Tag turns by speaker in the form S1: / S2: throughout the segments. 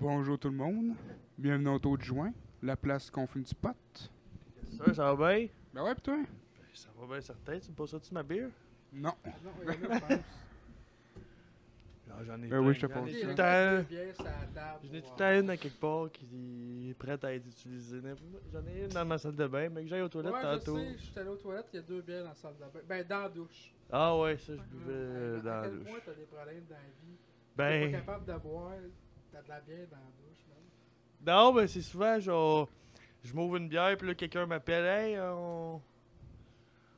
S1: Bonjour tout le monde. Bienvenue au taux de juin, la place qu'on fume du pot.
S2: Ça, ça va bien?
S1: Ben ouais, pis toi?
S2: Ça va bien certain, tu me passes ça-tu ma bière?
S1: Non.
S2: Là, Ah, j'en
S1: Ben
S2: ai plein.
S1: oui, je te
S2: J'en ai
S1: pose
S2: tout
S1: ça.
S2: le temps- J'en
S3: Je
S2: ai tout le temps une à quelque part qui est prête à être utilisée. n'importe- J'en ai une dans ma salle de bain, mais que j'aille aux toilettes
S3: Ouais,
S2: tantôt.
S3: je sais, je suis allé aux toilettes, il y a deux bières dans la salle de bain. Ben, dans la douche.
S2: Ah ouais, ça je
S3: Fait que
S2: buvais
S3: là,
S2: euh,
S3: à-
S2: dans
S3: à
S2: la
S3: quel
S2: douche.
S3: point t'as des problèmes dans la vie? T'es pas
S2: Ben,
S3: capable de boire, t'as de la bière dans la douche, man.
S2: non, ben c'est souvent genre, je m'ouvre une bière, puis là quelqu'un m'appelle, hey, on,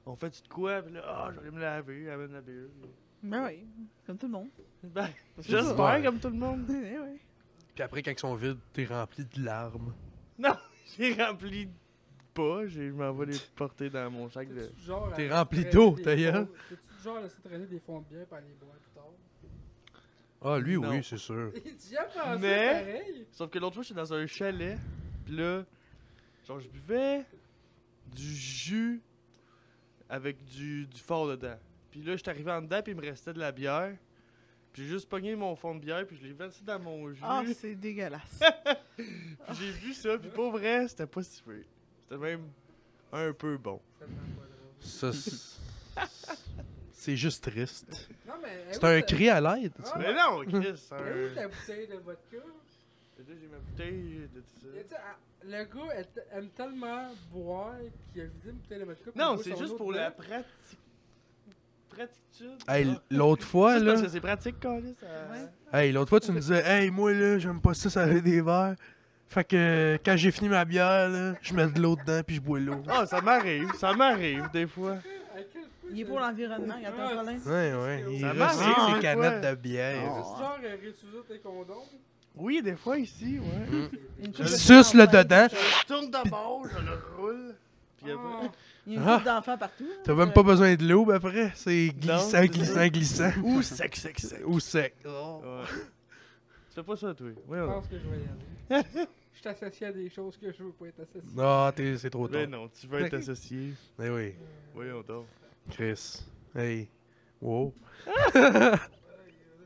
S2: on fait tu de quoi? Puis là, ah, j'allais me laver, amène la bière.
S4: Ben oui, comme tout le monde.
S2: Ben,
S4: Parce que
S2: j'espère
S5: Ouais.
S2: comme tout le monde.
S4: Eh ouais.
S5: Puis après, quand ils sont vides, t'es rempli de larmes.
S2: J'ai rempli de pas, j'ai- je m'en vais les porter dans mon sac de.
S3: T'es-tu du genre à
S5: T'es
S3: laisser
S5: rempli
S3: traîner
S5: d'eau,
S3: des
S5: ta gueule.
S3: fonds- T'es-tu du genre à laisser traîner des fonds de bière pour aller boire plus tard?
S5: Ah, lui,
S2: Non.
S5: oui, c'est sûr.
S3: tu y as pensé
S2: Mais-
S3: pareil?
S2: Sauf que l'autre fois, j'étais dans un chalet, pis là, genre, je buvais du jus avec du, du fort dedans. Puis là, j'étais arrivé en dedans, puis il me restait de la bière. Puis j'ai juste pogné mon fond de bière, puis je l'ai versé dans mon jus.
S4: Ah, c'est dégueulasse.
S2: puis j'ai bu ça, puis pour vrai, c'était pas si peu. C'était même un peu bon.
S3: C'est tellement pas drôle.
S5: Ça, c'est- c'est juste triste.
S3: Non, mais.
S2: Ben
S5: C'est
S3: eh oui,
S5: un
S3: t'as-
S5: cri à l'aide. tu
S3: Ah,
S5: vois.
S2: Mais non, Chris, c'est
S3: eh oui,
S2: un...
S3: la bouteille de vodka?
S2: Là, j'ai ma bouteille de tout ça.
S3: Et tu sais, ah, le gars elle t- aime tellement boire qu'il a vidé une bouteille de vodka. puis
S2: Non,
S3: il boit
S2: c'est
S3: son
S2: juste
S3: eau
S2: pour
S3: dedans.
S2: la pratique. Pratitude.
S5: Hey,
S2: Ah.
S5: l'autre fois,
S2: Juste
S5: là.
S2: parce que c'est pratique, Calis. ça-
S4: Ouais.
S5: Hey, l'autre fois, tu me disais, hey, moi, là, j'aime pas ça, ça a des verres. Fait que euh, quand j'ai fini ma bière, là, je mets de l'eau dedans puis je bois l'eau.
S2: Ah, ça m'arrive, ça m'arrive des fois.
S3: À quel point
S4: Il est
S3: je-
S4: pour l'environnement, il y a pas de problème.
S5: Ouais, ouais. Il
S2: Ça
S5: reste
S2: marche, hein,
S5: ses canettes de bière.
S3: C'est genre euh, réutiliser tes condoms.
S2: Oui, des fois ici, ouais.
S4: Une
S5: Je
S4: couple
S5: suce le
S4: d'enfants.
S5: dedans.
S2: Euh, Je tourne d'abord, je le roule. Puis
S3: Ah,
S2: après...
S4: Il y a une
S5: Ah.
S4: couple d'enfants partout. hein.
S5: T'as même pas besoin de l'eau, mais après, c'est
S2: Non, c'est
S5: glissant, glissant,
S2: ça.
S5: glissant.
S2: Ou sec, sec, sec.
S5: Ou sec.
S2: Ouais. Tu fais pas ça, toi. Oui,
S3: je
S2: non.
S3: pense que je vais y aller. Je t'associe à des choses que je veux pas être associé.
S5: Non, Ah, t'es- c'est trop tard.
S2: Ben non, tu veux être associé.
S5: Eh oui,
S2: Voyons donc.
S5: Chris. Hey. Wow.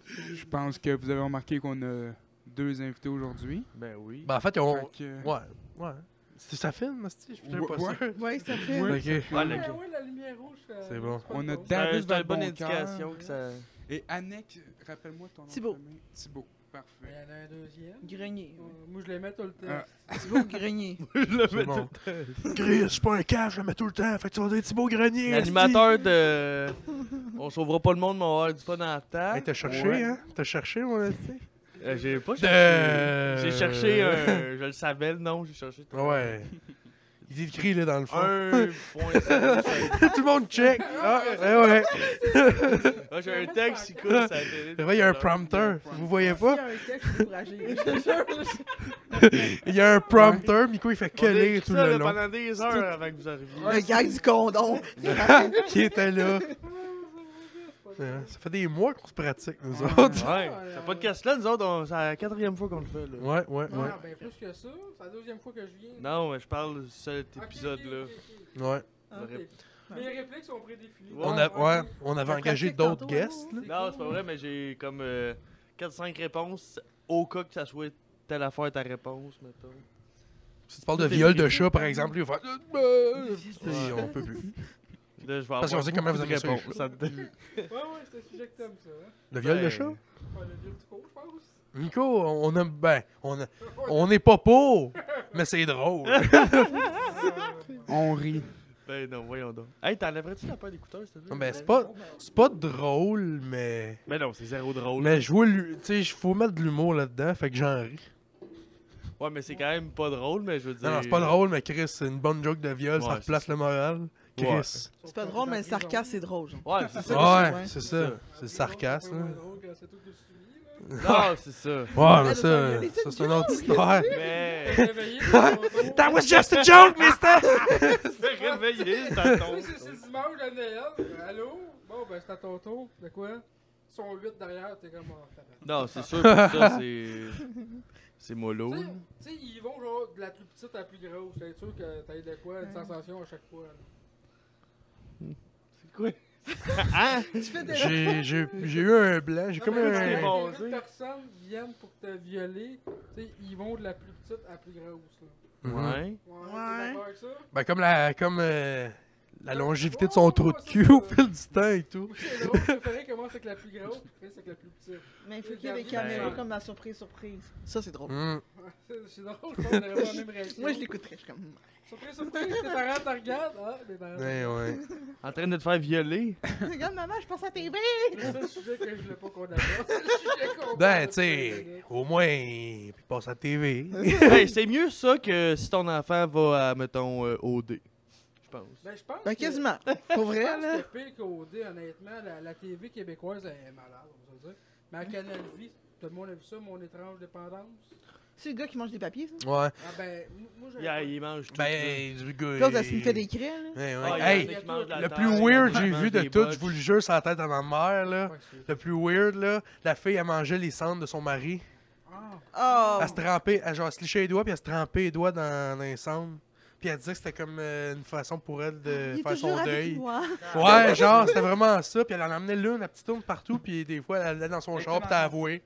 S1: Je pense que vous avez remarqué qu'on a deux invités aujourd'hui.
S2: Ben oui.
S5: Ben, en fait, euh, ils ont.
S1: Fait que-
S5: Ouais, ouais. C'est sa film, Masti? Je suis
S1: Ouais,
S5: pas
S1: ouais.
S5: sûr.
S4: Oui, ça fait.
S1: Ouais.
S5: Ok.
S2: Ah, le
S3: Ouais,
S2: gars.
S3: ouais, la lumière rouge. euh,
S5: C'est bon.
S3: pas
S1: On a
S3: drôle.
S1: Dan-
S2: Ben,
S1: Darius
S2: C'est une
S1: Valbonne
S2: bonne
S1: Cœur.
S2: indication que ça.
S1: Et Annick, rappelle-moi ton nom. de
S4: Thibaut.
S1: famille.
S3: Il
S1: Thibaut,
S3: y
S1: parfait.
S3: en a un deuxième.
S4: Grenier.
S3: Euh, Moi, je les mets tout le temps.
S1: Ah.
S4: Thibaut Grenier.
S5: C'est bon. Chris, je suis pas un cave, je le mets tout le temps. Fait que tu vas dire Thibaut Grenier.
S2: L'animateur de. On sauvera pas le monde, mais on va avoir du fun en temps.
S5: Hey, t'as cherché,
S2: Ouais.
S5: hein? T'as cherché, mon Asti?
S2: Euh, J'ai pas
S5: De-
S2: J'ai cherché euh, un. Je le savais, le nom, j'ai cherché.
S5: Ouais. Il écrit, là, dans le fond.
S2: 1.5.
S5: tout le monde check. Ah, ouais, ouais.
S2: Ah, J'ai un texte qui coule, ça a été-
S5: C'est vrai, il y a un prompteur. Vous voyez
S4: Il y
S5: pas?
S4: a un texte découragé.
S5: Il y a un prompteur, Miko, il fait
S2: On a
S5: que lire
S2: écrit
S5: tout
S2: ça,
S5: le
S2: là,
S5: long.
S2: pendant des heures avant que vous arriviez.
S4: Le gag du condom.
S5: Qui était là. Ouais, Ça fait des mois qu'on se pratique, nous
S1: Ouais.
S5: autres.
S2: Ouais,
S3: Ah,
S2: ce podcast-là, nous autres, on- c'est la quatrième fois qu'on le fait. Là.
S5: Ouais, ouais,
S3: Non,
S5: ouais.
S3: non, ben, plus que ça. C'est la deuxième fois que je viens.
S2: Non, mais je parle de
S3: Ok,
S2: cet
S3: ok,
S2: épisode-là.
S3: ok, ok.
S5: Ouais.
S4: Ah,
S2: Ré-
S4: Ouais.
S3: Mes réflexes sont prédéfinis.
S2: Ouais.
S5: On, a, ouais, on avait
S4: La
S5: engagé
S4: pratique
S5: d'autres
S4: tantôt, hein,
S5: guests.
S4: non?
S5: là.
S2: Non, c'est pas vrai, mais j'ai comme euh, 4-5 réponses au cas que ça soit telle affaire ta réponse, mettons.
S5: Si tu parles de viol de chat, par exemple, il va faire. Et on peut plus.
S2: Là, je vais
S5: Parce
S2: avoir
S5: qu'on sait comment
S2: beaucoup
S5: vous
S2: de
S5: aimez ça, les
S2: réponses. Ça te-
S3: Ouais, ouais, c'est un sujet que t'aimes, ça. hein.
S5: Le viol de
S2: Ben,
S5: chat
S3: Ouais, le vieux du cours, je pense.
S5: Nico, on aime. Ben, on a- on n'est pas pour, mais c'est drôle.
S1: On rit.
S2: Ben non, voyons donc. Hey, t'enlèverais-tu la paire d'écouteurs, s'il te plaît?
S5: Non, ben, c'est pas, c'est pas drôle, mais.
S2: Ben non, c'est zéro drôle.
S5: Mais je vois. l'hu- Tu sais, il faut mettre de l'humour là-dedans, fait que j'en ris.
S2: Ouais, mais c'est quand même pas drôle, mais je veux dire.
S5: Non, non, c'est pas drôle, mais Chris, c'est une bonne joke de viol,
S2: Ouais,
S5: ça replace le moral. Chris.
S2: Ouais.
S4: C'est pas drôle, mais le sarcasme, Ah, c'est drôle. genre.
S2: Ouais, c'est ça.
S5: Ouais,
S4: ouais.
S5: c'est ça. C'est le sarcasme.
S3: C'est
S5: là.
S3: drôle quand c'est tout le suivi, là.
S2: Non, c'est ça.
S5: Ouais,
S4: Ouais,
S5: mais
S4: de
S5: ça,
S4: faire
S5: ça c'est une autre histoire.
S2: Mais.
S3: T'es réveillé, t'es
S5: That was just a joke, mister!
S2: T'es réveillé, ça
S3: content.
S2: tombe.
S3: Oui, c'est- C'est dimanche de Noël. Allô? Bon, ben, c'est à ton tour. De quoi? Ils sont 8 derrière, t'es comme... oh, tabarnak.
S2: Non, c'est sûr que ça, c'est. C'est mollo.
S3: Tu sais- tu sais, ils vont genre de la plus petite à la plus grosse. T'es sûr que t'as eu de quoi? Une sensation à chaque fois. là.
S2: C'est quoi Hein?
S4: Tu fais des.
S5: J'ai j'ai- j'ai eu un blanc, j'ai
S3: Non,
S4: Ah,
S5: comme
S3: mais parce que
S5: un.
S2: bon.
S3: les huit
S2: basé.
S3: personnes viennent pour te violer, tu sais, ils vont de la plus petite à la plus grosse. Là.
S5: Mhm.
S2: Ouais.
S3: Ouais.
S4: Ouais.
S3: t'es d'accord avec ça?
S5: Ben, comme la, comme, euh, la longévité de son trou de cul au fil du temps et tout.
S3: Moi, c'est drôle, je préférais commencer avec la plus grosse, puis finir avec la plus petite.
S4: Mais il faut qu'il y ait
S5: Ben,
S4: des caméras comme dans Surprise Surprise. Ça, c'est drôle.
S5: Mm.
S3: Ouais, c'est- C'est drôle, je pense qu'on aurait pas la même réaction.
S4: Moi, je l'écouterais. Je suis comme.
S3: Surprise, surprise, tes parents te regardent. Ah, mes parents.
S5: Ouais, Ben, ouais.
S2: En train de te faire violer.
S4: Regarde, maman, je pense à TV.
S3: C'est ça le sujet que je voulais pas qu'on aborde. C'est le sujet qu'on
S5: Ben,
S3: parle.
S5: tu sais, au moins, il passe à la TV.
S2: hey, Ben, c'est mieux ça que si ton enfant va à, mettons, euh, OD. Je pense.
S3: Ben, je pense.
S4: Ben,
S3: que-
S4: quasiment. Pour
S3: Je
S4: vrai,
S3: pense
S4: là.
S3: que pire qu'au D, honnêtement, la, la TV québécoise elle est malade, on va se le dire. Mais à Canal Vie, tout le monde a vu ça, mon étrange dépendance.
S4: C'est le gars qui mange des papiers, ça.
S5: Ouais.
S3: Ah ben, m- moi j'avais.
S2: Yeah, il mange tout. là.
S5: Ben, du gars.
S4: Claude,
S5: il- Ben,
S4: elle se fait des craies, là.
S5: Ouais,
S2: Ah,
S5: ouais.
S2: il y en
S5: Hey,
S2: a qui mangent de la
S5: le
S2: terre,
S5: plus
S2: il y en a
S5: weird
S2: qui
S5: j'ai
S2: mangent
S5: vu de
S2: des
S5: tout,
S2: bugs.
S5: je vous le jure, sur la tête à ma mère, là.
S3: Ouais, c'est-
S5: Le plus weird, là, la fille, elle mangeait les cendres de son mari.
S3: Ah,
S4: Oh.
S5: Elle se trempait, elle, genre, elle se lichait les doigts, puis elle se trempait les doigts dans, dans les cendres. Puis elle disait que c'était comme euh, une façon pour elle de
S4: il est
S5: faire son
S4: toujours avec
S5: deuil.
S4: moi. Ah.
S5: Ouais, genre, c'était vraiment ça. Puis elle en emmenait l'une, la petite tourne partout, puis des fois, elle allait dans son char, puis t'as avoué.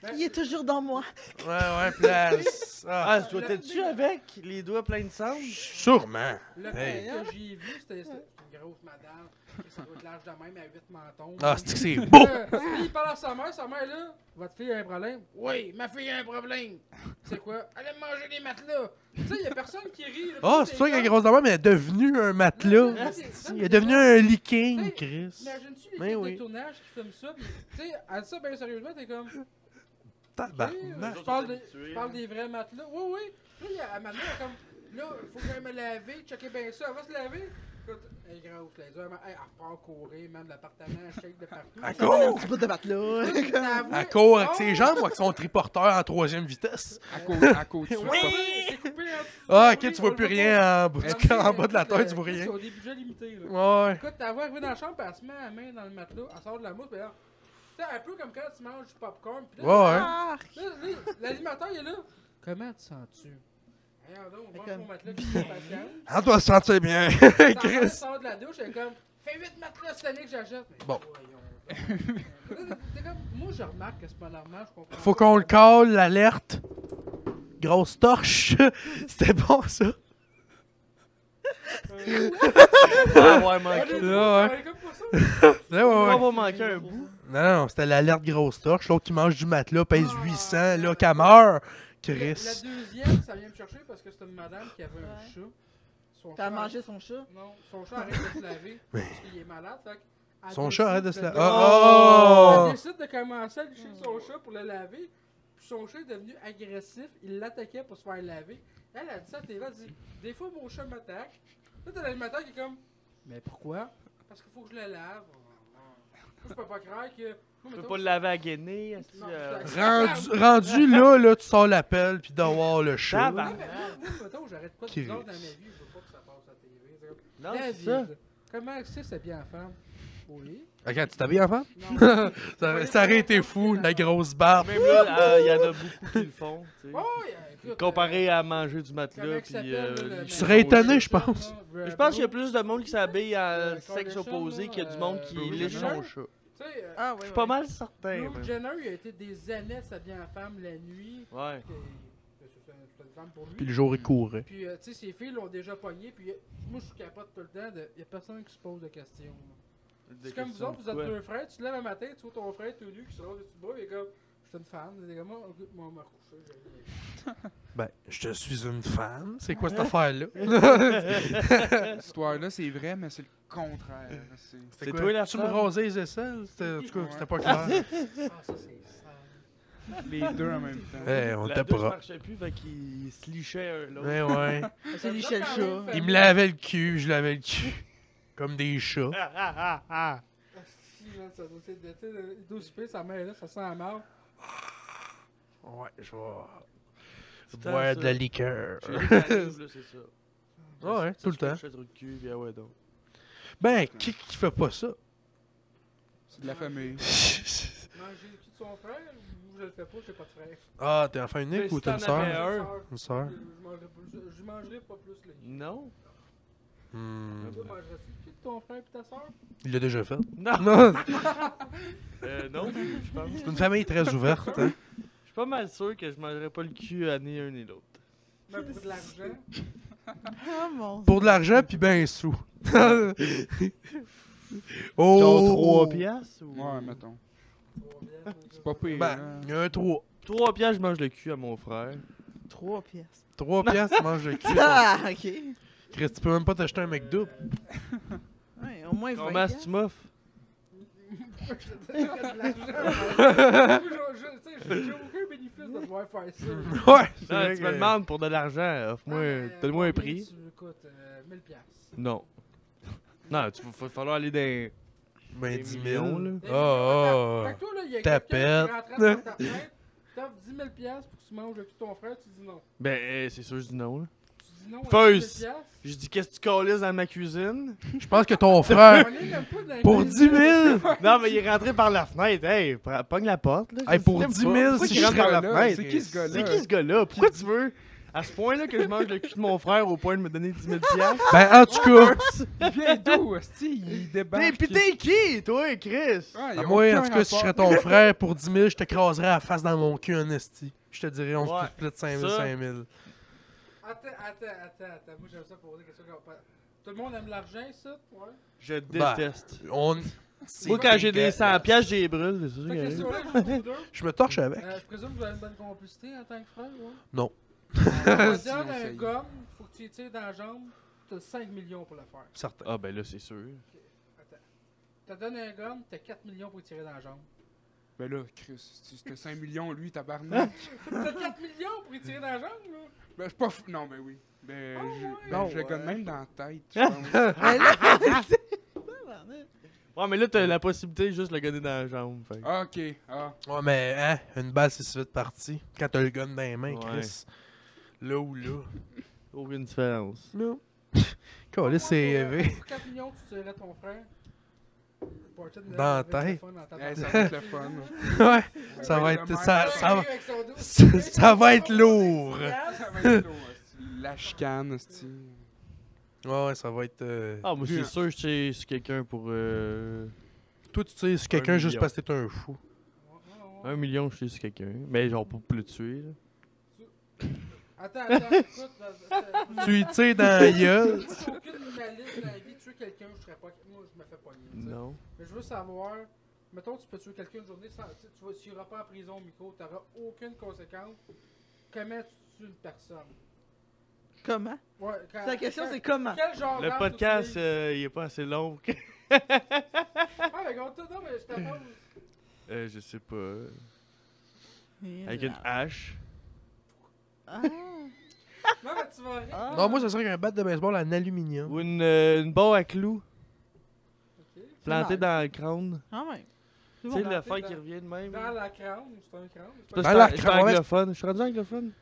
S3: ben,
S4: Il est toujours dans moi.
S5: Ouais, ouais, puis là, elle- ah,
S2: Ah, toi, t'es-tu avec les doigts pleins de sang?
S5: sûrement.
S3: le
S5: Hey.
S3: pire que j'ai vu, c'était c'était une grosse madame. Ça doit être large de même, à 8 mentons.
S5: Ah, c'est que c'est beau!
S3: Euh, puis il parle à sa mère, sa mère là, votre fille a un problème. Oui, ma fille a un problème. C'est quoi? Allez manger des matelas. Tu sais, il y a personne qui rit. là.
S5: Ah, c'est
S3: Tout
S5: sûr
S3: est
S5: qu'elle est
S3: comme-
S5: grosse de même, mais elle est devenue un matelas. Il est devenu un leaking, Chris.
S3: Imagines-tu
S5: Ben
S3: les
S5: oui.
S3: de tournage qui filment ça? Pis, tu sais, elle dit ça bien sérieusement, t'es comme. tu
S5: Tabarnak.
S3: je parle, des- je
S5: hein.
S3: parle des vrais matelas. Oui, oui. Puis Là, il y a- à ma mère, elle comme. Là, faut que j'aille me laver, checker bien ça. Elle va se laver. Écoute, elle est grosse, les yeux. Elle, elle repart courir, même de l'appartement, elle shake de partout.
S5: À
S3: Ça,
S5: court!
S4: Un petit bout de batte, là.
S3: t'as avoué,
S5: Elle court avec
S3: oh,
S5: ses jambes ou avec son triporteur en troisième vitesse?
S1: À côté, à côté.
S3: c'est coupé, c'est coupé en dessous.
S5: Ah, ok,
S3: Oui,
S5: tu
S3: on
S5: vois
S3: le
S5: plus
S3: voit pas.
S5: rien en bas,
S3: Elle
S5: du- en
S3: dit,
S5: bas de la
S3: écoute,
S5: tête,
S3: euh,
S5: tu vois rien.
S3: C'est au début déjà limité, là.
S5: Ouais.
S3: Écoute, elle va arriver dans la chambre, puis elle se met la main dans le matelas, elle sort de la mousse, puis là, tu sais, un peu comme quand tu manges du popcorn, puis là,
S5: Ouais, ouais.
S4: Arc.
S3: là, là, l'animateur, il est là. Comment te sens-tu? Hey, on va
S4: Comme-
S3: mon matelas qui est patient.
S5: Ah, doit se sentir bien,
S3: Ta mère
S5: Chris.
S3: sort de la douche, elle est comme, fais 8 matelas cette année que j'achète. Mais
S5: Bon.
S3: voyons donc. Là, t'es comme, moi, je remarque que c'est pas normal, je comprends.
S5: Faut
S3: pas.
S5: qu'on le colle, l'alerte. Grosse torche. C'était bon, ça.
S3: Euh, ouais,
S2: Ah, ouais,
S3: on
S2: manqué.
S3: est-
S5: Là, hein. ouais.
S3: on est comme pour ça.
S5: Ouais, ouais, ouais.
S2: On va manquer un bout.
S5: Non, non, c'était l'alerte grosse torche. L'autre qui mange du matelas pèse
S3: Ah.
S5: 800, là, qu'elle meurt.
S3: La
S5: Chris.
S3: la deuxième, ça vient me chercher parce que c'est une madame qui avait un
S4: Ouais.
S3: chat. Son
S4: T'as
S3: chat
S4: mangé son chat.
S3: Non, son chat arrête de se laver parce qu'il est malade. Fait qu'elle
S5: Son
S3: décide
S5: chat arrête de se laver.
S2: Oh!
S3: Elle décide de commencer à licher son chat pour le laver. Puis son chat est devenu agressif. Il l'attaquait pour se faire laver. Elle a dit ça à TV, elle dit Des fois, mon chat m'attaque. Là, t'as l'animateur qui est comme Mais pourquoi Parce qu'il faut que je le lave. Moi, je peux pas croire que. Moi,
S2: Tu peux
S3: mettons,
S2: pas le laver à Guinée. est-ce que,
S3: Non,
S2: euh,
S3: je-
S5: Rendu, rendu là, là, tu sors l'appel, puis d'avoir le
S3: Ah,
S5: chat.
S2: Tabarnak.
S3: mais moi, moi, mettons, j'arrête pas de
S5: Qui-
S3: bizarre dans ma vie. Je veux pas que ça passe à TV. C'est comme,
S2: Non, Ah, c'est
S3: David,
S2: ça.
S3: comment c'est sa bien en femme Oui.
S5: Ok, tu t'habilles avant?
S3: Non.
S5: Ça, ça aurait été fou, la grosse barbe.
S2: Même là, euh, il y en a beaucoup qui le font. tu sais.
S3: Oh, yeah, écoute, euh,
S2: Comparé à manger du
S3: Comment
S2: matelas.
S3: il
S2: Puis,
S3: s'appelle,
S2: euh,
S3: là, le- euh,
S2: les
S5: Tu serais
S2: choses.
S5: étonné, je
S3: Là,
S5: pense.
S3: Brad
S2: Je pense qu'il y a
S3: Pitt,
S2: plus de monde qui s'habille
S3: Euh,
S2: en sexe
S3: Kardashian,
S2: opposé
S3: là,
S2: qu'il y a du monde
S3: euh,
S2: qui
S3: Bruce
S2: lèche
S3: Jenner.
S2: son chat.
S3: tu sais, euh,
S4: Ah, ouais.
S2: Je suis
S4: ouais.
S2: pas mal certain.
S3: Bruce
S2: man.
S3: Jenner, il a été des années de sa bien en femme la nuit.
S2: Ouais.
S3: Et- C'est une- c'est une femme pour
S5: Puis le
S3: lui.
S5: jour, il courait.
S3: Puis, euh, tu sais, ses filles l'ont déjà pogné. Puis, euh, moi, je capote tout le temps. Il y a personne qui se pose de questions. là. C'est comme vous autres, vous êtes
S2: Ouais.
S3: deux frères, tu te lèves un matin, tu vois ton frère tout nu qui se rase du bras, il est comme, je suis une femme, il est comme, moi, moi, on m'a recouché.
S5: Ben, je te suis une femme. C'est quoi cette affaire-là?
S1: Cette histoire-là, c'est vrai, mais c'est le contraire. C'est-
S5: C'est
S2: toi, la
S5: Tu me
S2: femme?
S5: rasais les aisselles? C'était- En tout cas, c'était pas clair.
S3: j'ai- Ah, ça, c'est sale.
S1: Les deux en même temps.
S5: Eh, on
S2: La
S5: était
S2: douche
S5: pas.
S2: marchait plus, fait qu'il se lichait un l'autre.
S5: Ouais, ouais.
S4: C'est liché le chat.
S5: Il me lavait le cul, je lavais le cul. Comme des chats.
S2: Ah, ah, ah, ah.
S3: Ah, si, man, ça doit être de- tu sais, le- le dos soupé, sa mère, là, ça sent la mort.
S5: Ouais, je vais
S2: Putain,
S5: boire
S2: ça.
S5: de la liqueur.
S2: Je suis arrivé, là, c'est ça.
S5: Ouais,
S2: Ça,
S5: ouais, tout
S2: je
S5: le temps.
S2: fais un trou de cul, puis ah ouais, donc.
S5: Ben, qui qui fait pas ça?
S1: C'est de la famille.
S3: Manger le cul de son frère, ou je le fais pas, j'ai pas de frère.
S5: Ah, t'es enfant
S2: Mais
S5: unique ou
S2: si
S5: t'as une
S2: t'en avais
S5: sœur?
S2: un.
S5: Une
S3: Je
S5: sœur.
S3: je mangerai pas- je- je mangerai pas plus les
S2: Non.
S5: Hmm.
S3: Toi, mangerais-tu le cul de ton frère et ta soeur?
S5: Il l'a déjà fait.
S2: Non,
S5: Ah Non,
S2: euh, non, je pense.
S5: c'est une famille très ouverte. hein.
S2: Je suis pas mal sûr que je mangerais pas le cul à ni un ni l'autre.
S3: Mais Ben, pour de l'argent.
S4: Ah mon
S5: Pour de l'argent, puis ben sous. oh!
S2: Genre 3 piastres ou...
S1: Ouais, mettons. C'est
S3: C'est
S1: pas pire.
S5: Ben,
S1: hein.
S5: il y a un 3.
S2: 3 piastres, je mange le cul à mon frère.
S4: 3 pièces.
S5: 3 piastres, tu manges le cul.
S4: Ah, ok.
S5: Chris, tu peux même pas t'acheter un McDo.
S4: Ouais, au moins 20
S2: Comment est-ce que
S4: piastres.
S2: tu m'offres?
S3: J'ai aucun bénéfice de pouvoir faire ça.
S5: Ouais! c'est
S2: Non,
S5: vrai
S2: tu
S5: que-
S2: me demandes pour de l'argent, offre-moi,
S3: Euh,
S2: donne-moi un
S3: combien
S2: prix.
S3: Tu coûtes euh, 1000 piastres.
S2: Non. Non, tu va falloir aller dans
S5: Ben,
S2: Des
S5: 10 000.
S2: millions, là.
S5: Oh,
S2: ah,
S5: oh,
S3: Fait que toi, là, il y a
S5: Tapette.
S3: quelqu'un qui rentre dans ta tête, t'offres 10 000 piastres pour que tu manges avec ton frère, tu dis non.
S2: Ben, eh, c'est sûr, je dis non, là.
S3: Tu dis non à
S2: Feuse.
S3: 10 000 piastres.
S2: Je dis, qu'est-ce que tu calises dans ma cuisine?
S5: Je pense que ton frère.
S3: On est un peu dans
S5: Pour
S3: les-
S5: 10 000!
S2: non, mais il est rentré par la fenêtre. Hey, pre- pogne la porte, là.
S5: Hey,
S2: Je
S5: pour
S2: sais
S5: 10
S2: pas.
S5: 000,
S2: Pourquoi
S5: si
S2: qu'il
S5: je
S2: rentre
S5: serais
S2: par la
S1: là,
S2: fenêtre?
S1: c'est qui ce gars-là?
S2: C'est qui ce gars-là? Pourquoi tu veux, à ce point-là, que je mange le cul de mon frère au point de me donner 10 000 piastres?
S5: Ben, en tout cas,
S1: Il vient d'où, esti? Il
S2: T'es-
S1: débarque.
S2: Pis t'es qui, toi, Chris?
S1: Ah, il y a
S5: à moi, en
S1: aucun
S5: tout cas, si je serais
S1: rapport.
S5: ton frère, pour 10 000, je te craserais la face dans mon cul en esti. Je te dirais, on
S2: Ouais,
S5: se split 5 000,
S2: ça.
S5: 5 000.
S3: Attends, attends, attends, attends. Moi, j'aime ça poser des questions qu'on parle. Tout le monde aime l'argent, ça? Ouais.
S2: Je
S5: Ben,
S2: déteste.
S5: On...
S2: Moi, quand j'ai des 100 piastres, j'ai les brûle, c'est sûr
S3: Cette
S2: que-
S3: question-là, je vous deux.
S5: Je me torche avec.
S3: Euh, je présume que vous avez une bonne complicité en tant que frère, ouais?
S5: Non.
S3: Euh,
S1: Si, on
S3: Quand un
S1: essaye.
S3: gomme, faut que tu y tires dans la jambe, t'as 5 millions pour le faire.
S5: Certain.
S2: Ah, ben là, c'est sûr.
S3: T'as donné un gomme, t'as 4 millions pour y tirer dans la jambe.
S1: Ben là, Chris, tu- c'était 5 millions, lui, tabarnak.
S5: Hein?
S3: T'as 4 millions pour y tirer dans la jambe, là!
S1: ben, je suis pas fou. Non, ben oui. Ben,
S3: Ah
S1: je,
S3: ouais?
S1: ben,
S5: Ah
S1: je le connais
S5: ouais.
S1: même dans la tête, je pense.
S4: Mais là, c'est-
S2: Ouais, mais là, t'as la possibilité de juste le gonner dans la jambe. Fait. que-
S1: Ah, ok. Ah.
S5: Ouais, mais hein, une balle, c'est vite parti. Quand t'as le gun dans les mains,
S2: Ouais.
S5: Chris. Là ou là.
S2: Aucune différence.
S5: Non. Calais, c'est
S3: Pour, euh,
S5: élevé.
S3: Pour 4 millions, tu tirerais ton frère. Party de Noël
S5: Dans la
S3: avec le
S5: tête.
S3: fun en tabarnak.
S1: Eh, ça va être le fun.
S5: Ouais.
S1: Ben,
S5: Ça
S1: ben,
S5: va
S1: le
S5: être-
S1: maire-
S5: ça-
S1: Ouais,
S5: ça va-
S3: Avec son dos.
S5: Ça, ça va être lourd.
S1: ça va être lourd, esti. La chicane, esti.
S5: Ouais, ouais, ça va être. euh,
S2: Ah, moi,
S1: Bien.
S2: c'est sûr, que c'est c'est quelqu'un pour. Euh...
S5: Toi, tu sais, c'est quelqu'un juste
S2: million.
S5: parce que t'es un fou.
S2: Un million, je sais, c'est quelqu'un. Mais genre, pour le tuer. Là.
S3: Attends, attends, écoute. euh, euh,
S5: tu lui tires dans la gueule.
S3: Moi, j'ai aucune malice dans la vie. Tuer quelqu'un, je serais pas. Moi, je me fais pogner. tu sais.
S2: Non.
S3: Mais je veux savoir. Mettons, tu peux tuer quelqu'un une journée sans. Tu sais, tu vas- tu iras pas en prison, Miko. T'auras aucune conséquence. Comment tu tues une personne
S4: Comment?
S3: Ouais, quand-
S4: La question,
S3: quand-
S4: c'est comment?
S3: Quel genre
S2: Le
S3: d'arme
S2: podcast,
S3: t'utilises?
S2: euh, il est pas assez long.
S3: Ah, mais gars, non, mais je t'attends.
S2: euh, je sais pas. Avec une hache.
S4: Ah,
S3: Non, mais tu vas rire.
S4: ah.
S5: Non, moi, ça serait un bat de baseball en aluminium.
S2: Ou une, euh, une barre à clous
S3: Ok.
S2: plantée
S4: C'est
S2: dans le crâne.
S4: Quand même. C'est
S2: Tu
S4: bon.
S2: sais, l'affaire
S3: dans-
S2: qui revient de même.
S3: Dans
S2: là.
S3: la crâne, c'est un crâne. c'est
S2: Ça,
S3: pas-
S5: Dans
S2: c'est
S5: la
S2: un- c'est
S5: crâne, ouais.
S2: anglophone. Je suis rendu anglophone.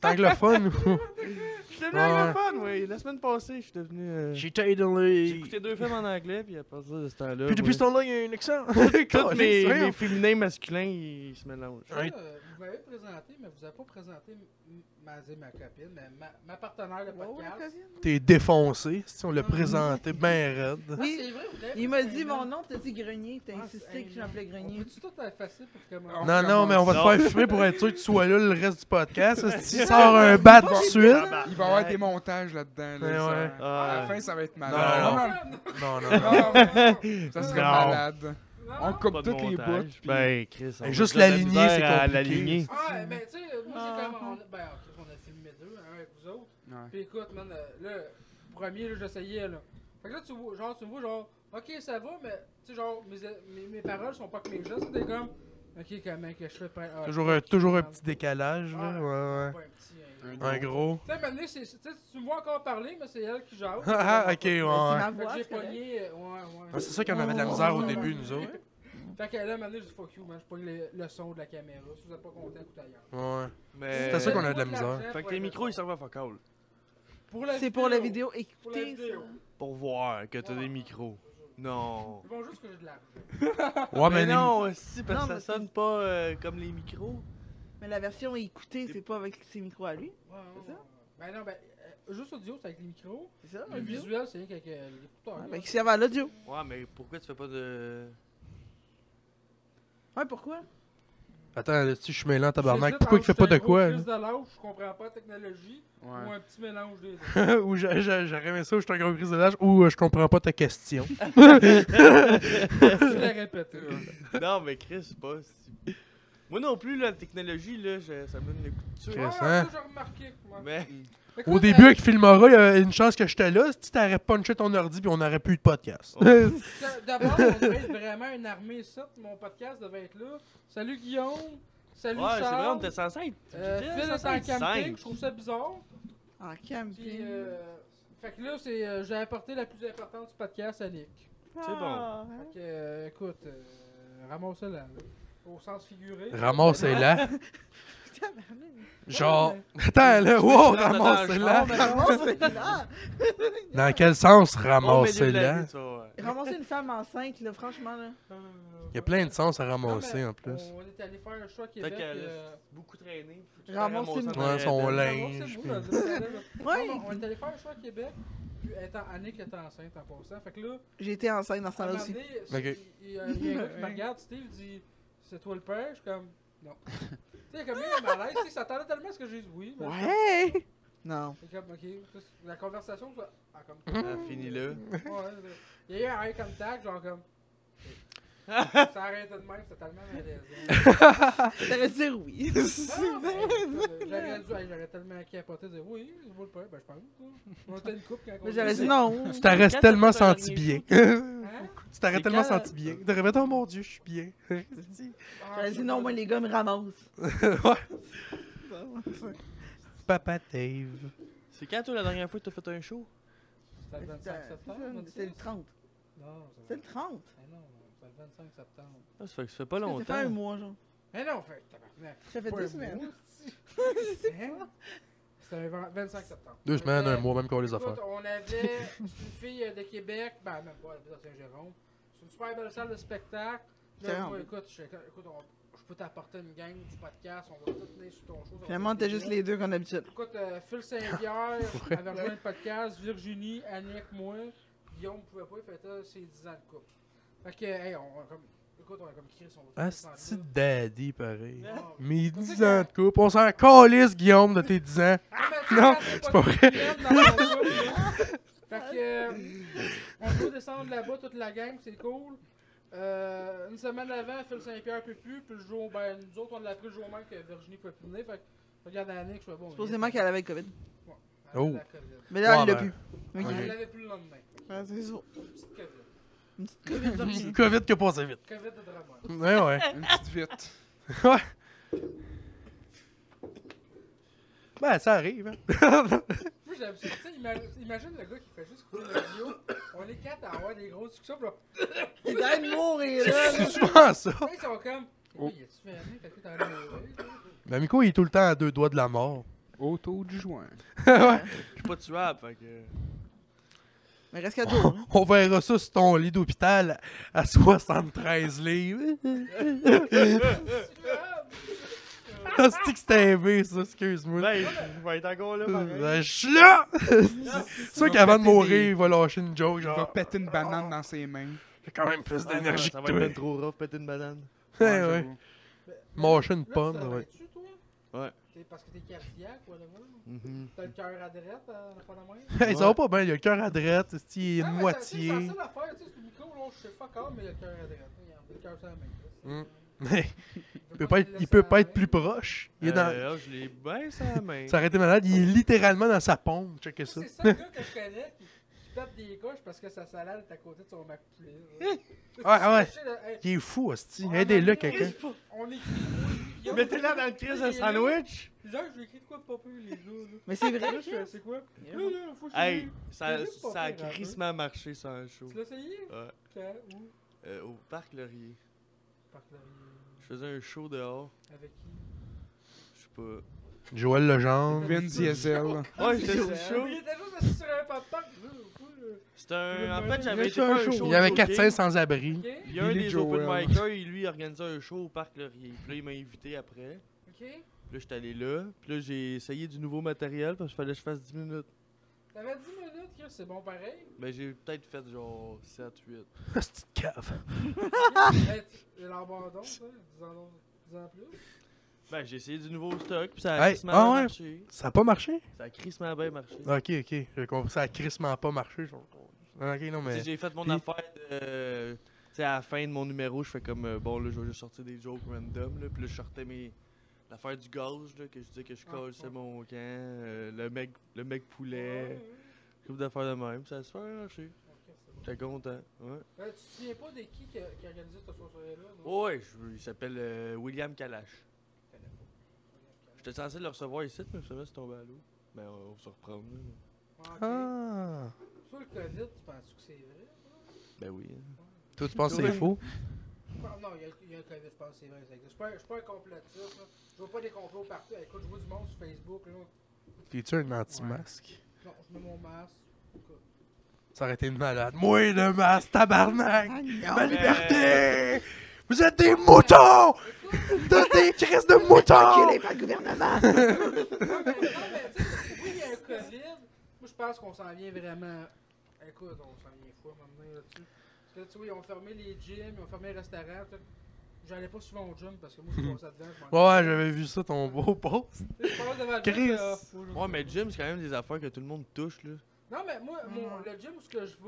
S5: T'es anglophone ou.
S2: Je suis devenu
S5: Ouais, ouais.
S2: anglophone, oui. La semaine passée, je suis devenu. euh,
S5: J'étais dans
S2: J'ai
S5: les.
S2: écouté deux films en anglais, puis à partir de ce temps-là.
S5: Puis depuis
S2: moi,
S5: ce temps-là, il y a un accent.
S2: Euh, Tous mes,
S5: Calais,
S2: mes féminins masculins, ils se mélangent.
S5: Ouais. un-
S3: Euh, Vous m'avez présenté, mais vous n'avez pas présenté m- m- ma, c'est ma copine, mais ma, ma partenaire de
S4: Ouais, ouais,
S3: podcast.
S4: Corinne.
S5: T'es défoncé. Si on l'a
S3: Mm.
S5: présenté, ben raide.
S3: Ah,
S4: Oui.
S3: c'est vrai, vous l'avez hein.
S4: Il m'a
S3: présenté.
S4: dit mon nom, t'as dit Grenier, t'as
S3: Ah,
S4: insisté
S3: c'est-
S4: que je m'appelais
S3: On
S4: Grenier.
S3: peut-tu tout effacer pour
S1: On
S3: commencer?
S5: Oh, Non, non, mais on va te
S2: Non.
S5: faire fumer pour être sûr que tu sois là le reste du podcast. Si tu sors un bat tout de
S4: hein,
S5: suite.
S1: Il va y avoir des montages là-dedans. Là,
S5: Ouais,
S1: ça-
S5: ouais.
S1: À la
S2: Ah.
S1: fin, ça va être
S5: Non,
S1: malade.
S5: Non, non, non.
S1: Ah, ouais. Ça serait
S2: Non.
S1: malade. On
S2: Pas
S1: coupe
S2: de
S1: toutes les
S2: montage.
S1: bouts. puis-
S2: Ben, Chris, on
S5: Ben,
S2: va
S5: juste
S2: dire la
S5: l'aligner,
S2: misère
S5: c'est
S2: à
S5: compliqué.
S2: l'aligner.
S3: Ah, mais tu sais, moi j'ai
S4: Ah.
S3: comme. on a- Ben, ok, on a filmé deux, un avec vous autres.
S1: Ouais.
S3: Puis écoute, man, euh, là, premier, là, j'essayais, là. Fait que là, tu vois, genre, tu vois, genre, ok, ça va, mais, tu sais, genre, mes, mes, mes paroles sont pas que mes gestes, c'était comme, ok, comment que je fais pour. ah,
S5: Toujours un,
S3: ok,
S5: toujours un
S3: man.
S5: petit décalage, là. Ouais,
S3: Pas un petit, hein,
S1: Un
S5: ouais. Un gros.
S3: Tu sais, maintenant, c'est- c'est- tu sais, tu me vois encore parler, mais c'est elle qui jase.
S5: Ah, ok, ouais.
S4: C'est
S5: ouais.
S4: ma
S3: Fait que
S4: voix.
S3: j'ai
S4: c'est correct.
S3: pogné. euh, Ouais,
S5: Ah,
S3: ouais.
S5: C'est ça qu'on avait de la misère au début, nous autres.
S3: Fait que là, maintenant, j'ai dit fuck you, man. Je pogne le, le son de la caméra. Si vous êtes pas content, écoutez ailleurs. Euh,
S5: Ouais.
S2: Mais...
S5: C'est à ça qu'on a- de la
S3: Pour
S5: misère.
S3: l'argent,
S2: Fait que
S3: pour
S2: tes
S3: la-
S2: micros, ils servent à fuck all.
S3: la
S4: C'est pour la vidéo,
S3: Pour la
S4: écoutez ça.
S3: vidéo.
S2: Pour voir que t'as des micros. Non.
S3: Ils vont juste que j'ai de l'argent.
S5: Ouais, Ah, mais,
S2: mais
S5: les-
S2: non, si, parce
S4: Non,
S2: que
S4: mais
S2: ça sonne
S4: c'est-
S2: pas euh, comme les micros.
S4: Mais la version écoutée, c'est pas avec ses micros à lui.
S3: Ouais, ouais,
S4: C'est ça?
S3: ouais, ouais. Ben non, ben, euh, juste audio, c'est avec les micros.
S4: C'est ça,
S3: Le
S4: l'audio?
S3: visuel, c'est rien qu'avec euh, les écouteurs.
S4: Ouais,
S3: là.
S4: mais qui servait à l'audio.
S2: Ouais, mais pourquoi tu fais pas de.
S4: Ouais, pourquoi?
S5: Attends, là, si je suis mêlant, tabarnak,
S3: J'hésite
S5: pourquoi il
S3: entre
S5: fait pas
S3: j'étais
S5: de
S3: un gros
S5: quoi?
S3: crise de lâche, je comprends pas la technologie, ou
S1: Ouais.
S3: un petit mélange des deux.
S5: là? Ou j'a- j'a- j'aurais aimé ça, ou je suis un gros crise de l'âge, ou euh, je comprends pas ta question.
S3: Je l'ai répété.
S2: non, mais Chris, c'est pas. si- Moi non plus, là, la technologie, là, je- ça me donne le coup de tuer.
S5: Chris. hein?
S3: Ouais, ça, j'ai remarqué. euh, ouais.
S2: Mais.
S3: Fait que
S5: Au
S3: là,
S5: début, avec Filmora, il y a une chance que j'étais là, si tu t'aurais punché ton ordi, puis on aurait plus eu de podcast.
S3: d'a- D'abord, on devrait être vraiment une armée, ça. Mon podcast devait être là. Salut Guillaume. Salut
S2: Ouais, c'est vrai, on
S3: Charles.
S2: était censé être.
S3: Euh,
S2: j'étais
S3: Phil est
S2: censé
S3: en
S2: être
S3: camping,
S2: cinq.
S3: je trouve ça bizarre.
S4: En camping. Ah!
S3: Puis, euh, fait que là, c'est, euh, j'ai apporté la plus importante du podcast à Nick.
S2: c'est bon.
S4: Ah,
S3: Fait
S4: hein.
S3: que, euh, écoute, euh, ramasse-la, là, au sens figuré.
S5: Ramassez-la.
S4: Tabarnak.
S5: Genre. Attends, là, wow,
S2: Dans- dans le
S5: ramassez-la.
S2: char, mais-
S4: Ramasser une femme-
S5: Dans quel sens
S2: on met Oh, des
S5: ramasser-la
S2: blagues, tu vois, ouais. Ah,
S4: Ramasser une femme enceinte, là, franchement, là.
S5: Il y a plein de sens à ramasser
S3: Non, mais
S5: en plus.
S3: On est allé faire un choix à
S2: Fait
S3: Québec.
S2: que,
S3: euh,
S2: euh, beaucoup traîné.
S4: Ramasser une-
S5: Ouais, son
S2: là.
S5: linge.
S3: ramassez-vous,
S5: puis-
S3: là, vous allez là.
S4: Ouais.
S3: Non, mais on est allé faire un choix à Québec. Puis, étant, Annick était enceinte en passant. Fait que là,
S4: J'ai été enceinte dans ce
S3: à un
S4: temps-là
S3: moment
S4: aussi.
S3: donné,
S5: Ok.
S3: il, il y a il y a un gars qui me regarde, Steve, dit C'est toi le père Je suis comme Non. tu sais, comme il est mal à l'aise, tu sais, il s'attendait tellement à ce que j'ai dit oui. mais-
S4: Ouais! Non.
S3: Fait comme, ok, tout- la conversation, ça- ah, comme,
S2: Ah, Finis-le.
S3: ouais, là. il y a eu un eye contact, genre comme, ça arrêtait de même, c'était tellement malaisant.
S4: T'aurais dû dire oui.
S3: Ah, ben, J'aurais dû, hey, j'aurais tellement capoté de dire oui, je vois le père, ben je pense. là. On était une couple quand on
S4: Mais j'aurais
S3: était-
S4: dit non.
S5: Tu t'arrêtes
S2: Quand
S5: tellement
S2: t'as fait un
S5: senti bien.
S2: dernier
S3: Hein?
S5: Tu t'aurais
S2: C'est
S5: tellement
S2: quand-
S5: senti bien. Tu t'aurais fait, oh mon dieu, je suis bien.
S3: Ah,
S4: J'aurais dit
S3: c'est
S4: non,
S3: pas-
S4: moi, les gars me ramassent.
S5: Papa Dave.
S2: C'est quand, toi, la dernière fois que t'as fait un show?
S3: C'est le 25 septembre, on dit
S4: C'est le
S3: ça?
S4: 30.
S3: Non, c'est
S4: C'est
S3: le-
S4: le 30.
S3: eh non, c'est le 25 septembre.
S2: Ah, ça fait que ça fait pas
S4: Ça fait un
S2: longtemps.
S4: mois, genre.
S3: Mais non, fait, tabarnak,
S4: Ça fait
S3: pas
S4: deux
S3: un
S4: semaines.
S3: mois, hein? C'était le 25 septembre.
S5: Deux semaines, un
S3: Ouais.
S5: mois, même qu'on les a
S3: Écoute,
S5: fait.
S3: on avait une fille de Québec, ben même pas, elle habite à Saint-Jérôme. C'est une super belle salle de spectacle.
S4: C'est
S3: Là,
S4: vraiment
S3: moi,
S4: beau.
S3: écoute, je, écoute, on- je peux t'apporter une gang du podcast, on va tout tenir sur ton show. ça va
S4: Finalement,
S3: tout
S4: t'es
S3: être
S4: juste
S3: bien.
S4: les deux qu'on habitude.
S3: Écoute, euh, Phil Saint-Pierre avait rejoint le podcast, Virginie, Annick, moi, Guillaume pouvait pas, il fait euh, ses 10 ans de couple. Fait que, hey, on, on comme, écoute, on est comme Chris, on va
S5: Ah,
S3: tout faire
S5: Asti de daddy, pareil.
S3: ça. Non,
S5: Mes 10 ans de couple. On s'en calisse, Guillaume, de tes 10 ans. Non, c'est pas vrai.
S3: Fait que, euh, on peut descendre là-bas toute la gang, c'est cool. Euh, une semaine avant, Phil Saint-Pierre peut plus, puis le jour, ben, nous autres, on l'a pris le jour même que Virginie pouvait plus venir, fait que, regarde Annick, je fais bon.
S4: Supposément qu'elle avait le COVID.
S3: elle avait la
S5: Oh.
S3: COVID.
S4: Mais là,
S5: Ouais,
S4: elle l'a
S5: ben.
S4: plus.
S3: Elle
S5: Ok.
S3: l'avait plus le lendemain.
S4: Ah, c'est ça.
S3: Petite COVID.
S4: Une petite COVID. genre.
S5: Covid qui a passé vite.
S3: COVID de drama.
S5: Ouais, ouais.
S1: Une petite vite.
S5: Ouais. Ben, ça arrive. hein.
S3: Moi, j'aime ça. Tu sais, ima- imagine le gars qui fait juste couper le bio. On est quatre à avoir des gros succès, pis là,
S4: Il est de mourir, là. là.
S5: C'est souvent ça.
S3: tu sais, ils sont comme.
S1: Oh.
S3: Oui, y a-tu fait rien? Fait que t'as envie de mourir, là?
S5: Mamiko, Ben, il est tout le temps à deux doigts de la mort.
S1: Autour du joint.
S2: Je suis pas tuable, fait que...
S4: Mais reste qu'à deux. hein.
S5: On verra ça sur ton lit d'hôpital à 73 livres. Hostie que c'était aimé, ça, excuse-moi. Euh,
S2: Ben, je vais être encore là, pareil.
S5: Ben, je suis là! C'est sûr
S1: Il va
S5: qu'avant de
S1: péter
S5: mourir,
S1: des-
S5: il va lâcher une joke,
S1: Il va
S5: genre,
S1: péter une banane dans ses mains.
S5: j'ai quand même plus d'énergie
S2: Ça
S5: que
S2: va être
S5: toi.
S2: ben trop rough, péter une banane.
S5: Ouais, ouais.
S1: j'avoue.
S5: Mâcher une
S3: Ben, Là,
S5: pomme,
S3: tu
S5: ouais.
S3: travailles-tu, toi?
S2: Ouais.
S3: T'es- Parce que t'es cardiaque, ou whatever.
S2: Mhm.
S3: T'as le cœur adrette, euh, pas la main.
S5: Hey, ça va pas bien, il a le cœur à droite, hostie, il est
S3: Ah,
S5: une
S3: mais ça, tu sais,
S5: moitié.
S3: C'est la seule affaire, tu sais, sur le micro, là, je sais pas quand, mais il a le cœur adrette. Il a le cœur sur la main. là.
S5: Mm. Mais
S3: Il
S5: il peut pas être, il peut pas être plus proche. Il est dans...
S2: Euh, là, je l'ai bien sur la main.
S5: Ça aurait été malade, il est littéralement dans sa pompe, checker ça.
S3: C'est ça le gars que je connais qui, qui pète des coches parce que sa salade est à côté de son mac poulet. là.
S5: Ah, Ouais, ouais.
S3: Tu sais, là, hey,
S5: Il est fou, hostie.
S3: on a
S5: Aidez-le,
S3: demandé-
S5: quelqu'un.
S3: On écrit. on- on-
S2: Mettez-la dans le crise de sandwich!
S3: Genre, je lui écris de quoi de pas peu les jours. là.
S4: Mais c'est
S3: Là,
S4: vrai.
S3: je fais, c'est quoi
S4: Yeah.
S3: Là, là, faut que je
S2: Hey,
S3: lui-
S2: ça,
S3: C'est juste pas
S2: ça a
S3: pire, hein,
S2: crissement marché sur un show.
S3: Tu l'as essayé
S2: Ouais.
S3: Quand Où
S2: Euh, au parc Laurier.
S3: Par
S2: Je faisais un show dehors.
S3: Avec qui
S2: Je sais pas.
S5: Joël Legendre.
S1: Vin Diesel.
S3: Ah,
S2: Ouais, j'étais sur le show.
S3: Il était juste assis sur un pop-top.
S2: C'était un. En fait, j'avais
S5: Il
S2: été faire un show.
S5: Il y avait
S2: au
S5: 400
S2: Jockey.
S5: sans-abri.
S3: Ok
S2: Il y a un
S1: Billy
S2: des
S1: Joel.
S2: open micers, il lui organisait un show au parc Laurier. Puis là, il m'a invité après.
S3: Ok
S2: Là, j'étais allé là. Puis là, j'ai essayé du nouveau matériel parce qu'il fallait que je fasse 10 minutes.
S3: T'avais 10 minutes, Chris, c'est bon pareil.
S2: Mais j'ai peut-être fait genre 7, 8.
S5: Petite cave.
S3: hey, Ben, tu- euh, L'abandon, ça, 10 ans, 10 ans plus.
S2: Ben, j'ai essayé du nouveau stock. Puis ça a
S5: Hey,
S2: crissement
S5: ah
S2: bien
S5: ouais?
S2: marché.
S5: Ça a pas marché?
S2: Ça a crissement bien marché.
S5: Ok, ok. J'ai compris. Ça a crissement pas marché. je- Ok, non,
S2: Tu sais,
S5: mais.
S2: J'ai fait mon
S5: Puis-
S2: affaire de. euh, tu sais, à la fin de mon numéro, je fais comme euh, bon, là, je vais juste sortir des jokes random. Là, puis là, je sortais mes. L'affaire du gaz, là, que je disais que je
S3: Ah,
S2: colle, c'est
S3: ouais.
S2: mon camp. euh, le, mec, le mec
S3: Ouais,
S2: poulet.
S3: ouais.
S2: Coupe d'affaires de même. Ça a super bien marché.
S3: Ok, c'est bon.
S2: J'étais content. Ouais.
S3: Euh, tu te souviens pas de qui qui a, qui a organisé cette soirée-là? non?
S2: Ouais, je- il s'appelle euh, William Kalash.
S3: Je connais pas.
S2: J'étais censé le recevoir ici, mais finalement, c'est tombé à l'eau. Ben, on, on va se reprendre. Là.
S3: Ah, ok.
S5: Ah.
S3: Sur le COVID, tu penses que c'est vrai?
S2: Ben oui.
S5: Toi, tu penses que c'est
S2: Ouais.
S5: faux?
S3: Ah, Non, il y, a- il y a un COVID, je pense que c'est vrai. ça existe. Je suis pas un- je suis pas un complotiste. là. Je vois pas des complots partout. Écoute, je vois du monde sur Facebook. Là.
S5: T'es-tu un anti-masque?
S3: Non, je mets mon masque.
S5: Ça aurait été une malade. Moi, le masque, tabarnak! Ma liberté! Vous êtes des moutons! T'as des crises de moutons!
S4: Enculé par le gouvernement!
S3: Non, mais, non, mais tu sais, oui, il y a un COVID. Moi, je pense qu'on s'en vient vraiment. Écoute, on s'en vient fou maintenant là-dessus. Parce que, tu vois, ils ont fermé les gyms, ils ont fermé les restaurants. tout. J'allais pas souvent au gym parce que moi, je suis passé dedans. je m'en-
S5: Ouais, j'avais vu ça, ton beau post.
S3: Tu sais, Je passe devant le gym,
S5: Chris.
S3: là, faut-
S2: Ouais, mais le gym, c'est quand même des affaires que tout le monde touche, là.
S3: Non, mais moi, mon- le gym où ce que je vais,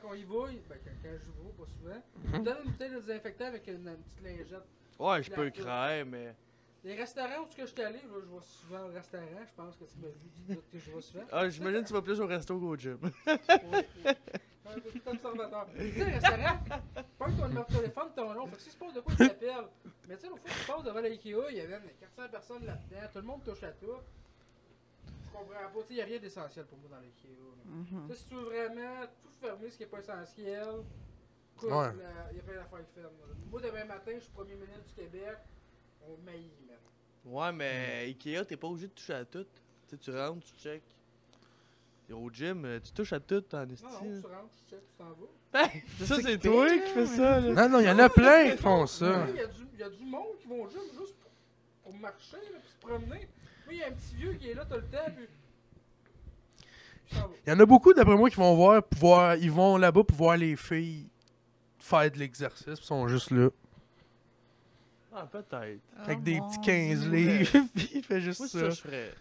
S3: quand on y va, il- ben, quand, quand je vais, pas souvent,
S5: Mhm.
S3: ils me donnent une bouteille de désinfectant avec une, une petite lingette.
S2: Ouais, je
S3: La
S2: peux le
S3: queue.
S2: craindre, mais.
S3: Les restaurants où ce que je suis allé, là, je vais souvent au restaurant, je pense que tu m'as vu tu doutes que je vais souvent.
S2: Ah, j'imagine que tu vas plus au resto qu'au gym.
S3: Ouais, ouais. Un petit observateur. Tu sais, le restaurant, pas que ton numéro de téléphone, ton nom, fait que si c'est pas de quoi tu t'appelles. Mais tu sais, l'autre fois, tu passes devant l'IKEA, il y avait 400 personnes là-dedans, tout le monde touche à tout. Je comprends pas, tu sais, il n'y a rien d'essentiel pour moi dans l'IKEA. là.
S4: Mm-hmm.
S3: Tu sais, si tu veux vraiment tout fermer, ce qui n'est pas essentiel, écoute,
S5: Ouais.
S3: la- il y a plein d'affaires qui ferment. là. Moi, demain matin, je suis premier ministre du Québec, on maillit, man.
S2: Ouais, mais Ikea, t'es pas obligé de toucher à tout. Tu sais, tu rentres, tu check. Et au gym, euh, tu touches à tout en esti.
S3: Non, non, tu rentres, tu check, tu t'en vas.
S2: là. ça, c'est toi qui fais ça, là.
S5: Non, non, il y en a plein qui font ça.
S3: Oui, Il y, a du- il y a du monde qui vont au gym juste pour, pour marcher, là, puis se promener. Moi, il y a un petit vieux qui est là tout le temps, puis. puis s'en va.
S5: Il y en a beaucoup, d'après moi, qui vont voir, pouvoir, ils vont là-bas pour voir les filles faire de l'exercice, puis sont juste là.
S2: Ah, peut-être.
S5: Avec des petits 15 livres, puis il fait juste
S2: Moi, c'est ça
S5: ça.
S2: que je ferais.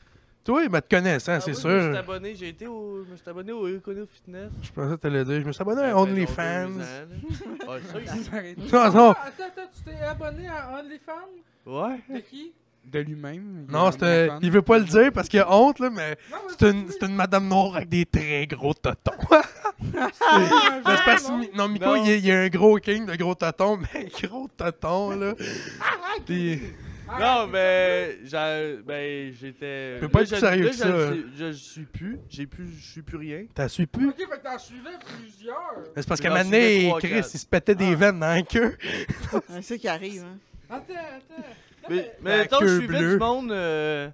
S5: Toi, mais te connaissant,
S2: Ah,
S5: c'est
S2: moi, Je me suis
S5: sûr.
S2: abonné, j'ai été au. Je me suis abonné au Econo Fitness.
S5: Je pensais que t'allais dire, je me suis abonné
S2: Ça fait
S5: à
S2: genre
S5: OnlyFans.
S2: deux ans, là. Ah, ça, il-
S5: Non, non,
S3: Ah, attends, attends, tu t'es abonné à OnlyFans
S2: Ouais.
S3: De qui
S1: De lui-même. il
S5: non,
S1: est
S5: c'était...
S1: vraiment fan.
S5: Il veut pas le dire parce qu'il a honte, là, mais
S3: Non, mais
S5: c'est une,
S3: oui,
S5: c'est une madame noire avec des très gros totons.
S3: Ah, c'est un
S5: Mais c'est
S3: jeu,
S5: parce que
S3: non?
S5: Mi- non, Miko,
S2: Non.
S5: il, y a- il y a un gros king de gros totons, mais gros toton, là. Puis,
S2: Non,
S3: Arrête,
S2: mais. j'ai- Ben, j'étais.
S5: Tu peux pas
S2: Là,
S5: être plus
S2: je-
S5: sérieux
S2: là,
S5: que
S2: je
S5: ça,
S2: le
S5: hein.
S2: suis- Je le suis plus. J'ai plus. Je suis plus rien.
S5: t'as su
S3: c'est-
S5: plus?
S3: Ok, fait que t'en suivais plusieurs.
S5: Mais C'est parce qu'à
S2: J'en
S5: un moment
S2: suivais
S5: donné,
S2: trois,
S5: Chris,
S2: quatre.
S5: il se pétait des
S3: Ah.
S5: veines dans la queue.
S4: C'est ça qui arrive, hein.
S3: Attends, attends.
S2: Mais,
S5: La
S2: mais mettons, je
S5: queue
S2: suivais
S5: bleue.
S2: du monde. euh,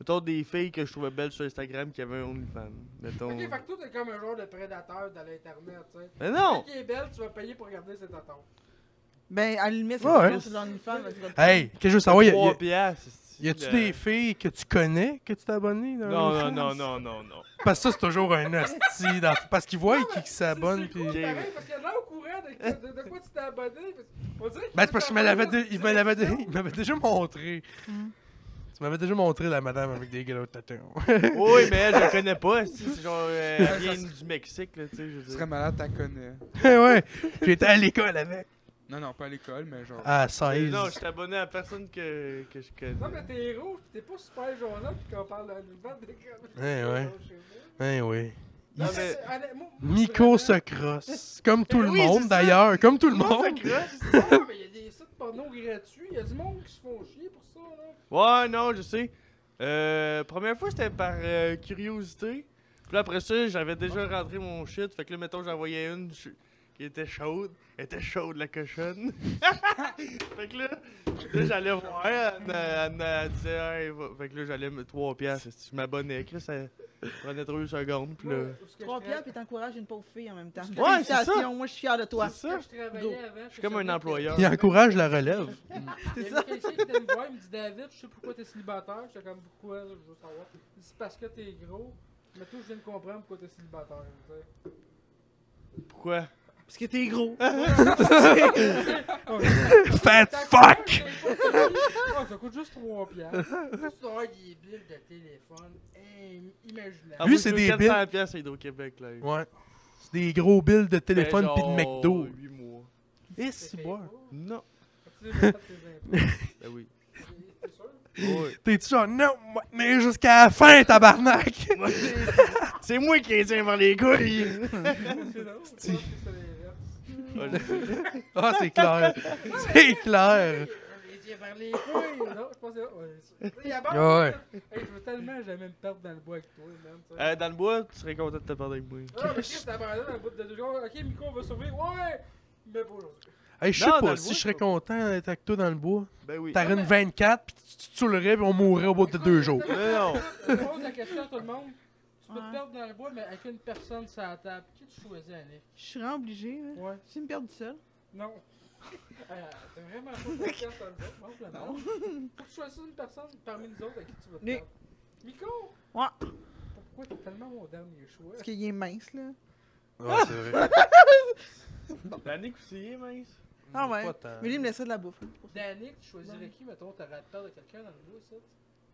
S2: mettons des filles que je trouvais belles sur Instagram qui avaient un OnlyFans. Mettons.
S3: Ok, fait que toi, t'es comme un genre de prédateur de l'internet, tu sais.
S2: Mais
S3: Celle
S2: non!
S3: qui est belle, tu vas payer pour regarder ses tontons.
S4: Ben, à la limite, c'est
S5: Ouais, ouais.
S4: ouais. sur l'OnlyFans, parce que votre-
S5: Hey, qu'est-ce que je veux savoir? Ah y a- y a-
S2: 3 piastres.
S5: Y a-tu des filles que tu connais que tu t'es abonné? dans
S2: Non, non,
S5: OnlyFans?
S2: non, non, non, non.
S5: Parce que ça, c'est toujours un hostie. dans- Parce qu'ils voient qui, qui s'abonne.
S3: C'est
S5: Puis...
S3: cool,
S2: puis-
S3: pareil, parce qu'il y en a au courant de, de- de quoi tu t'es abonné. parce- On dirait
S5: Ben, c'est parce qu'il me l'avait dé- il me l'avait dé-
S3: dit.
S5: il m'avait déjà montré.
S4: Mm.
S5: Tu m'avais déjà montré la madame avec des gros tatons.
S2: Oui, mais elle, je la connais pas. si, C'est genre. euh, Elle vient du Mexique, là, tu sais. Je
S1: Tu
S2: veux
S1: serais
S2: dire.
S1: malade, t'as connais.
S5: ouais, j'étais à l'école avec.
S1: Non, non, pas à l'école, mais genre.
S5: À
S2: Mais
S5: 16.
S2: Non, je suis abonné à personne que, que je connais.
S3: Non, mais t'es héros, pis t'es pas super jaune là, pis qu'on parle de l'univers des
S5: Ouais, ouais. Eh oui.
S2: Non,
S5: Il-
S2: mais-
S5: Nico se crosse. Comme tout le
S4: Oui, c'est
S5: monde
S4: ça.
S5: d'ailleurs. Comme tout le
S2: Comment ça
S5: monde.
S2: crosse?
S3: Non, mais y'a des sites porno gratuits, y'a du monde qui se font chier pour ça, là.
S2: Ouais, non, je sais. Euh, première fois, c'était par euh, curiosité. Puis là, après ça, j'avais déjà
S5: Ah.
S2: rentré mon shit. Fait que là, mettons, j'en voyais une ch- qui était chaude. Elle était chaude, la cochonne. fait que là, là, j'allais voir. Elle, me- elle me disait, hey, va- fait que là, j'allais me 3 piastres. Si je m'abonnais, que là, ça, Prenez trois secondes, puis
S3: Moi,
S2: là.
S3: où ce que
S4: Trois
S3: je
S4: pierres,
S3: tra-
S4: puis t'encourages une pauvre fille en même temps.
S3: Ouais,
S4: Félicitations,
S2: c'est ça.
S4: moi, je suis fière de toi.
S2: C'est ça.
S3: Quand je travaillais avant,
S2: suis comme un employeur.
S5: Il encourage la relève.
S3: Il y
S4: C'est
S3: avait
S4: ça.
S3: quelqu'un qui était me voir, il me dit David, je sais pourquoi t'es célibataire. J'étais comme pourquoi là, Je veux savoir. Il dit c'est parce que t'es gros. Mais toi, je viens de comprendre pourquoi t'es célibataire. tu sais.
S2: Pourquoi?
S4: Parce que t'es gros.
S5: Fat
S3: T'as
S5: fuck!
S3: compris, t'as compris. Ouais, Ça coûte juste 3 piastres. Tu dois avoir des billes de téléphone im- imaginables.
S2: Ah,
S5: Lui,
S2: moi,
S5: c'est
S2: je veux
S5: des
S2: 400 pièces à Hydro-Québec, là.
S5: Ouais. C'est des gros bills de téléphone pis de McDo.
S2: 8 Ben, mois.
S3: C'est
S5: Et si
S3: fait
S5: boire.
S3: beau.
S2: Non.
S3: Tu sais, j'ai pas tes impôts.
S2: Ben oui.
S3: T'es sûr?
S2: Ouais.
S5: T'es-tu genre, non, moi, tenir jusqu'à la fin, tabarnak!
S2: Moi, c'est- c'est moi qui les tiens par les couilles.
S3: C'est drôle, je pense que c'est l'inverse.
S5: Ah, c'est clair! C'est clair!
S3: Les yeux vers les couilles, non? Je pense que c'est ouais, c'est- Et à bord,
S5: Ah ouais.
S3: hey, je veux tellement jamais me perdre dans le bois avec toi, man. tu sais.
S2: Euh, dans le bois, tu serais content de te parler avec moi.
S3: Ah, mais Chris, t'abandonnes dans le bout de deux jours. Ok, Miko, on va sauver. Ouais! Mais pas aujourd'hui. Euh,
S5: Hey, je sais
S2: Non, dans
S5: pas,
S2: le
S5: si
S2: bois,
S5: je serais
S2: c'est pas-
S5: content d'être avec toi dans le bois,
S2: Ben oui.
S5: t'aurais une 24 pis tu te tuerais pis on mourrait au bout de deux jours.
S2: Non, non.
S3: Je pose la question à tout le monde. Tu peux te
S4: Ouais.
S3: perdre dans le bois, mais avec une personne sur la table. Qui tu choisis, Annick?
S4: Je suis vraiment obligée. hein.
S3: Ouais.
S4: Si tu me perds du seul.
S3: Non. Euh, T'as vraiment pas de confiance dans le bois? Non, vraiment. Faut que tu choisisses une personne parmi nous autres à qui tu vas te
S4: Mais-
S3: perdre. Miko!
S4: Ouais.
S3: Pourquoi t'es tellement mon dernier choix?
S4: Parce qu'il est mince, là.
S5: Ouais, c'est vrai.
S2: L'année coussillée, mince.
S4: Ah ouais.
S5: Pas tant.
S4: Mais lui, il me laisserait de la bouffe. hein.
S3: Danick, tu choisirais qui, mettons, t'aurais à te perdre de quelqu'un dans le bois, ça?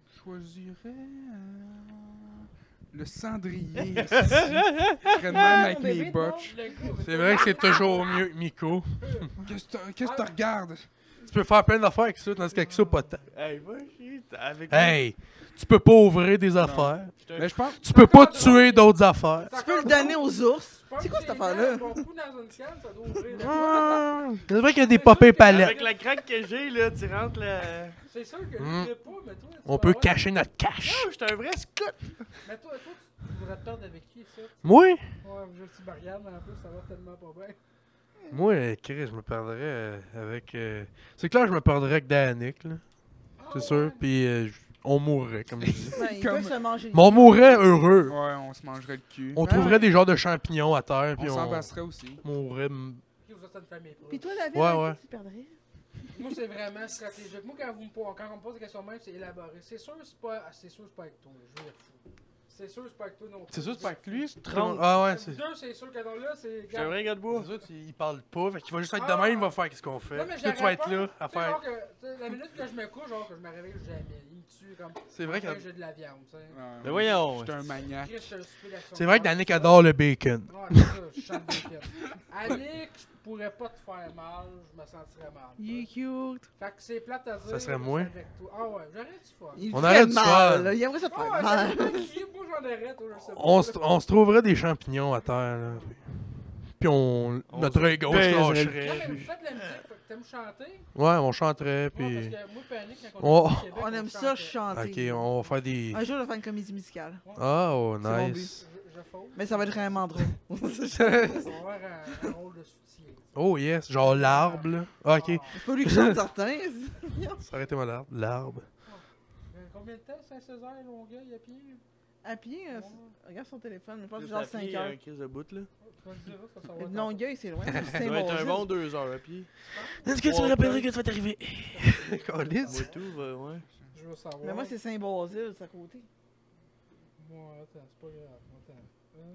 S1: Je choisirais. euh, le cendrier. esti. Je serais de même avec
S4: Mon
S1: mes
S4: bébé,
S1: botches.
S3: Le gars,
S5: C'est vrai que c'est toujours mieux que Miko.
S1: Qu'est-ce que t'as- qu'est-ce que tu regardes?
S5: Tu peux faire plein d'affaires avec ça, tandis qu'avec ça, pas tant.
S2: Hey, va chier. t'as- Avec
S5: Hey! Tu peux pas ouvrir des affaires.
S2: J'étais un-
S1: Mais je pense.
S5: Tu peux pas tuer d'autres affaires.
S4: Tu peux le donner aux ours. C'est quoi cette affaire-là?
S3: Mon coup dans une canne, ça doit ouvrir. la-
S5: Ah, C'est vrai qu'il y a des papés palettes.
S2: Avec la craque que j'ai, là, tu rentres la.
S3: C'est sûr que
S5: Hmm.
S3: je sais pas, mais toi. tu
S5: On
S3: vas
S5: peut
S3: avoir-
S5: cacher notre cash.
S2: Oh, j'étais un vrai scout.
S3: Mais toi, toi, tu voudrais te perdre avec qui, ça?
S5: Moi?
S3: Ouais, je suis Marianne, en plus, ça va tellement pas bien.
S5: Moi, euh, Chris, je me perdrais euh, avec. euh, C'est clair, je me perdrais avec Danick, là.
S3: Ah,
S5: C'est
S3: ouais.
S5: sûr. Puis euh, je- on mourrait, comme je dis.
S4: Ouais, Ben, il
S1: Comme-
S4: peut se manger.
S5: Mais on mourrait
S1: Ouais,
S5: heureux.
S1: on se mangerait le cul.
S5: On trouverait des genres de champignons à terre,
S1: On
S5: puis
S1: s'en
S5: on,
S1: passerait aussi.
S5: mourrait. m-
S3: Qui vous a une famille proche?
S4: Puis toi, David,
S5: Ouais,
S4: avec
S5: ouais.
S4: qui tu perdrais?
S3: Moi, c'est vraiment stratégique. Moi, quand, vous me, po- quand on me pose des questions de même, c'est élaboré. C'est sûr, c'est pas, ah, c'est sûr, c'est pas avec toi. Je veux dire fou. C'est sûr, c'est pas avec toi non plus.
S5: lui, c'est
S2: trente.
S5: Ah ouais, c'est.
S3: Vous deux, c'est sûr que dans là, c'est.
S2: J'étais un vrai gars de bois.
S5: Les autres, ils parlent pas, fait qu'il va juste être
S3: Ah.
S5: demain, il va faire qu'est-ce qu'on fait.
S3: Non, mais
S5: Puis là, tu vas
S3: j'aurais
S5: être
S3: peur.
S5: là à
S3: Tu sais,
S5: faire.
S3: genre que, tu sais, la minute que je me couche, genre que je me réveille jamais. Il me tue comme.
S5: C'est vrai que
S3: que j'ai de la viande, tu sais.
S1: Ouais,
S2: Mais voyons.
S1: J'étais un maniaque.
S3: Chris, je suis un super d'action.
S5: c'est vrai que Danick adore le bacon.
S3: Ouais, c'est ça, je chante des pièces. Annick, je pourrais pas te faire mal, je me sentirais mal. tu sais.
S4: Il est cute.
S3: Fait que c'est plate à dire.
S5: Ça serait
S3: je suis
S5: moi.
S3: avec toi. Ah ouais, j'aurais du fun.
S4: Il
S5: On
S4: ferait
S5: aurait du fun.
S4: mal, là. Il aimerait ça te
S3: Ah
S4: faire
S3: ouais,
S4: mal.
S3: j'aurais pas crié, moi j'en aurais, toi, je sais pas.
S5: On se on se trouverait des champignons à terre, là. Puis on.
S2: On
S5: notre œil gauche
S2: baiserait le
S3: Non,
S5: lâcherait.
S3: mais vous
S5: puis-
S3: faites de la musique, fait que t'aimes chanter.
S5: Ouais, on chanterait,
S3: Moi,
S5: puis.
S3: parce que moi, panique quand on
S5: Oh.
S3: euh, est au Québec,
S4: On aime ça
S3: chantait.
S4: chanter.
S5: Ok, on va faire des.
S3: Ah,
S4: Un jour, je vais faire une comédie musicale.
S5: Ah, Oh,
S4: C'est mon
S5: nice.
S3: Je, je fausse.
S4: Mais ça va être vraiment drôle.
S3: On va avoir un, un rôle de soutien.
S5: Oh yes, genre l'arbre. là. Ah, ok,
S4: C'est pas lui qui chante certains.
S5: ça aurait été mon arbre. L'arbre.
S3: Euh, Combien de temps, Saint-Césaire, Longueuil, à pied
S4: À pied, euh,
S3: Ouais.
S4: regarde son téléphone, mais je pense que
S2: Juste
S4: genre
S2: à pied,
S4: 5
S2: un
S4: heures.
S2: Chris de bout, là.
S3: Tu vas me dire, ça, ça va.
S4: Euh,
S3: être en-
S4: Longueuil, c'est loin.
S2: Ça
S4: C'est
S2: doit être un bon
S4: bon.
S2: deux heures à pied.
S5: Est-ce
S2: que tu me rappellerais
S5: que tu vas t'arriver?
S2: Moi, tout va, ouais.
S3: Je veux savoir.
S4: Mais moi, c'est Saint-Basile, c'est à côté.
S3: Moi, attends, c'est pas grave. Attends. Euh,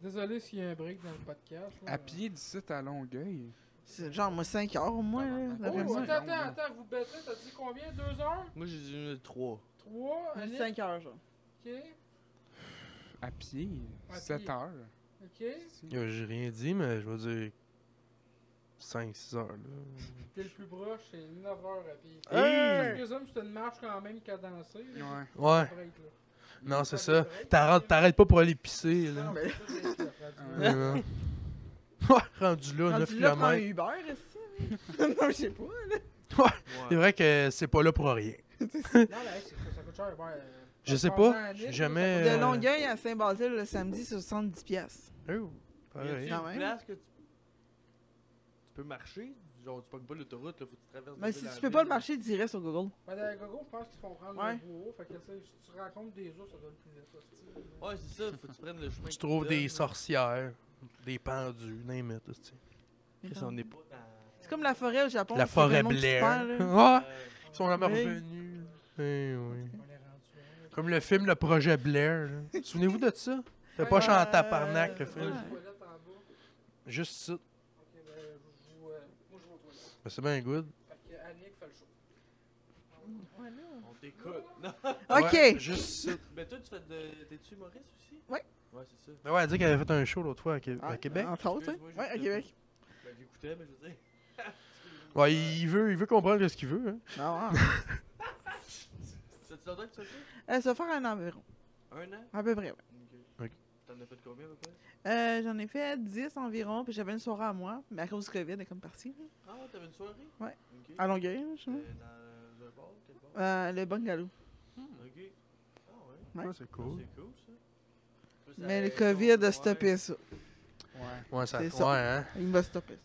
S3: Désolé s'il y a un break dans le podcast. là,
S1: À
S3: mais-
S1: pied d'ici à Longueuil.
S4: C'est genre, moi, 5 heures au moins.
S2: Ah,
S4: là,
S1: Oh,
S3: Oh,
S4: d'après moi.
S1: ouais.
S3: attends, attends, attends, vous bêtez, t'as dit combien Deux heures
S2: Moi, j'ai dit une trois.
S3: Trois
S4: On a dit
S3: Annick?
S4: 5 heures, genre.
S3: Ok,
S1: À pied,
S3: À
S1: 7
S3: pied.
S1: heures.
S3: ok.
S5: Ah. Euh, J'ai rien dit, mais je vais dire 5-6 heures. Là.
S3: T'es le plus proche, c'est 9 heures à pied. Je
S2: Hey!
S3: présume que c'est une marche quand même cadencée. là,
S1: Ouais.
S5: Ouais,
S3: c'est un break, là.
S5: non, c'est ça. T'arrêtes t'arrêtes pas pour aller pisser. Là.
S3: Non, mais ça, c'est ce qu'il a fait.
S1: Ouais.
S5: Ouais, Ouais, rendu là, 9
S4: Rendu là, prends un
S5: km.
S4: Uber, ici. Non, je sais pas.
S5: C'est vrai que c'est pas là pour rien.
S3: Non, mais hey, c'est ça, ça coûte cher. ouais, euh,
S5: Je sais
S3: franchement,
S5: pas,
S3: Annick,
S5: j'ai
S3: là, ça
S5: jamais,
S3: coûte-
S5: Euh,
S4: De Longueuil à Saint-Basile, le samedi, c'est 70 piastres.
S2: Y
S5: Oh,
S2: a-tu
S5: pareil.
S4: Quand
S2: une
S4: même.
S2: place que tu... tu peux marcher? genre, tu pognes pas l'autoroute, là, faut que tu traverses.
S4: Mais
S2: de
S4: si
S2: ville en
S4: tu peux
S2: ville.
S4: pas le marcher direct sur Google.
S3: Mais dans les ben, gogos, je pense qu'ils font prendre
S4: Ouais.
S3: le bourreau. Fait que tu sais, si tu rencontres des ours, ça doit le plus vite. ça, c'est-tu.
S2: Ouais, c'est ça, faut que tu prennes le chemin.
S5: Tu
S2: qui te
S5: trouves
S2: donne,
S5: des
S2: là.
S5: sorcières, des pendus, name it, hostie.
S2: Chris, on est pas dans.
S4: C'est comme la forêt au Japon.
S5: La
S4: c'est
S5: forêt
S4: vraiment que tu
S5: Blair.
S4: perds, là.
S5: Ah!
S2: Euh,
S5: Ils sont jamais
S4: Oui.
S5: revenus. Eh oui.
S3: On est rendu là.
S5: Comme le film Le Projet Blair. là. Souvenez-vous de ça? C'était pas
S4: Ouais.
S5: chanté à Parnac, le
S3: Euh, Moi, je
S5: film.
S3: vois là, en bas.
S5: Juste ça.
S3: Ok, ben, je vous. euh, Moi, je vous vois là.
S5: Ben, c'est bien good.
S3: Fait que Annick fait le show.
S2: On t'écoute. Non,
S5: Ouais,
S4: Ok.
S5: juste ça.
S2: mais toi, tu fais de. T'es-tu humoriste aussi?
S4: Ouais.
S2: Ouais, c'est ça.
S5: Ben ouais, elle dit qu'elle avait fait un show l'autre fois à, Qué- à Québec.
S4: Entre autres, hein.
S2: Excuse-moi, j'ai
S4: Ouais, à
S2: coupé.
S4: Québec.
S2: Ben, j'écoutais, mais je veux dire.
S5: Ouais, il veut, il veut comprendre ce qu'il veut. hein.
S4: Non,
S2: Ça fait longtemps que tu as fait?
S4: euh, Ça va faire un an environ.
S2: Un an?
S4: À peu près, ouais.
S2: Ok.
S5: Ok.
S2: T'en as fait combien à peu près?
S4: Euh, J'en ai fait 10 environ, puis j'avais une soirée à moi, mais à cause du COVID, elle est comme partie. là.
S2: Ah, t'avais une soirée?
S4: Ouais.
S2: Ok.
S4: À Longueuil, là, je sais
S2: Euh, Dans un bar, quel bar?
S4: pas. Euh, le bungalow.
S2: Ok. Ah ouais.
S4: Ouais.
S5: Ouais, c'est
S2: Ah,
S5: cool.
S2: C'est cool ça. Plus ça-
S4: Mais le COVID
S2: ouais.
S4: a stoppé ça.
S3: Ouais.
S5: Ouais, ça,
S4: C'est
S5: ouais,
S4: ça.
S5: hein.
S4: Il m'a stoppé ça.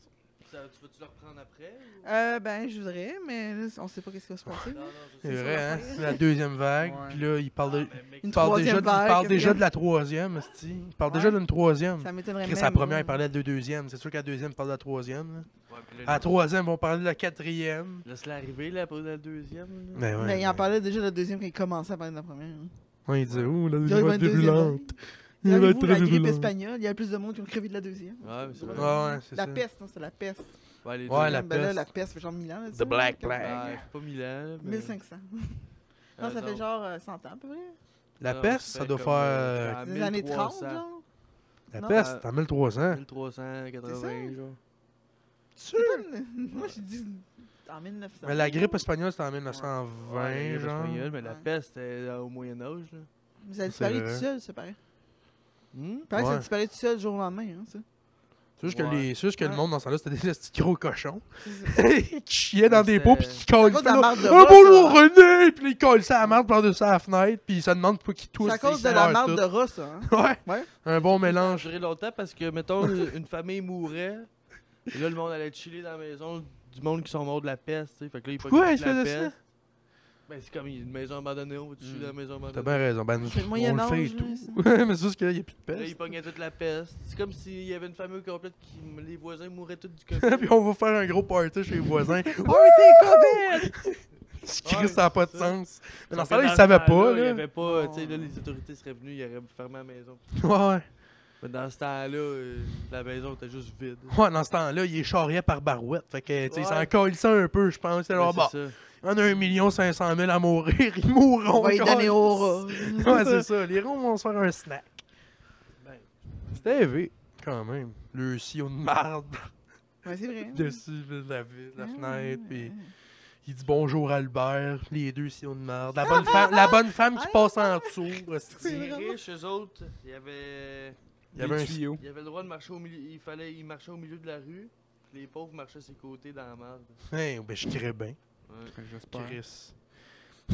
S2: Ça, tu vas-tu le reprendre après? ou-
S4: Euh, ben, je voudrais, mais là, on sait pas qu'est-ce qui va se passer.
S2: Ah, Non, non, je
S5: C'est
S2: sais.
S5: vrai, hein.
S4: ça.
S5: C'est la deuxième vague.
S1: Ouais.
S5: Puis là, il
S2: Ah,
S5: parle, de,
S2: mais mec,
S5: il
S4: Une
S5: parle
S4: troisième
S5: déjà, de- il
S4: vague,
S5: parle déjà
S4: quatrième.
S5: de la troisième, esti. Il parle déjà
S4: Ouais.
S5: d'une troisième.
S4: Ça m'étonnerait
S5: Chris,
S4: même.
S5: la première,
S4: là.
S5: il parlait de la deuxième. C'est sûr qu'à la deuxième, il parle de la troisième. là.
S2: Ouais, puis là,
S5: À la troisième, ils vont parler de la quatrième.
S2: Laisse-la arriver là, après la deuxième. là.
S5: Ben ouais,
S4: Mais il en
S5: ben-
S4: parlait déjà de la deuxième quand il commençait à parler de la première. hein.
S5: Ouais, il disait, ouh,
S4: Là,
S5: la
S4: il
S5: deuxième
S4: va
S5: va
S4: une
S5: être
S4: deuxième
S5: virulente.
S4: vague.
S5: Il va
S4: Rappelez-vous,
S5: être
S4: la
S5: très
S4: grippe
S5: virulente.
S4: espagnole, il y a plus de monde qui ont crevé de la deuxième.
S2: Ouais, mais c'est vrai.
S5: Ouais, ouais, c'est
S4: La
S5: ça.
S4: peste, non, c'est la peste.
S2: Ouais, les
S5: Ouais,
S2: deux.
S5: la
S4: Ben là,
S5: peste.
S4: la peste, fait genre 1000 ans. là,
S5: The
S4: ça,
S5: Black
S4: comme- Ah,
S5: Plague.
S2: Ouais, c'est pas Milan. là, mais-
S4: 1500.
S2: Euh,
S4: Non, ça fait genre euh, 100 ans à peu près.
S5: La
S2: non,
S5: peste,
S2: ça
S5: ça
S2: fait
S5: doit
S2: comme,
S5: faire. euh,
S2: euh, À
S4: Des années 30,
S2: 1300.
S4: genre.
S5: La
S4: non.
S5: peste, en 1300.
S2: 1380, genre.
S4: Moi, je dis en 1900.
S5: Mais la grippe espagnole, c'était en
S2: Ouais, la
S5: 1920,
S2: grippe
S5: genre.
S2: espagnole, mais la
S4: Ouais.
S2: peste, elle est au Moyen-Âge, là.
S4: Mais ça a
S5: C'est
S4: disparu
S5: vrai.
S4: tout seul, c'est pareil.
S2: Hmm?
S4: Il paraît que ça
S5: Ouais.
S4: a disparu tout seul du jour au lendemain, hein, ça.
S5: C'est juste que,
S2: Ouais.
S5: les... c'est juste que le
S4: Ouais.
S5: monde dans ce temps-là, c'était des petits gros cochons.
S4: C'est ça.
S5: qui chiaient dans des
S2: C'était-
S5: pots, puis qui collaient.
S4: cause de
S5: là,
S4: la marde de
S5: Ah,
S4: rats,
S5: bonjour
S4: ça.
S5: René! Puis là, ils collent ça à la marde par-dessus la fenêtre, puis ça demande pourquoi qu'ils toussent.
S4: C'est à
S5: puis
S4: cause
S5: ils
S4: de la
S5: meurent
S4: marde
S5: tous.
S4: de rat, ça. hein.
S5: Ouais.
S4: Ouais.
S5: Un bon
S2: Ça a
S5: mélange.
S2: duré longtemps parce que, mettons, une famille mourait. Et là, le monde allait chiller dans la maison du monde qui sont morts de la peste. tu sais. Fait que là, ils
S5: Pourquoi
S2: pognaient
S5: ils
S2: de la
S5: faisaient ça? Hmm.
S2: peste. Ben, c'est comme il y a une maison abandonnée, on va chiller dans la maison
S5: T'as
S2: abandonnée.
S5: bien raison. Ben, nous,
S4: C'est le
S5: on le
S4: Moyen-Âge,
S5: fait et
S4: là,
S5: tout.
S4: ça.
S5: Ouais, mais c'est juste qu'il n'y a plus de
S2: Là, ils
S5: peste.
S2: pognaient toute la peste. C'est comme s'il y avait une famille complète qui. Les voisins mouraient tous du Covid.
S5: puis on va faire un gros party chez les voisins. Ouais, t'es COVID!
S2: Ouais,
S5: Chris, ça n'a pas de
S2: c'est ça.
S5: sens. Mais dans
S2: Parce que
S5: ce temps-là, ils
S2: ce
S5: savaient
S2: temps-là,
S5: pas,
S2: Il y
S5: là.
S2: avait pas, tu sais, là, les autorités seraient venues, ils auraient fermé la maison.
S5: Ouais, ouais.
S2: Mais dans ce temps-là, euh, la maison était juste vide.
S5: Ouais, dans ce temps-là, il est charrié par barouette. Fait que, tu sais,
S2: Ouais.
S5: ça encore ça un peu, je pense. C'est
S2: Ben,
S5: genre,
S2: c'est
S5: bon,
S2: ça.
S5: on a 1 500 000 à mourir, ils mourront.
S4: On va y
S5: encore.
S4: donner au rat.
S5: Oh Ouais, c'est ça. Les ronds vont se faire un snack.
S2: Ben,
S5: C'était élevé, quand même. Le sillon de marde
S4: Ouais, c'est vrai. hein.
S5: dessus de la, ville, la
S4: Ah,
S5: fenêtre, puis
S4: ouais.
S5: il dit bonjour Albert, les deux sillons de marde. La bonne, femme, la bonne femme qui passe en dessous.
S4: C'est
S5: hostie.
S2: les
S4: vraiment-
S2: riches, eux autres, il y avait.
S5: Il y avait un
S1: tuyau.
S2: Il avait le droit de marcher au milieu, il fallait, il marchait au milieu de la rue, puis les pauvres marchaient à ses côtés dans la merde.
S5: Hey, ben, je crée bien.
S1: J'espère.
S5: Chris.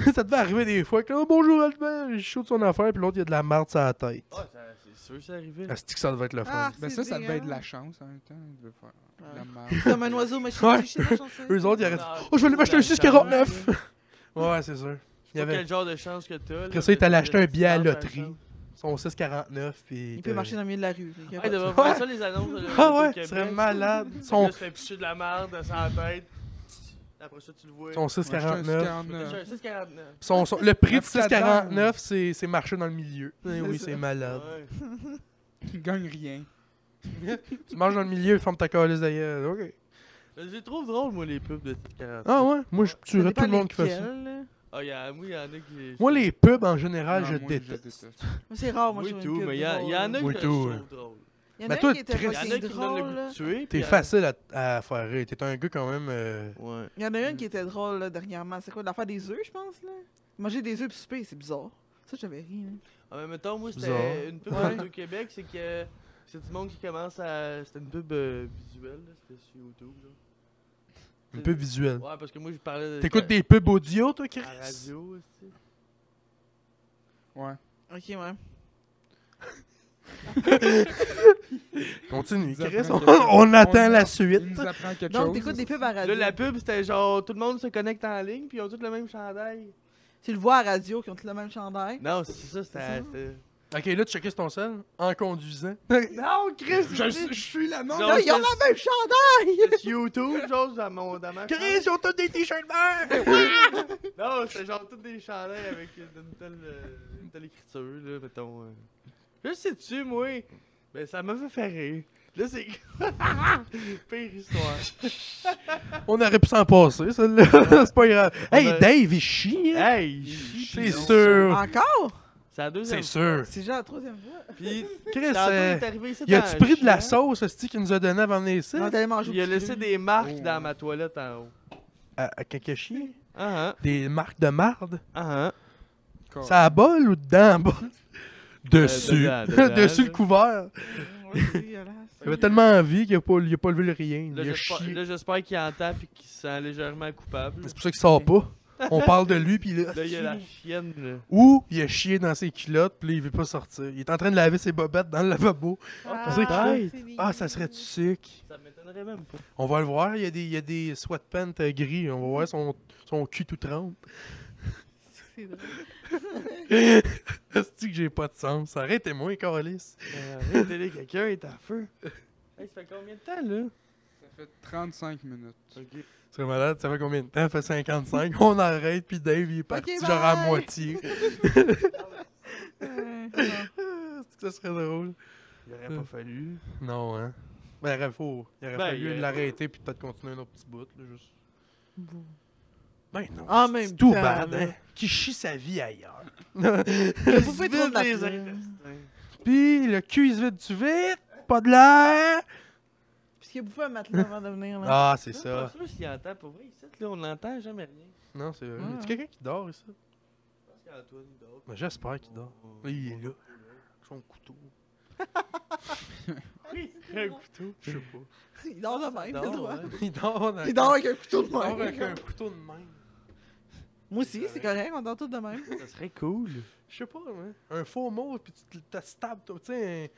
S5: ça devait arriver des fois que oh, bonjour Albert, il shoot son affaire, puis l'autre il y a de la marde sur la tête.
S2: Ah, ça- c'est sûr, c'est arrivé.
S5: Asti que ça devait être le fun.
S4: Ah,
S1: Ben
S4: c'est
S1: ça, ça devait être de la
S4: dégueulasse.
S1: chance en même temps. Il devait faire de la
S5: Ah.
S4: Ouais.
S1: merde.
S4: Comme un oiseau, mais je
S5: Ouais.
S4: suis- je suis dans la chanson.
S5: Eux autres, ils auraient dit
S2: Ah.
S5: Oh, je vais aller m'acheter un 6,49. Ouais, c'est sûr.
S2: Je sais
S5: Il
S2: pas
S5: y avait-
S2: quel genre de chance que t'as. là,
S5: Après ça, il est allé
S2: de-
S5: acheter un
S2: de-
S5: billet à
S2: de-
S5: la
S2: de-
S5: loterie. Son 6,49, puis.
S4: Il peut marcher dans le milieu de la rue. là, il y a
S2: Ah, il
S4: pas de-
S2: devrait faire ça, les annonces. de-
S5: Ah
S2: de
S5: ouais,
S2: Québec.
S5: il serait malade.
S2: Là,
S5: Son,
S2: tu fais picher de la merde dans sa tête. Après ça, tu le vois.
S5: son
S1: Moi, j'étais un
S5: 6,49.
S2: T'as acheté un
S1: 49.
S2: 6,49.
S5: Son- son- le prix
S1: La
S5: de
S1: petite dame.
S5: 6,49, c'est c'est marcher dans le milieu. Eh oui,
S4: ça.
S5: c'est malade.
S2: Ouais.
S1: Il gagne rien.
S5: Tu marches dans le milieu, ferme ta calice d'ailleurs. Ok.
S2: Je les trouve drôles, moi, les pubs de 6,49.
S5: Ah ouais, moi je
S4: Ça
S5: tuerais tout
S4: dépend
S5: le monde qui fait
S4: lesquels,
S5: ça.
S4: là.
S2: Ah, y a, moi, il y en a qui.
S5: Moi, les Ah, pubs en général,
S1: Non,
S5: Ah, je
S1: moi,
S5: déteste.
S4: Moi, C'est rare, moi,
S2: Moi,
S4: je trouve
S2: tout,
S4: une
S2: mais
S4: pub
S2: il y, a-
S4: drôle,
S2: y en a
S4: là.
S5: Moi,
S2: qui
S5: tout,
S2: sont
S5: ouais.
S2: drôles.
S4: Il y en
S5: Mais
S4: a
S5: toi,
S4: qui étaient
S5: Chris,
S2: Il y en a
S4: fucking
S2: qui me donnent le goût
S4: drôles. là.
S2: de tuer. puis
S5: T'es
S2: y en a-
S5: facile à, à faire rire. T'es un gars quand même. euh,
S2: Ouais.
S4: Il y en a une qui était drôle là, dernièrement. C'est quoi l'affaire des œufs, je pense là Manger des œufs puis souper, c'est bizarre. Ça, j'avais ri. hein. là.
S2: Ah, mais mettons, moi,
S5: Bizarre.
S2: c'était une pub
S4: Ouais.
S2: de Québec, c'est que c'est du monde qui commence à. C'était une pub euh, visuelle, là, c'était sur YouTube. Là.
S5: un peu visuel.
S2: Ouais, parce que moi, je parlais. de-
S5: T'écoutes des pubs audio, toi,
S2: À la
S5: Chris?
S2: radio, aussi.
S1: Ouais.
S4: Ok, ouais.
S5: Continue,
S1: Nous
S5: Chris.
S1: apprend
S5: On,
S1: quelque chose.
S5: on attend
S1: On-
S5: la
S1: Il
S5: suite.
S1: nous apprend quelque
S4: Donc,
S1: chose.
S4: t'écoutes des pubs à radio.
S2: Là, la pub, c'était genre tout le monde se connecte en ligne, puis ils ont tous le même chandail.
S4: Tu le vois à radio qui ont tous le même chandail.
S2: Non, c'est ça,
S4: C'est ça.
S2: c'était. c'était-
S5: Ok, là, tu checkais sur ton sel en conduisant.
S2: Non, Chris,
S1: Je,
S2: c'est-
S1: je suis la mort.
S2: Non,
S4: Là, ils ont
S2: c'est-
S4: le même chandail!
S2: c'est YouTube, genre, dans mon. Dans ma chambre.
S5: ils ont tous des t-shirts verts!
S2: Non, c'était genre tous des chandails avec euh, une telle, euh, une telle écriture, là, mettons. euh. Je sais-tu, moi. Ben, ça m'a fait faire rire. Là, c'est. Pire histoire.
S5: On aurait pu s'en passer, celle-là. c'est pas grave. Hey,
S2: Ouais.
S5: Dave, il chie, hein?
S2: Hey,
S5: C'est
S2: Ah,
S5: sûr.
S4: Encore?
S2: C'est la deuxième.
S5: C'est sûr.
S4: C'est déjà la troisième fois.
S2: Puis,
S5: Chris,
S2: tantôt, il
S5: euh,
S2: est arrivé ici
S5: y
S2: dans
S5: a-tu
S2: le
S5: pris de la
S2: chiant.
S5: sauce, ce qu'il nous a donné avant de venir ici?
S4: Non, t'allais manger au
S2: Il a
S4: petit
S2: laissé
S4: jeu.
S2: des marques
S1: Oh.
S2: dans ma toilette en haut.
S5: À, à quelqu'un chier?
S2: Ah
S5: Des marques de marde?
S2: ah, ah ah.
S5: Ça à bol ou dedans à bol? Dessus.
S2: Euh, dedans, dedans,
S5: Dessus
S2: là.
S5: le couvert.
S4: Ouais, c'est dégueulasse.
S5: Il avait tellement envie qu'il a pas, il a pas levé le rien.
S2: Là,
S5: Il a
S2: j'espère-
S5: chié.
S2: là, j'espère qu'il entend puis qu'il se sent légèrement coupable.
S5: C'est pour ça qu'il sort pas. On parle de lui, puis là...
S2: Là, il y a la chienne, là.
S5: Ou il a chié dans ses culottes, puis là, il veut pas sortir. Il est en train de laver ses bobettes dans le lavabo.
S4: Ah,
S5: c'est clair.
S4: c'est
S5: Ah, ça serait du sucre.
S2: Ça m'étonnerait même pas.
S5: On va le voir, il y a des, il y a des sweatpants euh, gris. On va voir son, son cul tout trempe.
S4: C'est drôle.
S5: Est-ce que j'ai pas de sens? Arrêtez-moi, Carlis.
S2: Arrêtez-les, Euh, quelqu'un est en feu. Hey, ça fait combien de temps, là?
S1: Ça fait 35 minutes.
S2: Ok.
S5: C'est malade, ça fait combien de temps? Ça fait 55. On arrête, puis Dave, il est parti
S4: Ok,
S5: genre à
S4: bye.
S5: moitié.
S4: Euh,
S5: Est-ce que ça serait drôle?
S2: Il aurait pas fallu.
S5: Non, hein? Ben, euh, il aurait, faut- il aurait
S2: Ben,
S5: fallu
S2: il aurait-
S5: l'arrêter, puis peut-être continuer un autre petit bout, là, juste.
S4: bon.
S5: Ben non,
S4: En
S5: c'est-
S4: même
S5: c'est tout
S4: temps,
S5: bad,
S4: là.
S5: hein? Qui chie sa vie ailleurs.
S4: Vous pouvez
S2: Vide
S4: trop de la
S2: les
S4: pub.
S2: intestins.
S5: Puis le cul, il se vide du vite, pas de l'air.
S4: Parce qu'il a bouffé un matelas avant de venir. Là.
S5: Ah, c'est
S2: Je suis pas
S5: ça.
S2: sûr s'il entend pour vrai. Ici, là, on n'entend jamais rien.
S5: Non, c'est vrai.
S4: Ouais,
S5: Y a-tu
S4: ouais.
S5: quelqu'un qui dort ici?
S2: Je pense qu'Antoine, il dort.
S5: Ben, J'espère qu'il dort. Il est là. Son couteau.
S4: Ah,
S2: Un couteau.
S5: Je sais pas.
S4: Il dort de même,
S2: dort,
S4: le droit.
S2: Ah. ouais.
S5: Il dort dans-
S4: Il dort avec un couteau
S5: il dort
S4: de
S5: avec un
S4: même.
S5: couteau de même.
S4: Moi aussi, c'est correct, on dort tous de même.
S2: Ça serait cool.
S5: Je sais pas, hein. Un faux mot, puis tu te- te stabs, toi, tu sais.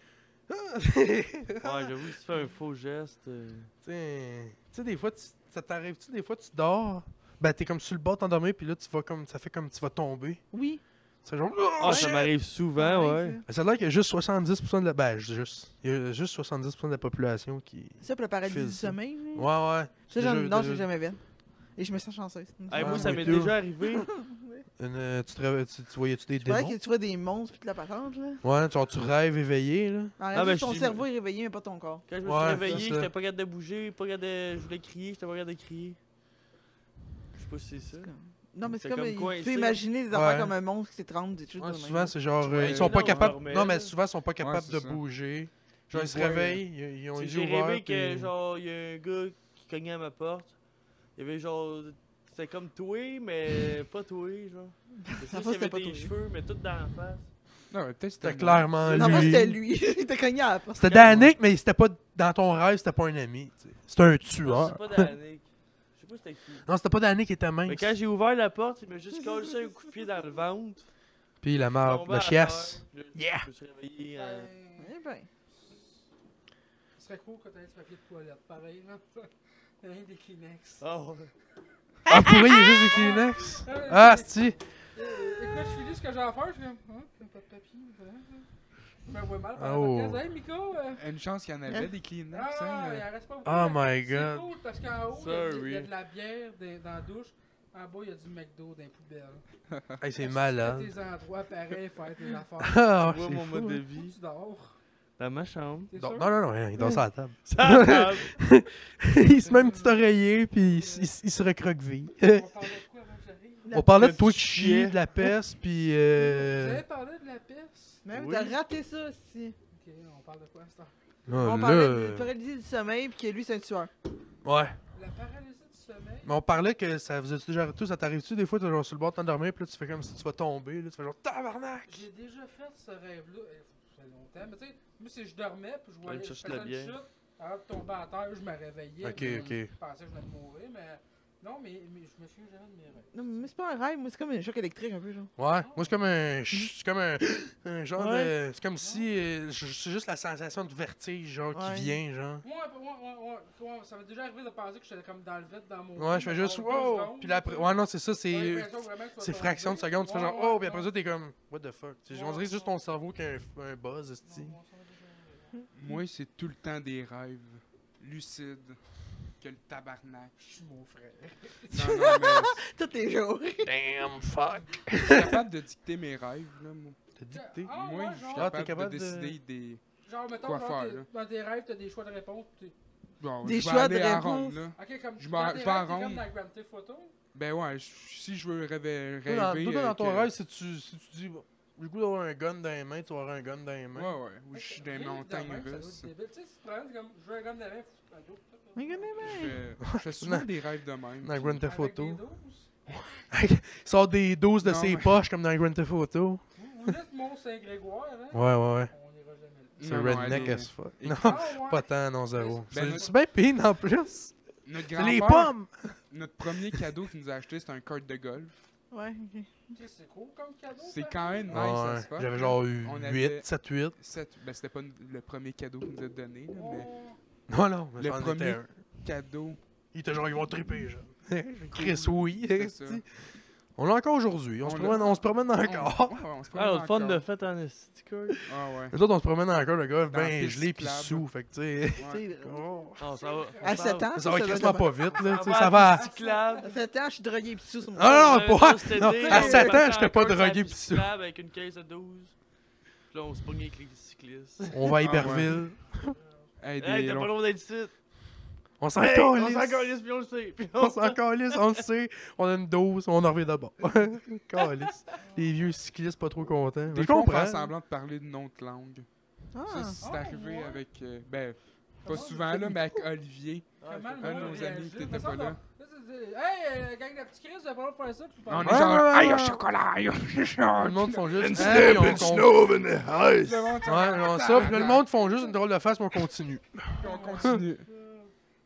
S5: un- Ah!
S2: Ouais, j'avoue, si tu fais un faux geste. euh,
S5: Tu sais, tu sais, des fois, tu- ça t'arrive-tu, des fois, tu dors. Ben, t'es comme sur le bord, t'endormir, puis là, tu vas comme. Ça fait comme tu vas tomber.
S4: Oui.
S5: C'est genre.
S2: Ah,
S5: Oh,
S2: ça
S5: shit!
S2: m'arrive souvent, ouais.
S5: Mais ça a l'air qu'il y a juste 70% de la. Ben, juste. Il y a juste 70% de la population qui.
S4: Ça, pour le paradis
S5: Fils.
S4: du sommeil. là.
S5: Ouais, ouais.
S4: Ça, j'en-
S5: Déjà-
S4: non, je
S5: déjà-
S4: l'ai jamais vu. Et je me sens chanceuse.
S2: Hey, moi,
S5: Ouais,
S2: ça
S5: ouais.
S2: m'est
S5: Couteau.
S2: déjà arrivé.
S5: Une, euh, tu, te réveilles- tu, tu voyais-tu des
S4: C'est vrai
S5: démons?
S4: que tu vois des monstres puis de la patente, là.
S5: Ouais, genre, tu rêves éveillé, là.
S4: En
S2: Ah, ben,
S4: réalité,
S2: je
S4: ton
S2: suis-
S4: cerveau est réveillé, mais pas ton corps.
S2: Quand je me
S5: Ouais,
S2: suis
S5: c'est
S2: réveillé,
S5: ça.
S2: j'étais pas capable de bouger, pas capable de. Je voulais crier, j'étais pas capable de crier. Je sais pas si c'est ça.
S4: Non, mais c'est
S2: C'est
S4: comme.
S2: comme
S4: il-
S2: coincé,
S4: tu peux
S2: là.
S4: imaginer des
S5: Ouais.
S4: affaires comme un monstre qui s'étrangle, des choses
S5: Ouais,
S4: de même.
S5: souvent, c'est genre. euh,
S1: Ouais,
S5: ils sont
S1: là,
S5: pas
S1: on
S5: capables.
S2: dormait,
S5: Non, mais
S2: là.
S5: souvent, ils sont pas capables
S1: c'est
S5: de
S1: ça.
S5: bouger. Genre, ils se
S1: Ouais.
S5: réveillent, ils, ils ont
S2: C'est que
S5: les
S2: J'ai
S5: yeux ouverts.
S2: rêvé que,
S5: puis-
S2: genre, il y a un gars qui cognait à ma porte. Il y avait, genre, c'était comme toué, mais pas toué, genre. C'est
S4: fois,
S2: ça, il y
S4: c'était
S2: avait
S4: pas
S2: des
S4: toué.
S2: cheveux, mais tout dans la face.
S1: Non, mais Ah peut-être
S5: C'était
S1: c'était
S5: clairement
S4: Non, moi,
S5: lui.
S4: c'était lui. il était cogné à la porte.
S5: C'était Danick, mais c'était pas dans ton rêve, c'était pas un ami. tu sais. C'était un
S2: Je sais
S5: tueur.
S2: pas d'Annick. Je sais pas c'était qui.
S5: Non, c'était pas Danick qui était mince.
S2: Mais quand j'ai ouvert la porte, il m'a juste collé ça un coup de pied dans le ventre.
S5: Puis la mort,
S2: tombé
S5: Ah, la
S2: à
S5: chiasse.
S2: terre, puis
S5: Yeah.
S2: Je me suis réveillé. euh,
S4: Eh ben.
S3: Ce serait cool quand t'as du papier de toilette, pareil, là. T'as rien des Kleenex.
S2: Ah ouais.
S5: Ah, pourri, il y a juste des Kleenex. Ah, c'est-tu?
S3: Euh, Écoute, je finis ce que j'ai à faire, je suis comme, hein, t'as pas de papier, hein, hein. Je me vois mal par
S5: Oh.
S3: la podcast. Hey, Miko! euh,
S1: Une chance qu'il y en avait des Kleenex.
S3: Ah, il
S1: hein,
S3: en reste pas beaucoup.
S5: Oh
S3: mais
S5: my
S3: C'est
S5: god.
S3: cool parce qu'en haut, il y a- il y, a
S2: Sorry.
S3: de la bière des- dans la douche. En bas, il y a du McDo dans les poubelles.
S5: Hey, c'est
S3: Fais
S5: malade.
S3: tes endroits pareils, faire tes affaires.
S5: Ah,
S2: Tu
S5: c'est
S2: vois mon
S5: fou.
S2: mode de
S5: hein.
S3: Où
S2: vie
S3: tu dors?
S2: dans ma chambre. Ah,
S3: T'es
S5: Non,
S3: sûr?
S5: non, non, non, il dort sur la table.
S2: Ça
S5: il se met un petit oreiller, puis il, se- il se- il se recroqueville.
S3: On parlait de quoi avant que j'arrive?
S5: On parlait de
S2: Le
S5: toi qui
S2: petit
S5: chier,
S2: chien.
S5: de la peste, puis...
S3: Vous
S5: Euh...
S3: avez parlé de la peste?
S4: Même,
S2: Oui.
S4: t'as raté ça aussi.
S3: Ok, on parle de quoi à cette heure?
S5: non,
S4: On parlait
S5: euh.
S4: du paralysie du sommeil, puis que lui, c'est un tueur.
S5: Ouais.
S3: La paralysie du sommeil?
S5: Mais on parlait que ça vous est déjà tout, ça t'arrive-tu des fois, t'es genre sur le bord de t'endormir, puis là tu fais comme si tu vas tomber, là tu fais genre tabarnak!
S3: J'ai déjà fait ce rêve-là. eh, Ça fait longtemps, mais tu sais, moi, si je dormais, puis je voyais, ah, je
S2: chercher
S3: faisais
S2: de la
S3: une
S2: bière.
S3: chute, avant de tomber à terre, je me réveillais.
S5: Ok,
S3: puis
S5: ok.
S3: Je pensais que je venais de mourir, mais Non, mais, mais je me souviens jamais de mes rêves.
S4: Non, mais c'est pas un rêve, moi, c'est comme un choc électrique un peu, genre.
S5: Ouais, moi c'est comme un. C'est comme un. un genre
S4: Ouais.
S5: de. C'est comme si. euh, j- c'est juste la sensation de vertige, genre,
S4: Ouais.
S5: qui vient, genre.
S3: Moi, un peu- moi, moi, moi, moi, ça m'est déjà arrivé de penser que j'étais comme dans le vide dans mon.
S5: Ouais,
S3: lit,
S5: je fais
S3: mettons,
S5: juste.
S3: deux
S5: Wow!
S3: secondes,
S5: Puis là, après.
S3: tu sais.
S5: Ouais, non, c'est ça,
S3: T'as
S5: c'est.
S3: l'impression vraiment que tu vas
S5: C'est
S3: tomber.
S5: fraction de seconde, tu fais
S3: Ouais,
S5: genre.
S3: ouais,
S5: Oh! Puis
S3: non.
S5: après ça, t'es comme. What the fuck? Tu sais, On
S3: Ouais,
S5: dirait que c'est juste
S3: ouais.
S5: ton cerveau qui a un, un buzz, esti.
S3: Non, ça m'a déjà arrivé.
S1: Moi, c'est tout le temps des rêves lucides que le tabarnak.
S3: Je suis mon frère.
S1: Non, non, mais
S4: Tous les jours.
S5: Damn, fuck!
S1: je suis capable de dicter mes rêves, là, moi.
S5: T'as dicté.
S3: Ah, ouais,
S1: moi, je suis
S3: genre-
S5: Ah, t'es
S1: capable,
S5: capable de-
S1: de décider des...
S3: Genre, mettons,
S1: Quoi
S3: genre,
S1: faire,
S3: t'es-
S1: là?
S3: dans tes rêves, t'as des choix de réponse. pis t'es-
S1: Bon,
S4: Des
S1: je vais
S4: choix de
S1: aller à
S4: réponse.
S1: ronde, là.
S3: Ok, comme
S1: Je m'en-
S3: dans
S1: je
S3: tes
S1: m'en
S3: rêves, t'es
S1: rends.
S3: comme dans Grand Theft Auto.
S1: Ben ouais, je- si je veux rêver,
S5: Toi, dans,
S1: rêver,
S5: toi, dans
S1: euh,
S5: ton
S1: que-
S5: rêve, si tu, si tu dis. Bon, j'ai le goût d'avoir un gun dans les mains, tu vas avoir un gun dans les mains.
S1: Ouais, ouais, ou je suis dans les montagnes russes.
S3: Tu sais, tu te prends, c'est comme, je veux un gomme de main, fous- un autre, tout,
S4: Mais hein.
S3: là.
S4: regardez,
S1: Je fais- je fais souvent des rêves de même.
S5: Dans Grand Theft
S3: Avec des
S5: Auto.
S3: doses.
S5: Sors des doses de
S1: Non,
S5: ses
S1: mais-
S5: poches comme dans Grand Theft Auto.
S3: Vous vous êtes Mont Saint-Grégoire, hein?
S5: Ouais, ouais, ouais.
S3: On ira jamais là.
S5: C'est
S1: Non, non,
S5: redneck
S1: allez.
S5: as fuck. Non,
S3: Ah, ouais.
S5: pas tant, non, zéro.
S1: Ben,
S5: C'est
S1: notre-
S5: c'est bien pire en plus.
S1: Notre
S5: C'est les
S1: grand-père,
S5: pommes!
S1: Notre premier cadeau qu'il nous a acheté, c'était un cart de golf.
S4: Ouais, ok.
S3: Chris, C'est cool comme cadeau.
S1: C'est
S3: ça.
S1: quand même nice,
S5: Ouais,
S1: ça se
S5: J'avais genre eu
S1: On
S5: 8,
S1: avait-
S5: 7, 8.
S1: Sept- Ben, c'était pas le premier cadeau qu'il nous a donné, là,
S3: Oh,
S1: mais
S5: Non, non, mais
S1: Le
S5: j'en étais
S1: premier.
S5: un.
S1: cadeau.
S5: Il était genre, ils vont triper, genre. Chris, oui.
S1: ça.
S5: esti. On l'a encore aujourd'hui. On,
S1: On
S5: se
S1: l'a-
S5: promène- on se promène encore.
S1: Oh, Ouais, ouais, on se promène
S2: Ah, le fun
S1: encore.
S2: de fait en esti, quoi.
S1: Ah ouais.
S5: Les autres, on se promène encore, le gars,
S1: Dans la
S5: ben
S1: piste
S5: gelé pis
S1: cyclable.
S5: sous. Fait que, tu sais.
S1: ouais.
S4: Tu sais,
S2: Ah, ça va.
S4: À 7 ans,
S5: Ça va
S4: doit
S5: quasiment
S4: être-
S5: pas vite, là. tu sais,
S2: Ça
S5: Ça va. à-
S2: Cyclable.
S4: À 7 ans, je suis drogué et pissou sur mon
S5: Ah
S2: Euh,
S5: non, pas.
S2: juste
S5: non,
S2: aider,
S5: à
S2: on
S5: 7
S2: partait
S5: ans, j'étais
S2: en
S5: pas
S2: course à
S5: drogué
S2: piste
S5: pis sous.
S2: cyclable avec une caisse à 12. Puis là, on se pognait avec les cyclistes.
S5: On va à
S1: Ah, ouais.
S5: Iberville.
S1: Hey, des
S2: Hey, t'as pas
S1: longs-
S2: le droit d'être ici.
S5: On s'en
S2: Hey, on s'en
S5: calisse.
S2: calisse, puis on le sait. Puis
S5: On
S2: on
S5: s'en calisse, on le sait. On a une dose, on en revient d'abord. calisse. Les vieux cyclistes pas trop contents. Mais
S1: Des
S5: je
S1: fois, on
S5: comprends.
S1: prend semblant de parler d'une autre langue. Ça,
S4: Ah,
S1: c'est
S3: Ah,
S1: arrivé
S3: ouais.
S1: avec. euh, ben, pas
S5: Ah,
S3: Comment
S1: souvent, là, mais avec Olivier.
S3: Comment le
S1: Un de
S3: monde
S1: nos amis
S3: réagit?
S1: qui était
S3: Ça
S1: pas
S3: semble-
S1: là.
S3: Là, tu dis, Hey, euh, gang de petits Chris, vous avez pas le droit de faire ça. puis
S1: On
S3: pendant-
S1: est genre.
S5: Ah, ouais, ouais,
S1: Aïe, au
S5: ouais.
S1: chocolat, aïe, au
S5: Tout
S1: chocolat.
S5: le monde font juste. Hey,
S6: Step
S5: on
S6: and
S5: con-
S6: snow in the house.
S1: Le monde,
S5: Ouais, genre ça, puis là, le monde font juste une drôle de face, mais on continue.
S1: puis on continue.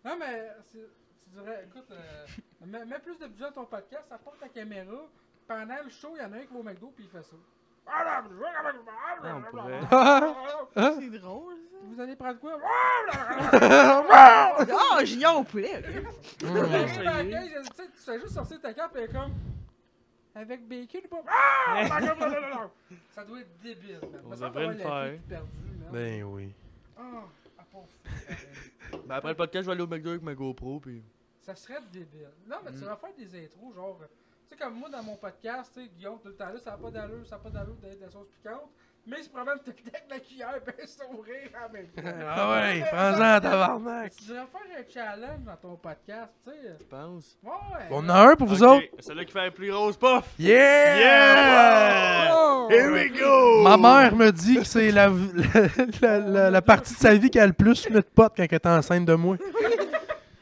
S3: Euh, Non, mais c'est- tu dirais, écoute, euh, mets, mets plus de budget à ton podcast, apporte ta caméra. Pendant le show, il y en a un qui va au McDo puis il fait ça.
S2: Ah,
S5: Hein?
S4: c'est drôle,
S3: Vous allez prendre quoi?
S2: Mmh.
S4: ça. Ah, j'ignore au poulet. ok.
S5: Hum.
S3: T'arrives à la caisse, tu sais, tu fais juste sortir ta carte et elle est comme. Avec bacon ou pas? Ça doit être débile, man.
S2: On
S3: Me semble
S2: devrait le
S3: avoir la
S2: faire.
S3: fille perdue, man.
S5: Ben oui.
S3: Ah, à pauvre fille.
S2: Ben, après le podcast, je vais aller au McDo avec ma GoPro. Puis...
S3: Ça serait débile. Non, mais tu vas faire des intros, genre. euh, Tu sais, comme moi dans mon podcast, tu sais, Guillaume, tout le temps là, ça n'a pas d'allure, ça n'a pas d'allure d'être de la sauce piquante. Mais il se promène tout le temps avec la cuillère et un sourire en même temps.
S5: Ah ouais, prends-en, tabarnak.
S3: Tu devrais faire un challenge dans ton podcast, tu sais. euh,
S2: Je pense.
S3: Ouais, ouais.
S5: On en a un pour vous autres.
S2: Celle-là qui fait la plus grosse puff.
S5: Yeah!
S2: Yeah!
S3: Oh!
S6: Here we go.
S5: Ma mère me dit que c'est la, la, la- la- la partie de sa vie qui a le plus fumé de pote quand elle était enceinte de moi.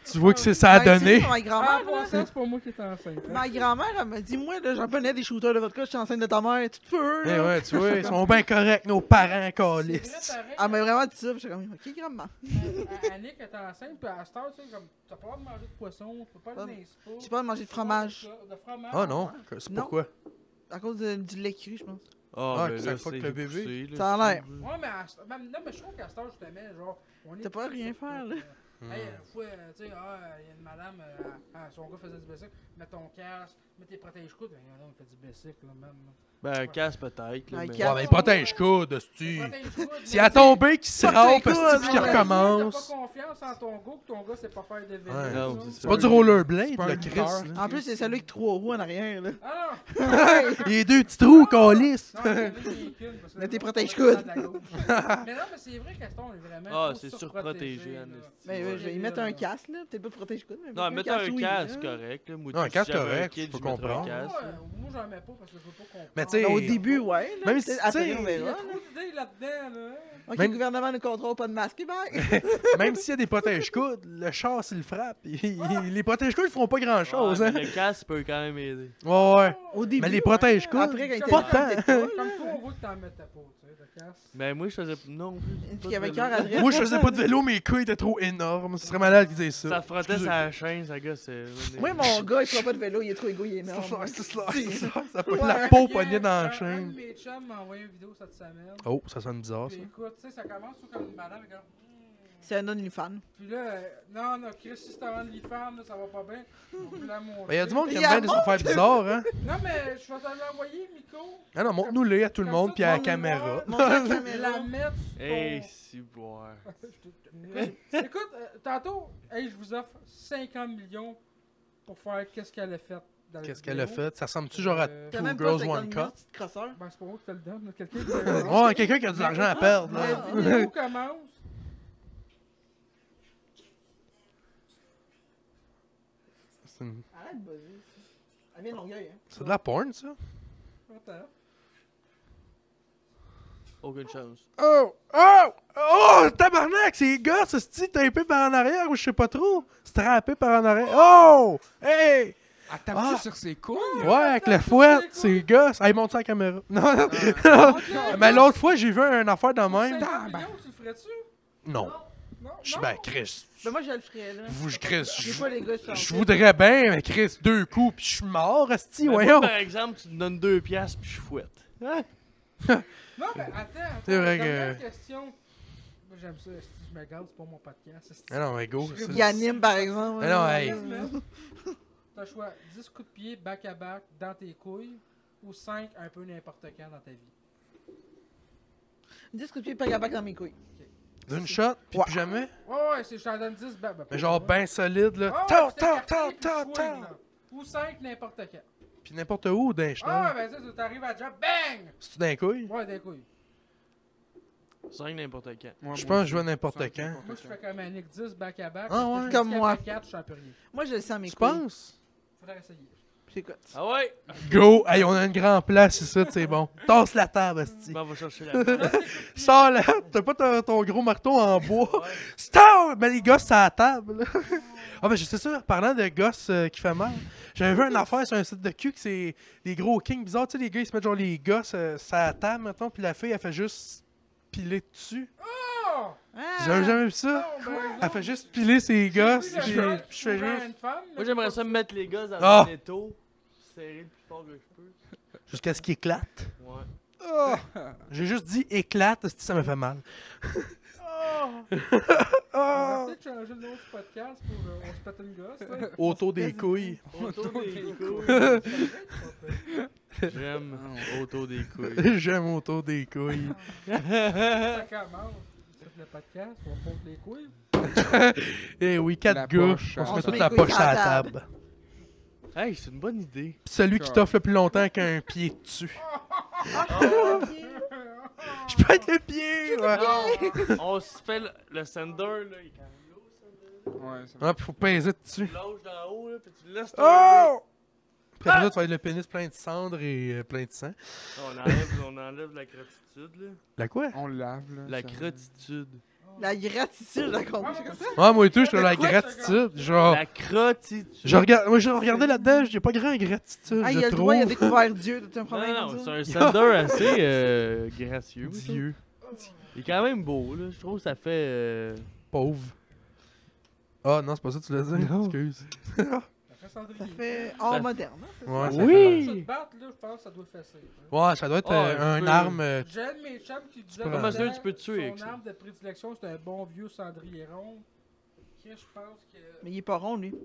S5: Tu vois que c'est ça a
S4: Ah, tu sais,
S5: donné.
S4: Ma
S3: Ah,
S4: grand-mère,
S3: pour
S4: là,
S3: ça, c'est pour moi qui est enceinte. hein.
S4: ma grand-mère, elle m'a dit Moi, là, j'en connais des shooters de vodka, je suis enceinte de ta mère, tu peux.
S5: Eh
S4: là.
S5: ouais, tu vois, ils sont bien corrects, nos parents
S3: hein. C'est
S5: calistes.
S3: vrai,
S4: Elle m'a
S3: pareil,
S4: vraiment dit ça, puis j'étais comme Ok, grand-mère.
S3: euh, à- Annick est enceinte, puis à cette heure, tu sais, comme, t'as pas le droit de manger de poisson, tu peux pas
S4: Pas-
S3: de spa.
S4: J'ai pas mangé de fromage
S3: De fromage.
S5: Ah non, c'est
S4: Non.
S5: pourquoi?
S4: à cause de- du lait cru, je pense.
S5: Ah,
S2: ben
S5: que ça fuck le bébé.
S4: Ça a l'air.
S3: Ouais, mais, à ce- même- non, mais je trouve qu'à cette heure, justement, genre. on est- euh,
S4: T'as pas rien faire, là.
S3: Hey, une fois, euh, tu sais, ah, il y a une madame, euh, ah, son gars faisait du basic, mets ton casque, mets tes protèges coudes. Ben, non, il fait du basic, là, même.
S2: Ben, un casse peut-être. là,
S4: Un
S2: mais-
S4: casse.
S5: Ouais, mais protège-coude,
S3: Les
S5: sti.
S3: protège-coudes,
S5: Si
S3: là,
S5: à tomber, qui se
S4: Protège-coude,
S5: rampe, sti,
S4: ouais.
S5: puis qui recommence.
S3: T'as hein. pas confiance en ton gars que ton gars sait pas faire de vélo. là.
S5: Ouais.
S2: Non, c'est
S5: C'est
S2: ça.
S5: pas du rollerblade,
S1: C'est pas Ah,
S5: le
S1: un
S5: Chris.
S1: moteur.
S5: là.
S4: En plus, c'est celui avec trois roues en arrière, là.
S3: Ah non! Ah,
S5: Il y a deux petits trous, calice.
S3: Non, c'est le véhicule, parce que
S4: Mais
S3: là,
S4: t'es
S3: on
S4: protège-coudes.
S3: est dans la gauche. mais non, mais c'est vrai qu'à ce temps, on est vraiment.
S2: Ah,
S3: trop
S2: c'est
S3: surprotégé,
S2: surprotégé,
S3: là.
S2: Anesti.
S4: Mais ouais, je vais y mettre un casque, là. Peut-être pas de protège-coude, mais.
S2: Non, mettre un
S4: oui,
S2: casque, c'est
S4: là.
S2: correct. Là. Moi,
S5: Non, un
S2: si
S5: casque
S2: j'avais
S5: correct,
S2: kid,
S5: tu peux
S2: je mettrais un
S5: comprendre.
S3: Moi,
S2: casque, là.
S3: euh, Moi, j'en mets pas parce que je veux pas comprendre.
S5: Mais tu sais-
S4: Mais ben, Au début, ouais. Là,
S5: Même si,
S4: Peut-être après,
S5: Ben, tu sais, Ben,
S4: on
S3: Il y
S4: verra.
S3: a
S4: Ah, là.
S3: trop d'idées là-dedans, là.
S4: Ok,
S5: Même-
S4: le gouvernement ne contrôle pas de masque, eh ben.
S5: Même s'il y a des protège-coudes, le char, s'il frappe, il- il- les protège-coudes, ils feront pas grand-chose,
S2: Ouais,
S5: hein.
S2: mais Le casque peut quand même aider.
S5: Ouais, ouais.
S4: Au début.
S5: Mais les
S4: ouais.
S5: protège-coudes,
S4: Après, quand il
S5: pas
S4: était
S5: tant.
S4: jeune, il était cool,
S3: Comme
S4: là.
S3: toi, on voit que t'en mettes ta peau, tu sais, de casse.
S2: Mais moi, je faisais. Non, plus.
S4: Puis
S2: pas
S4: il y avait
S2: de
S4: cœur
S2: vélo.
S4: adresse.
S5: Moi, je faisais pas de vélo, mes couilles étaient trop énormes. Ce serait malade qu'ils disent ça.
S2: Ça frottait sa chaîne, ça gosse. euh, on est-
S4: Moi, mon gars, il fera pas de vélo, il est trop égo, il est
S5: Ça
S4: énorme.
S5: slide,
S4: Si.
S5: ça slide, ça slide. Ça peut la peau pognée dans
S3: Un- Un
S5: la
S3: de
S5: chaîne.
S3: mes chums m'a envoyé une vidéo cette semaine.
S5: Oh, ça sonne bizarre, ça.
S3: Puis écoute, tu sais, ça commence tout comme une madame. et comme, hmm.
S4: C'est un OnlyFans.
S3: Puis là, euh, non, non, Chris, si c'est avant de l'y faire, là, ça va pas bien.
S5: Mais
S3: Mais
S5: y a du monde qui
S4: Il
S5: aime
S4: y a
S5: bien des affaires bizarres, hein.
S3: Non, mais je vais te l'envoyer, Miko.
S5: Non, non, montre-nous-les à tout le
S3: Comme
S5: monde
S3: ça,
S5: puis à la
S3: tout le monde
S5: caméra.
S4: Mon gars,
S3: La
S4: caméra.
S3: mettre sur ton-
S2: Hey,
S5: Oh.
S2: si, boire.
S3: Écoute, euh, tantôt, hey, je vous offre 50 millions pour faire qu'est-ce qu'elle a fait. dans la
S5: Qu'est-ce
S3: vidéo.
S5: qu'elle a fait? Ça ressemble-tu genre à
S3: Euh,
S5: Two
S4: T'as même pas
S5: Girls, One
S4: 50
S5: Cup?
S4: minutes, petite crosseur.
S3: Ben, c'est pas moi qui te le donne, là, quelqu'un qui
S5: Oh, quelqu'un qui a de l'argent à perdre,
S3: La
S5: là.
S3: vidéo commence.
S5: C'est une-
S4: Arrête de buzzer. Elle vient de Longueuil, hein.
S5: c'est de la porn, ça?
S3: Attends.
S2: Aucune chance.
S5: Oh! Oh! Oh! Tabarnak! C'est gars, ce style tapé par en arrière ou je sais pas trop. Strappé par en arrière. Oh! Hey!
S1: Elle tape-tu
S5: Ah.
S1: sur ses couilles?
S5: Ouais, avec la fouette, c'est gars. Hey, monte ça à la caméra. Non, non. Ah. Mais l'autre fois, j'ai vu un affaire de même.
S3: 50 millions, tu le ferais-tu?
S5: Non.
S3: Non,
S5: ben. Je suis
S3: non.
S5: ben, Chris.
S4: Ben, moi, je le ferais, là.
S5: Vous, je Chris.
S4: J'ai
S5: je-
S4: pas les gars sur
S5: Je voudrais bien, mais Chris, deux coups, pis je suis mort, Asti,
S2: Mais moi, ben,
S5: voyons.
S2: Par exemple, tu me donnes deux piastres, puis je fouette. Hein?
S3: Non, mais attends, attends.
S5: C'est vrai
S3: dernière
S5: que-
S3: question. Moi, j'aime ça. Si je me garde, c'est pas mon podcast. c'est-
S5: Ah non, mais go.
S3: Je
S5: ça-
S4: Il anime, par exemple.
S5: Mais non,
S4: hein.
S5: hey.
S3: Sérieusement, T'as le choix 10 coups de pied back à back dans tes couilles ou 5 un peu n'importe quand dans ta vie.
S4: 10 coups de pied, pas capable dans mes couilles.
S5: D'une shot, pis plus jamais.
S3: Ouais, ouais, c'est je t'en donne 10 back.
S5: Mais genre, ben solide,
S3: Ah,
S5: là. Tant, tant, tant, tant, tant.
S3: Ou 5 n'importe quand.
S5: Pis n'importe où, d'un
S3: Ah,
S5: chenal.
S3: ben ça, tu t'arrives à job, bang!
S5: C'est-tu d'un couille?
S3: Ouais, des couilles.
S2: Cinq n'importe quand.
S5: Je pense que je vais n'importe quand.
S3: Moi, je fais comme Annick 10 back à back.
S5: Ah, ouais.
S3: Je fais
S4: Comme
S3: 10
S4: moi.
S3: à 4, je suis un peu rien.
S4: Moi, je le sens, mes
S5: Tu
S4: couilles.
S5: penses?
S3: Faudrait essayer.
S4: J'écoute.
S2: Ah ouais?
S5: Go! Hey, on a une grande place ici, c'est bon. Tasse la table, Asti.
S2: Ben, on va chercher la table.
S5: Sors là, t'as pas ton, ton gros marteau en bois. Star! Mais les gosses, c'est à la table. là. ah, ben, je sais ça, parlant de gosses euh, qui fait mal, j'avais vu une affaire sur un site de cul que c'est des gros kings bizarres. Tu sais, les gars, ils se mettent genre les gosses euh, sur la table, mettons, puis la fille, elle fait juste piler dessus.
S3: Oh!
S4: Ah,
S5: Vous avez jamais vu ça?
S3: Non, ben,
S5: Elle fait juste piler ses gosses,
S3: J'ai
S5: puis
S3: vu le
S5: puis
S3: gars
S5: je fais
S3: courir à
S5: juste.
S3: Ben, une femme, là,
S2: Moi, j'aimerais ça me mettre les gosses dans
S5: Ah!
S2: le netto, serrer le plus fort que je peux.
S5: Jusqu'à ce qu'il éclate.
S2: Ouais.
S5: J'ai juste dit éclate, asti, ça me fait mal.
S3: Oh.
S5: Ah.
S3: On va peut-être changer le nom du podcast pour euh, On se pète une gosse. hein.
S5: Autour des couilles.
S2: Autour des couilles.
S3: couilles.
S2: J'aime
S5: Ah,
S2: autour des couilles.
S5: J'aime autour des couilles.
S3: Ça commence. C'est le podcast, on pompe les couilles.
S5: Eh oui, quatre
S1: La
S5: gars,
S1: poche,
S5: on se
S1: hein. On
S5: met
S1: se
S5: toute
S1: met
S5: la
S4: les couilles
S5: poche à la
S4: sur la table.
S5: table.
S2: Hey, c'est une bonne idée.
S5: Puis celui qui
S1: Sure.
S5: t'offre le plus longtemps qu'un pied dessus.
S4: Ah,
S5: Je peux être le pied! Ouais,
S2: On se fait le, le sender, là. Il est quand même lourd, le sender.
S1: Ouais, ça va.
S5: Ouais, puis Ah, faut peser dessus.
S2: Tu lâches d'en haut, là, puis tu le laisses tomber.
S5: Oh! Puis après ça, tu vas être le pénis plein de cendres et euh, plein de sang.
S2: On enlève, on enlève la gratitude, là.
S5: La quoi?
S1: On lave, là.
S2: La
S1: ça-
S2: gratitude.
S4: La gratitude, je la
S5: Ah,
S4: comprends. J'ai comme ça.
S5: Ouais, moi et tout, je te la
S3: Mais quoi,
S5: gratitude. Genre,
S2: La gratitude.
S5: je regarde, moi, j'ai regardé là-dedans, j'ai pas grand gratitude.
S4: Ah, il
S5: je
S4: a le
S5: trouve.
S4: droit, il a découvert Dieu. T'as un
S2: Non,
S4: problème
S2: non,
S4: comme
S2: non,
S4: ça?
S2: c'est un sender assez euh, gracieux. moi, je trouve.
S5: Dieu,
S2: Il est quand même beau, là. Je trouve que ça fait. euh,
S5: pauvre. Ah, non, c'est pas ça que tu l'as dit. Excuse.
S3: Ça fait cendrier.
S4: Ça fait hors
S2: Ça-
S4: moderne. hein.
S5: Ouais, ça
S2: Oui!
S3: Ça te batte, là, je pense que ça doit fesser.
S5: fait- Ouais, ça doit être
S2: Ah,
S5: euh,
S2: un
S5: un
S2: peu.
S5: arme. euh,
S3: J'ai un de mes chums qui disait
S5: peux
S3: dans
S5: pas
S3: le
S2: m'assurer
S3: temps,
S2: que tu peux te tuer avec
S3: Son
S2: ça.
S3: arme de prédilection, c'est un bon vieux cendrier rond. Que je pense que.
S4: Mais il est pas rond, lui.
S3: Ben,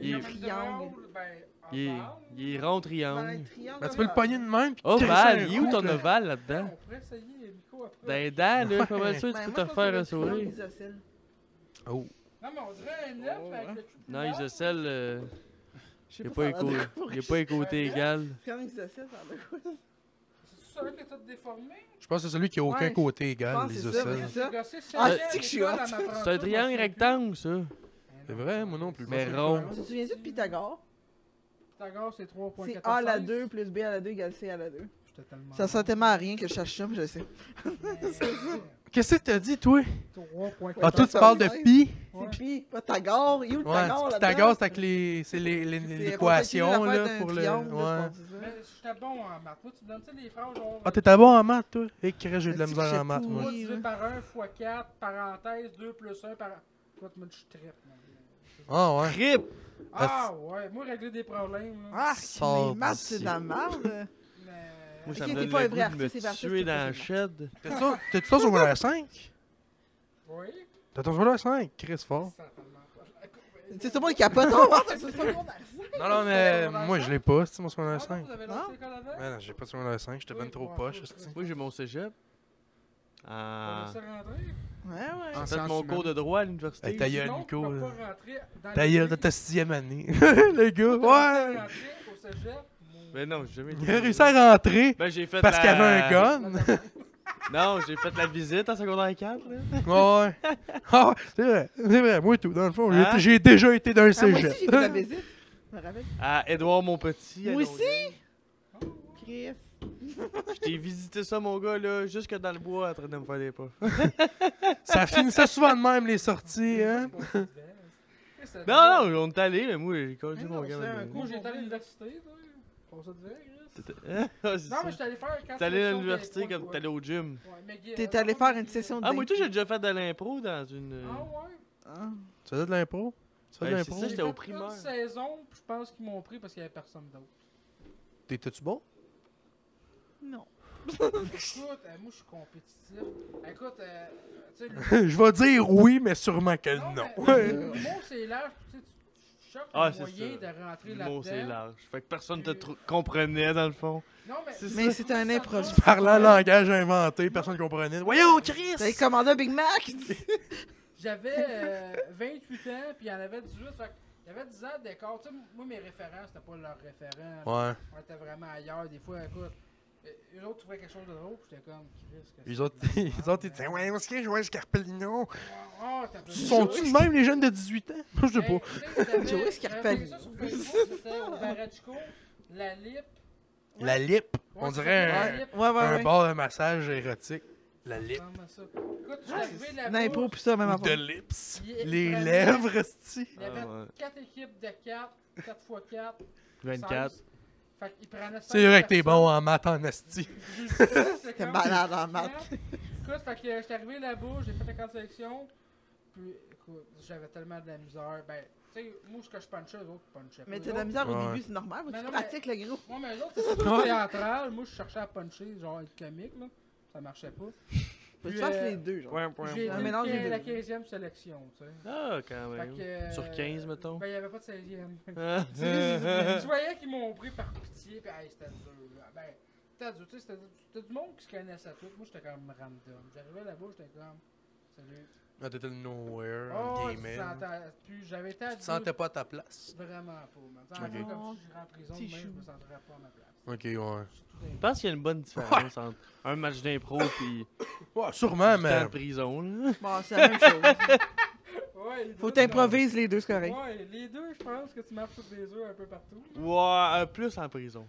S2: Il est-
S3: les hommes de
S4: Triangle.
S3: monde, Ben, en
S2: Il est,
S3: parle.
S2: il est rond
S4: Dans un
S2: triangle.
S5: Ben,
S4: triangle.
S5: tu peux le pogner de même. puis crisser un
S2: Ovale, Oh, il est où
S5: coup,
S2: ton
S5: là.
S2: ovale là-dedans?
S3: On pourrait essayer, Miko, après.
S2: Dans les dents, là, je suis pas mal
S5: Ouais.
S2: sûr que
S4: Ben,
S2: tu peux te
S4: moi, je pense que
S2: refaire
S4: le
S2: un
S4: triangle
S2: sourire.
S4: des ocelles.
S5: Oh.
S3: Non, mais on dirait un œuf avec le cul.
S2: oh, hein. Non, il
S3: blanc.
S2: se scelle, euh,
S4: Je sais
S2: il est
S4: pas
S2: pas
S4: ça a l'air
S2: éco-
S4: de quoi.
S2: il est pas écoté égal.
S4: Triangle des ocelles, ça a l'air de quoi?
S3: C'est celui qui est tout déformé.
S5: Je pense que c'est celui qui a aucun
S4: Ouais,
S5: côté égal,
S4: pense que
S5: les
S4: c'est ça,
S5: ocelles.
S4: mais- ça?
S3: Ah,
S4: Ah,
S3: c'est
S4: c'est-tu
S3: que
S4: que je suis hot?
S2: C'est un triangle rectangle, ça.
S5: C'est vrai, moi non plus.
S2: Mais
S5: Je pense
S2: rond.
S4: Tu te souviens-tu de Pythagore?
S3: Pythagore, c'est 3.14.
S4: C'est A à la 2 plus B à la 2 égale C à la 2.
S3: Je
S7: totalement.
S4: Ça sert tellement à rien que je cherche ça, mais je sais.
S5: Qu'est-ce que t'as dit, toi?
S4: Ben,
S7: 3.4.
S5: Ah, toi, tu parles de pi.
S7: Ouais.
S4: Puis, Pythagore, il est où le
S5: Ouais,
S4: Pythagore là-dedans?
S5: Pythagore, c'est avec les, c'est les, les,
S4: Puis,
S5: l'équation,
S4: raconter l'affaire
S5: là,
S4: d'un
S5: pour le...
S4: triangle, là,
S5: Ouais.
S4: je pense que c'est ça.
S3: Mais j'étais bon en maths. Moi, tu me donnes, tu sais, des phrases genre. euh,
S5: Ah, t'étais bon en maths, toi? Et que j'ai eu de la
S4: Est-ce
S5: misère
S4: que
S5: en maths,
S4: j'ai tout?
S5: moi.
S3: Moi, tu
S4: Oui,
S3: veux
S4: là.
S3: par 1 fois 4, parenthèse 2 plus 1 par. Toi, tu me dis, je trippe, mon gars.
S5: Ah, ouais.
S2: Rip!
S3: Ah, ouais, moi, régler des problèmes. là.
S4: Ah,
S5: Sors
S4: les maths, c'est de la
S5: d'ici.
S4: merde.
S3: Mais-
S2: Moi, ça
S4: Ok,
S2: me
S4: t'es
S2: donne
S4: pas un
S2: le
S4: vrai
S2: goût de me
S4: artiste, c'est
S2: tuer
S4: vrai, artiste,
S2: dans la
S4: c'est
S2: shed.
S5: T'as ça, t'as-tu ça au secondaire 5?
S3: Oui,
S5: T'as ton secondaire 5? Chris fort.
S3: certainement pas.
S4: Tu sais, tout le monde capote en maths, c'est ça.
S5: Non, non, mais moi, je l'ai pas, c'est mon secondaire
S3: Ah, non,
S5: 5.
S3: vous avez
S4: Non.
S3: lancé l'école avant?
S5: Ouais, non, j'ai pas de secondaire 5, j'étais ben trop poche, hostie.
S2: Moi, j'ai mon cégep.
S3: On
S2: Ah.
S3: laissait rentrer?
S4: Ouais, ouais.
S1: En
S2: J'ai fait
S1: sciences
S2: mon
S1: humaines.
S2: cours de droit à l'université.
S5: Hey, ta gueule,
S3: Sinon, tu
S5: Nico.
S3: peux
S5: là.
S3: pas rentrer dans
S5: Ta
S3: les
S5: gueule de
S3: pays.
S5: ta sixième année. le gars,
S3: T'as réussi
S5: ouais.
S3: à rentrer au cégep?
S2: Mais non, j'ai jamais été-
S5: Il a réussi à rentrer
S2: Ben, j'ai fait
S5: parce
S2: la-
S5: qu'il avait un gun.
S2: Non, j'ai fait la visite en secondaire 4. Là.
S5: ouais. Ah, c'est vrai, c'est vrai, moi et tout. Dans le fond, j'ai-
S2: Hein?
S5: j'ai déjà été
S4: Ah, moi
S5: d'un
S4: aussi,
S5: cégep.
S4: j'ai fait la visite. Je me rappelle.
S2: À Édouard Monpetit. à
S4: Moi
S2: Longueuil.
S4: Chris.
S2: Je t'ai visité ça, mon gars, là, jusque dans le bois, en train de me faire des pas.
S5: ça finissait souvent de même, les sorties, hein.
S2: Non, non, on est allé, mais moi, j'ai corrigé
S4: Hey,
S2: mon
S4: on
S2: gars.
S4: se fait un
S2: mais-
S4: coup.
S3: Moi, j'étais allé à l'université, toi. On se devait, Chris.
S2: Hein? Ah, c'est
S3: Non,
S2: ça.
S3: mais j'étais allé faire quand
S2: T'es allé à l'université comme t'es allé au gym.
S4: T'es allé faire une session de
S2: Ah, moi,
S4: date.
S2: tout, j'ai déjà fait de l'impro dans une.
S3: Ah, ouais.
S4: Ah.
S5: Tu faisais de l'impro? Tu faisais de
S2: Hey, c'est
S5: l'impro?
S2: ça,
S3: J'ai
S2: j'étais au
S3: fait Une
S2: primaire.
S3: saison, puis je pense qu'ils m'ont pris parce qu'il y avait personne d'autre.
S5: T'étais-tu bon?
S4: Non.
S3: Écoute, euh, moi, je suis compétitif. Écoute, euh, tu sais, le-
S5: Je vais dire oui, mais sûrement que
S3: Non,
S5: non.
S3: mais-
S5: Ouais.
S3: Le mot, c'est large. Tu sais, tu- tu cherches
S2: Ah,
S3: un
S2: c'est
S3: moyen
S2: ça.
S3: de rentrer
S2: Le mot, c'est
S3: là-dedans.
S2: large. Fait que personne te tr- comprenait, dans le fond.
S3: Non, mais.
S2: C'est ça.
S4: Mais c'est un improvis.
S5: Parlant langage inventé, personne comprenait. Voyons, Chris!
S4: T'avais commandé un Big Mac?
S3: J'avais euh, 28 ans, puis il y en avait 18. Fait que il y avait 10 ans d'écart. Tu sais, moi, mes référents, c'était pas leurs référents.
S5: Ouais.
S3: On était vraiment ailleurs. Des fois, écoute, euh, eux autres trouvaient quelque chose de drôle, puis j'étais comme, Chris, que
S5: Les autres, les autres, ils disaient, ouais, on se jouer Scarpellino.
S3: Oh, t'as
S5: Sont-ils de même les jeunes de 18 ans? Je sais pas.
S4: Joey
S3: Joey
S4: Scarpelli.
S3: Scarpelli. C'était au Barachco, la Lip.
S5: La lip.
S3: Ouais,
S5: On
S3: c'est
S5: dirait
S3: ça,
S5: un,
S3: la lip.
S4: Ouais, ouais,
S5: un
S4: ouais.
S5: bar de massage érotique. La lip.
S3: Comment ça? Écoute, je suis arrivé de la
S4: Ah, L'impro,
S3: bourse,
S4: puis ça, même
S5: Ou
S4: avant.
S5: de lips.
S3: il est-
S5: Les
S3: il
S5: lèvres, esti.
S3: Il y avait
S2: Ah, ouais.
S3: 4 équipes de 4, 4 x 4,
S2: 24.
S3: 16. Fait qu'il prenait
S5: C'est vrai que t'es bon en maths en esti.
S4: hein. T'es malade en maths.
S3: Écoute, fait que j'étais arrivé là-bas, j'ai fait la grande sélection. Puis, écoute, j'avais tellement de la misère. Ben, tu sais, moi, ce que je punchais, eux autres punchaient.
S4: Mais
S3: pas.
S4: t'as de
S3: Eux
S4: la misère au
S5: Ouais.
S4: début, c'est normal. faut que
S3: Mais
S4: Tu
S3: non,
S4: pratiques le gros.
S3: Moi, mais les autres, c'est surtout théâtral. Moi, je cherchais à puncher, genre être comique, là. Ça marchait pas.
S4: Faut que
S3: Puis,
S4: tu fasses
S3: euh,
S4: les deux, genre.
S3: J'ai
S4: Un
S3: été
S4: mélange des
S3: le-
S4: deux.
S3: la 15e sélection, tu sais.
S2: Ah, quand
S3: Fait
S2: même.
S3: que, euh,
S2: Sur 15, mettons.
S3: Ben, il n'y avait pas de 16e.
S2: Ah.
S3: tu voyais qu'ils m'ont pris par pitié, pis hey, c'était dur, là. Ben, c'était dur, tu sais, c'était- c'était du monde qui se connaissait tout. Moi, j'étais comme random. J'arrivais là-bas, j'étais comme. Salut.
S5: Ah, t'étais le nowhere,
S3: Oh,
S5: le
S3: tu te
S5: gamer.
S3: sentais. Puis j'avais été à
S5: Tu te
S3: deux-
S5: sentais pas à ta place.
S3: Vraiment pas, man. Tu sais,
S5: Ok.
S3: encore comme si j'irais en prison,
S4: Petit
S3: demain, je
S4: chou.
S3: me sentirais pas à ma place.
S5: Ok, ouais.
S3: Surtout dans les-
S2: Je pense qu'il y a une bonne différence entre un match d'impro puis
S5: Ouais, sûrement,
S2: du temps
S5: mais.
S2: en prison. là.
S4: Bon, c'est la même chose.
S3: Ouais, les
S4: Faut
S3: deux, genre.
S4: t'improviser les deux, c'est correct.
S3: Ouais, les deux, je pense que tu marches toutes les œufs un peu partout.
S2: Ouais, euh, plus en prison.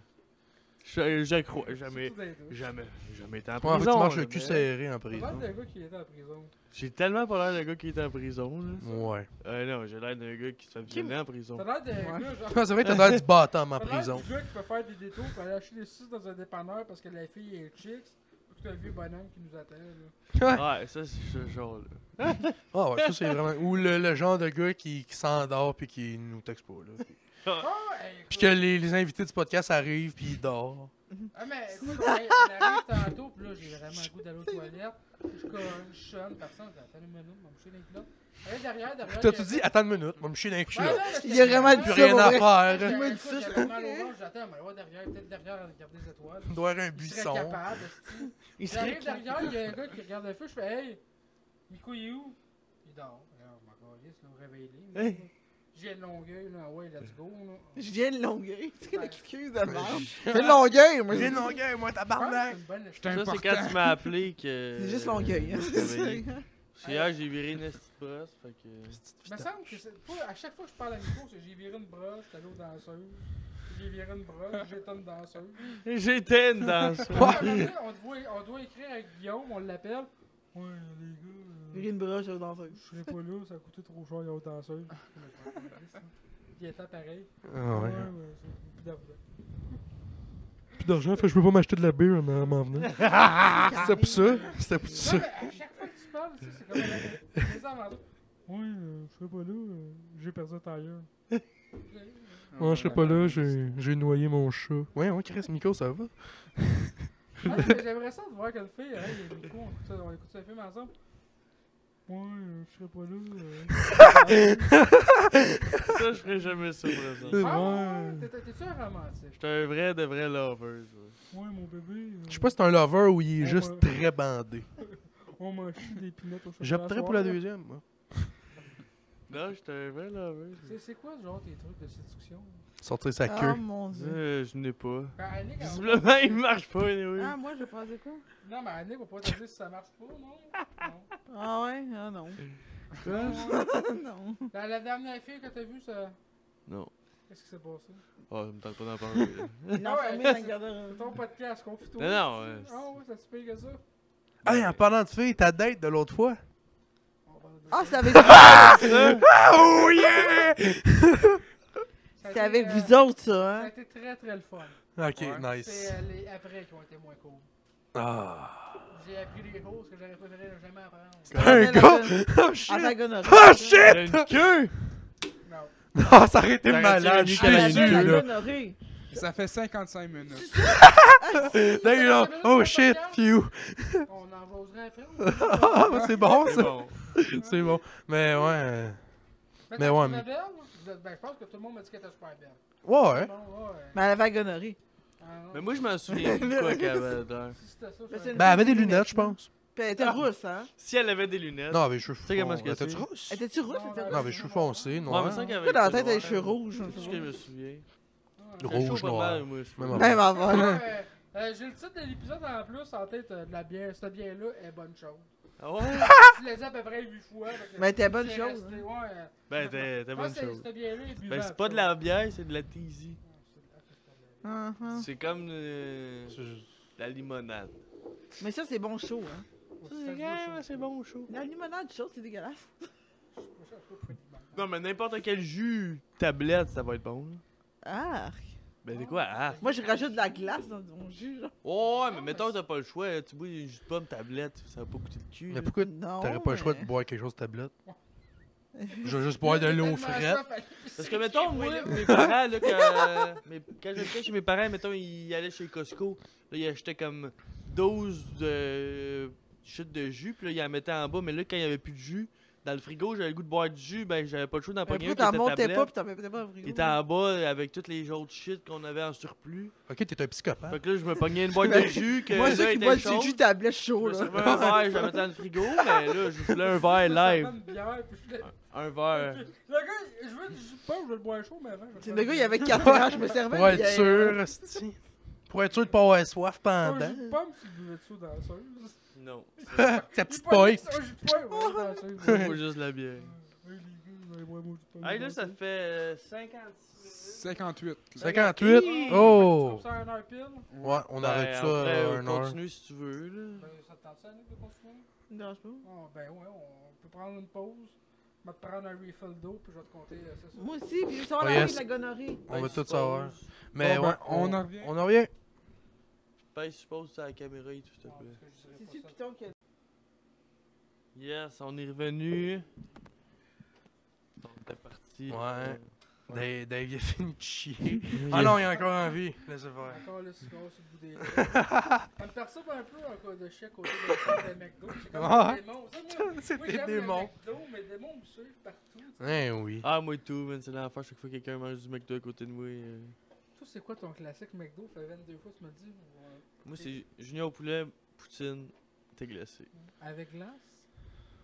S2: Je, je crois. Jamais.
S3: Surtout dans les deux.
S2: Jamais. Jamais été en
S5: Ouais, faut
S2: prison.
S5: que tu manges le
S2: là,
S5: cul
S2: mais-
S5: serré en
S3: Pas mal
S5: prison.
S3: de gars qui étaient en prison.
S2: J'ai tellement pas l'air d'un gars qui est en prison. Là.
S5: Ouais.
S2: Euh, non, j'ai l'air d'un gars qui se fait violer en prison.
S3: T'as l'air d'un
S4: Ouais.
S3: gars, genre.
S5: Ah, C'est vrai que t'as l'air du bâton en
S3: t'as l'air
S5: prison.
S3: du gars qui peut faire des détours pour aller acheter des suces dans un dépanneur parce que la fille est chicks. Ou que t'as un vieux bonhomme qui nous attend, là.
S2: Ouais, ça, c'est ce genre là.
S5: Ah ouais, ça c'est vraiment. Ou le, le genre de gars qui, qui s'endort puis qui nous texte pas là. Puis,
S3: Ah, hey, écoute.
S5: puis que les, les invités du podcast arrivent puis ils dorment.
S3: Ah, mais écoute, hey, on arrive tantôt, pis là, j'ai vraiment le goût d'aller aux toilettes. Je cogne, je sonne, personne, j'ai attends une minute, on va me chier dans les Allez, derrière, derrière.
S5: T'as tout dit, attends une minute, moi me chier d'un cul là.
S4: Il y a vraiment
S5: Plus
S4: Ça,
S5: rien
S4: pour
S5: à
S4: vrai.
S5: faire.
S3: J'avais
S4: me
S3: écoute,
S4: dis ça, je
S3: j'avais mal au ventre, j'attends, mais ouais, derrière, peut-être derrière, à regarder les étoiles.
S5: On doit avoir
S3: Il serait
S5: un buisson.
S3: capable, esti. J'arrive derrière, il y a un gars qui regarde le feu, je fais Hey, Miko, il est où Il dort. Alors, ma calisse, là, réveillez-le.
S2: Hey.
S3: J'ai le longueuil, là, ouais, let's go. Là.
S4: Je viens de longueuil. C'est quoi
S3: Ouais.
S4: l'excuse de merde? C'est de longueuil, moi.
S5: Viens
S4: C'est
S5: de longueur, moi
S3: Je pense que
S5: tabarnak.
S3: c'est une bonne
S1: J'étais
S2: Ça, c'est
S1: important.
S2: quand tu m'as appelé que.
S4: c'est juste longueuil. hein.
S2: Euh, Je me suis réveillé. Parce que Hier, j'ai viré une petite brosse, fait que.
S3: Il me semble que c'est. pas- À chaque fois que je parle à Miko, c'est j'ai viré une broche, j'étais allé aux danseuses. j'ai viré une broche, j'étais une danseuse.
S2: J'étais une danse.
S3: Puis là, un moment donné, on, doit, on doit écrire à Guillaume, on l'appelle. Ouais, les gars, euh,
S4: Virer une broche dans un.
S3: je serais pas là, ça a coûté trop cher, il y a autre danseuse. Puis il était pareil.
S5: Ah ouais.
S3: ouais, c'est- plus d'argent.
S5: Plus d'argent, fait que je peux pas m'acheter de la bière en m'en venant. C'était Ah, pour ça. C'était pour ça.
S3: Non, mais à chaque fois que tu parles, tu sais, c'est comme un- des inventos. Oui, euh, je serais pas là, euh, j'ai perdu ta gueule.
S5: Ouais, je serais pas là, j'ai j'ai noyé mon chat. Ouais, ouais, Chris, Miko, ça va?
S3: Ah, mais J'aimerais ça de voir quelle fille, hein, il y a le micro, on écoute ça- on écoute ça film ensemble. Ouais, euh, je serais pas là. euh.
S2: Ça, je ferais jamais ça présent.
S3: Ah, ouais, t'es- t'es- T'es-tu un romantique?
S2: J'étais un vrai de vrai lover.
S3: Ouais, mon bébé. euh,
S5: Je sais pas si c'est un lover ou il est
S3: Ouais,
S5: juste
S3: ouais.
S5: très bandé.
S3: On m'a chié des pinottes au chocolat.
S5: J'opterais pour
S3: soir,
S5: la
S3: là.
S5: deuxième, moi.
S2: Non, j'étais un vrai lover.
S3: C'est- C'est quoi, genre, tes trucs de séduction?
S5: Sortir sa
S4: Ah
S5: queue.
S4: mon dieu.
S2: Euh, je n'ai pas.
S3: Ben, Annick, elle va
S2: Visiblement, il marche pas, anyway.
S4: Ah, moi, je pensais quoi?
S3: pas- Non, mais Annick, on pourrait te dire si ça marche pas, non? Non.
S4: Ah ouais? Ah non. Ah, non.
S3: La, la dernière fille que t'as vue, ça.
S2: Non.
S3: Qu'est-ce qui s'est passé?
S2: Ah, ça me tente pas d'en parler. là.
S4: Il a
S3: ouais,
S4: enfermé
S3: c'est-
S4: dans le
S3: C'est
S4: garde-robe.
S3: ton podcast, confie-toi.
S2: Non, non, ouais.
S3: Ah ouais, ça se paye que ça.
S5: Hey, en parlant de filles, ta date de l'autre fois?
S3: On parle de ça.
S4: Ah, c'est avec vous
S5: Oh yeah!
S3: Ça a
S4: Ah, C'est
S3: été,
S4: avec
S3: euh,
S4: vous autres,
S3: Ça
S4: ça,
S3: a
S4: hein?
S3: été très très le fun.
S5: Ok,
S2: Ouais.
S5: nice.
S3: C'est euh, les après qui ont été moins cool.
S5: Ah.
S3: J'ai appris des choses que j'aurais préféré ne jamais apprendre.
S5: Un gars! Oh
S4: Ah,
S5: shit!
S4: la gonorrhée.
S5: Oh
S2: Il
S5: shit!
S2: a une queue!
S3: Non.
S5: Non, ça aurait été
S2: T'aurais-tu
S5: malade,
S2: eu
S5: je
S2: qu'elle
S4: La
S2: ait
S5: suis
S2: eu,
S4: la
S5: là.
S4: gonorrhée.
S1: Ça fait 55 minutes.
S5: There you go. Oh shit, phew!
S3: On en jaserait après.
S5: Ah, bah, c'est bon,
S2: C'est
S5: ça.
S2: bon.
S5: C'est bon. Mais ouais. euh,
S3: Mais,
S5: Mais ouais, mais-
S3: mais... belle? Je- Ben, je pense que tout le monde m'a dit qu'elle était super belle.
S5: Ouais.
S3: Bon, ouais.
S4: Mais elle avait la gonorrhée.
S3: Ah, non.
S2: Mais moi, je m'en souviens de quoi qu'elle avait l'air.
S3: Si c'était ça,
S4: Mais
S3: je
S4: c'est une-
S5: Ben, elle avait des lunettes, je pense.
S4: Puis elle était rousse, hein?
S2: Si elle avait des lunettes.
S5: Non, mais je
S2: Tu sais comment est-ce que c'est?
S5: T'as-tu rousse?
S4: Elle était-tu rousse?
S3: Non,
S4: Elle était
S3: non,
S5: Non,
S4: rousse?
S5: mais cheveux foncés,
S2: Ouais, mais
S5: noirs.
S2: ça qu'elle avait
S4: Pourquoi dans
S2: des
S4: la
S2: hein,
S4: tête, elle a les cheveux
S2: noirs.
S4: rouges?
S2: C'est tout ce que je me souviens.
S3: Ouais.
S5: Rouge,
S2: Chaud, pas
S5: noir.
S2: mal, moi, je trouve.
S5: Même en-
S4: Ben, elle va avoir-
S3: Ouais, euh, euh, J'ai le titre de l'épisode en plus en tête euh, de la bière. Cette bière-là est bonne chose.
S2: Ah ouais?
S3: Tu l'as dit à peu près 8 fois. fait que
S4: Mais elle était bonne
S3: c'est
S4: chose,
S3: resté, Ouais, euh,
S2: Ben, t'es t'es
S3: je
S2: bonne
S3: pense que
S2: chose.
S3: cette bière-là est
S2: Ben,
S3: buvable,
S2: c'est pas de
S3: ça.
S2: la bière, c'est de la teasy.
S4: Ah, ah.
S2: C'est comme euh, la limonade.
S4: Mais ça, c'est bon chaud, hein?
S3: Ça se voit, ça.
S2: c'est bon chaud.
S4: La limonade chaude, c'est dégueulasse.
S2: Non, mais n'importe quel jus tablette, ça va être bon. là.
S4: Ah!
S2: Ben, c'est quoi? Ah!
S4: Moi, je rajoute de la glace dans mon jus, là.
S2: Oh, ouais, mais mettons que t'as pas le choix. là, Tu bois du jus de pomme tablette, ça va pas coûter le cul.
S5: Mais
S2: là.
S5: pourquoi
S4: Non,
S5: t'aurais pas le choix
S4: mais-
S5: de boire quelque chose de tablette? Je vais juste boire de l'eau fraîche.
S2: Parce que, mettons, moi, mes parents, là, quand, mais quand j'étais chez mes parents, mettons, ils allaient chez Costco, là, ils achetaient comme 12 de chutes de jus, puis là, ils en mettaient en bas, mais là, quand il y avait plus de jus, dans le frigo, j'avais le goût de boire du jus, ben, j'avais pas le choix d'en
S4: Mais
S2: pogner un qui
S4: pourquoi t'en
S2: était
S4: montais pas
S2: tablette,
S4: pis t'en mettais pas au frigo?
S2: qui était en bas avec toutes les autres shit qu'on avait en surplus.
S5: Ok, t'es un psychopathe.
S2: Fait que là, je me pognais une boîte de jus, que
S4: Ah. Moi,
S2: là,
S4: ceux qui
S2: était
S4: boivent
S2: chaude.
S4: du jus tablette
S2: Je
S4: chaud,
S2: me
S4: là.
S2: servais un verre, j'avais dans le frigo, mais là, je voulais un verre live. Un
S5: Euh,
S2: verre.
S3: Le gars, je veux du jus de pomme, je veux le boire chaud, mais avant. je vais
S4: C'est
S3: le
S4: le
S3: faire
S4: gars, il avait 4 ans, je me servais.
S5: Pour
S4: puis
S5: être
S4: il y avait-
S5: sûr, esti. Pour être sûr de pas avoir soif
S3: Un
S5: pendant.
S3: jus de pomme, tu buvais ça dans la sauce.
S2: Non. c'est-
S5: Ta
S3: Il
S5: petite
S3: pognait
S5: paille.
S3: ça, Un jus de pomme, ouais, dans la sauce.
S2: Faut juste la bière.
S3: Ouais, les gars, vous allez boire mon jus de pomme
S2: Hey,
S3: dans
S2: là,
S3: la
S2: ça
S3: sauce.
S2: fait euh, 56
S1: 58. là.
S5: 58.
S2: Hey.
S5: Oh!
S3: Tu fais ça en heure pile.
S5: Ouais, on arrête ça
S2: après,
S5: à
S2: Ben, on
S5: un heure.
S2: Continue si tu veux, là.
S3: Ben, ça te tente ça, Nick, de continuer?
S4: Dérange pas.
S3: Ah, ben ouais, on peut prendre une pause. Je vais te prendre un refill d'eau, puis je vais te compter. euh, c'est ça.
S4: Moi aussi, puis ça va
S5: Oh,
S4: la
S5: yes.
S4: de la gonorrhée.
S5: On
S2: Ben,
S5: va tout
S2: suppose-
S5: savoir. Mais
S1: Bon,
S5: ouais,
S1: ben, on en revient.
S5: On en revient.
S2: Ben, suppose que c'est à la caméra et tout, s'il te
S3: Ah,
S2: plaît.
S3: parce que je dirais pas
S4: C'est-tu
S3: ça.
S4: le piton qui a-
S2: Yes, on est revenu. Donc, t'es parti.
S5: Ouais. Dave, Dave, il a fini de chier. Ah non, il a encore envie. Laissez faire.
S3: Encore le cigare sur le bout des lèvres. Ça me perturbe un peu un cas de chien à côté de la salle de McDo. C'est comme
S5: Ah.
S3: des démons. Ça, moi, moi,
S5: C'était
S3: j'aime
S5: des
S3: le
S5: démons.
S3: McDo, mais des démons me suivent partout. tu sais.
S5: Eh oui.
S2: Ah, moi et tout, man, c'est l'enfer. Chaque fois que quelqu'un mange du McDo à côté de moi. euh.
S3: Toi, c'est quoi ton classique McDo Fait 22 fois, tu me le dis. ou, euh,
S2: Moi, c'est Junior Poulet, Poutine, t'es glacé.
S3: avec glace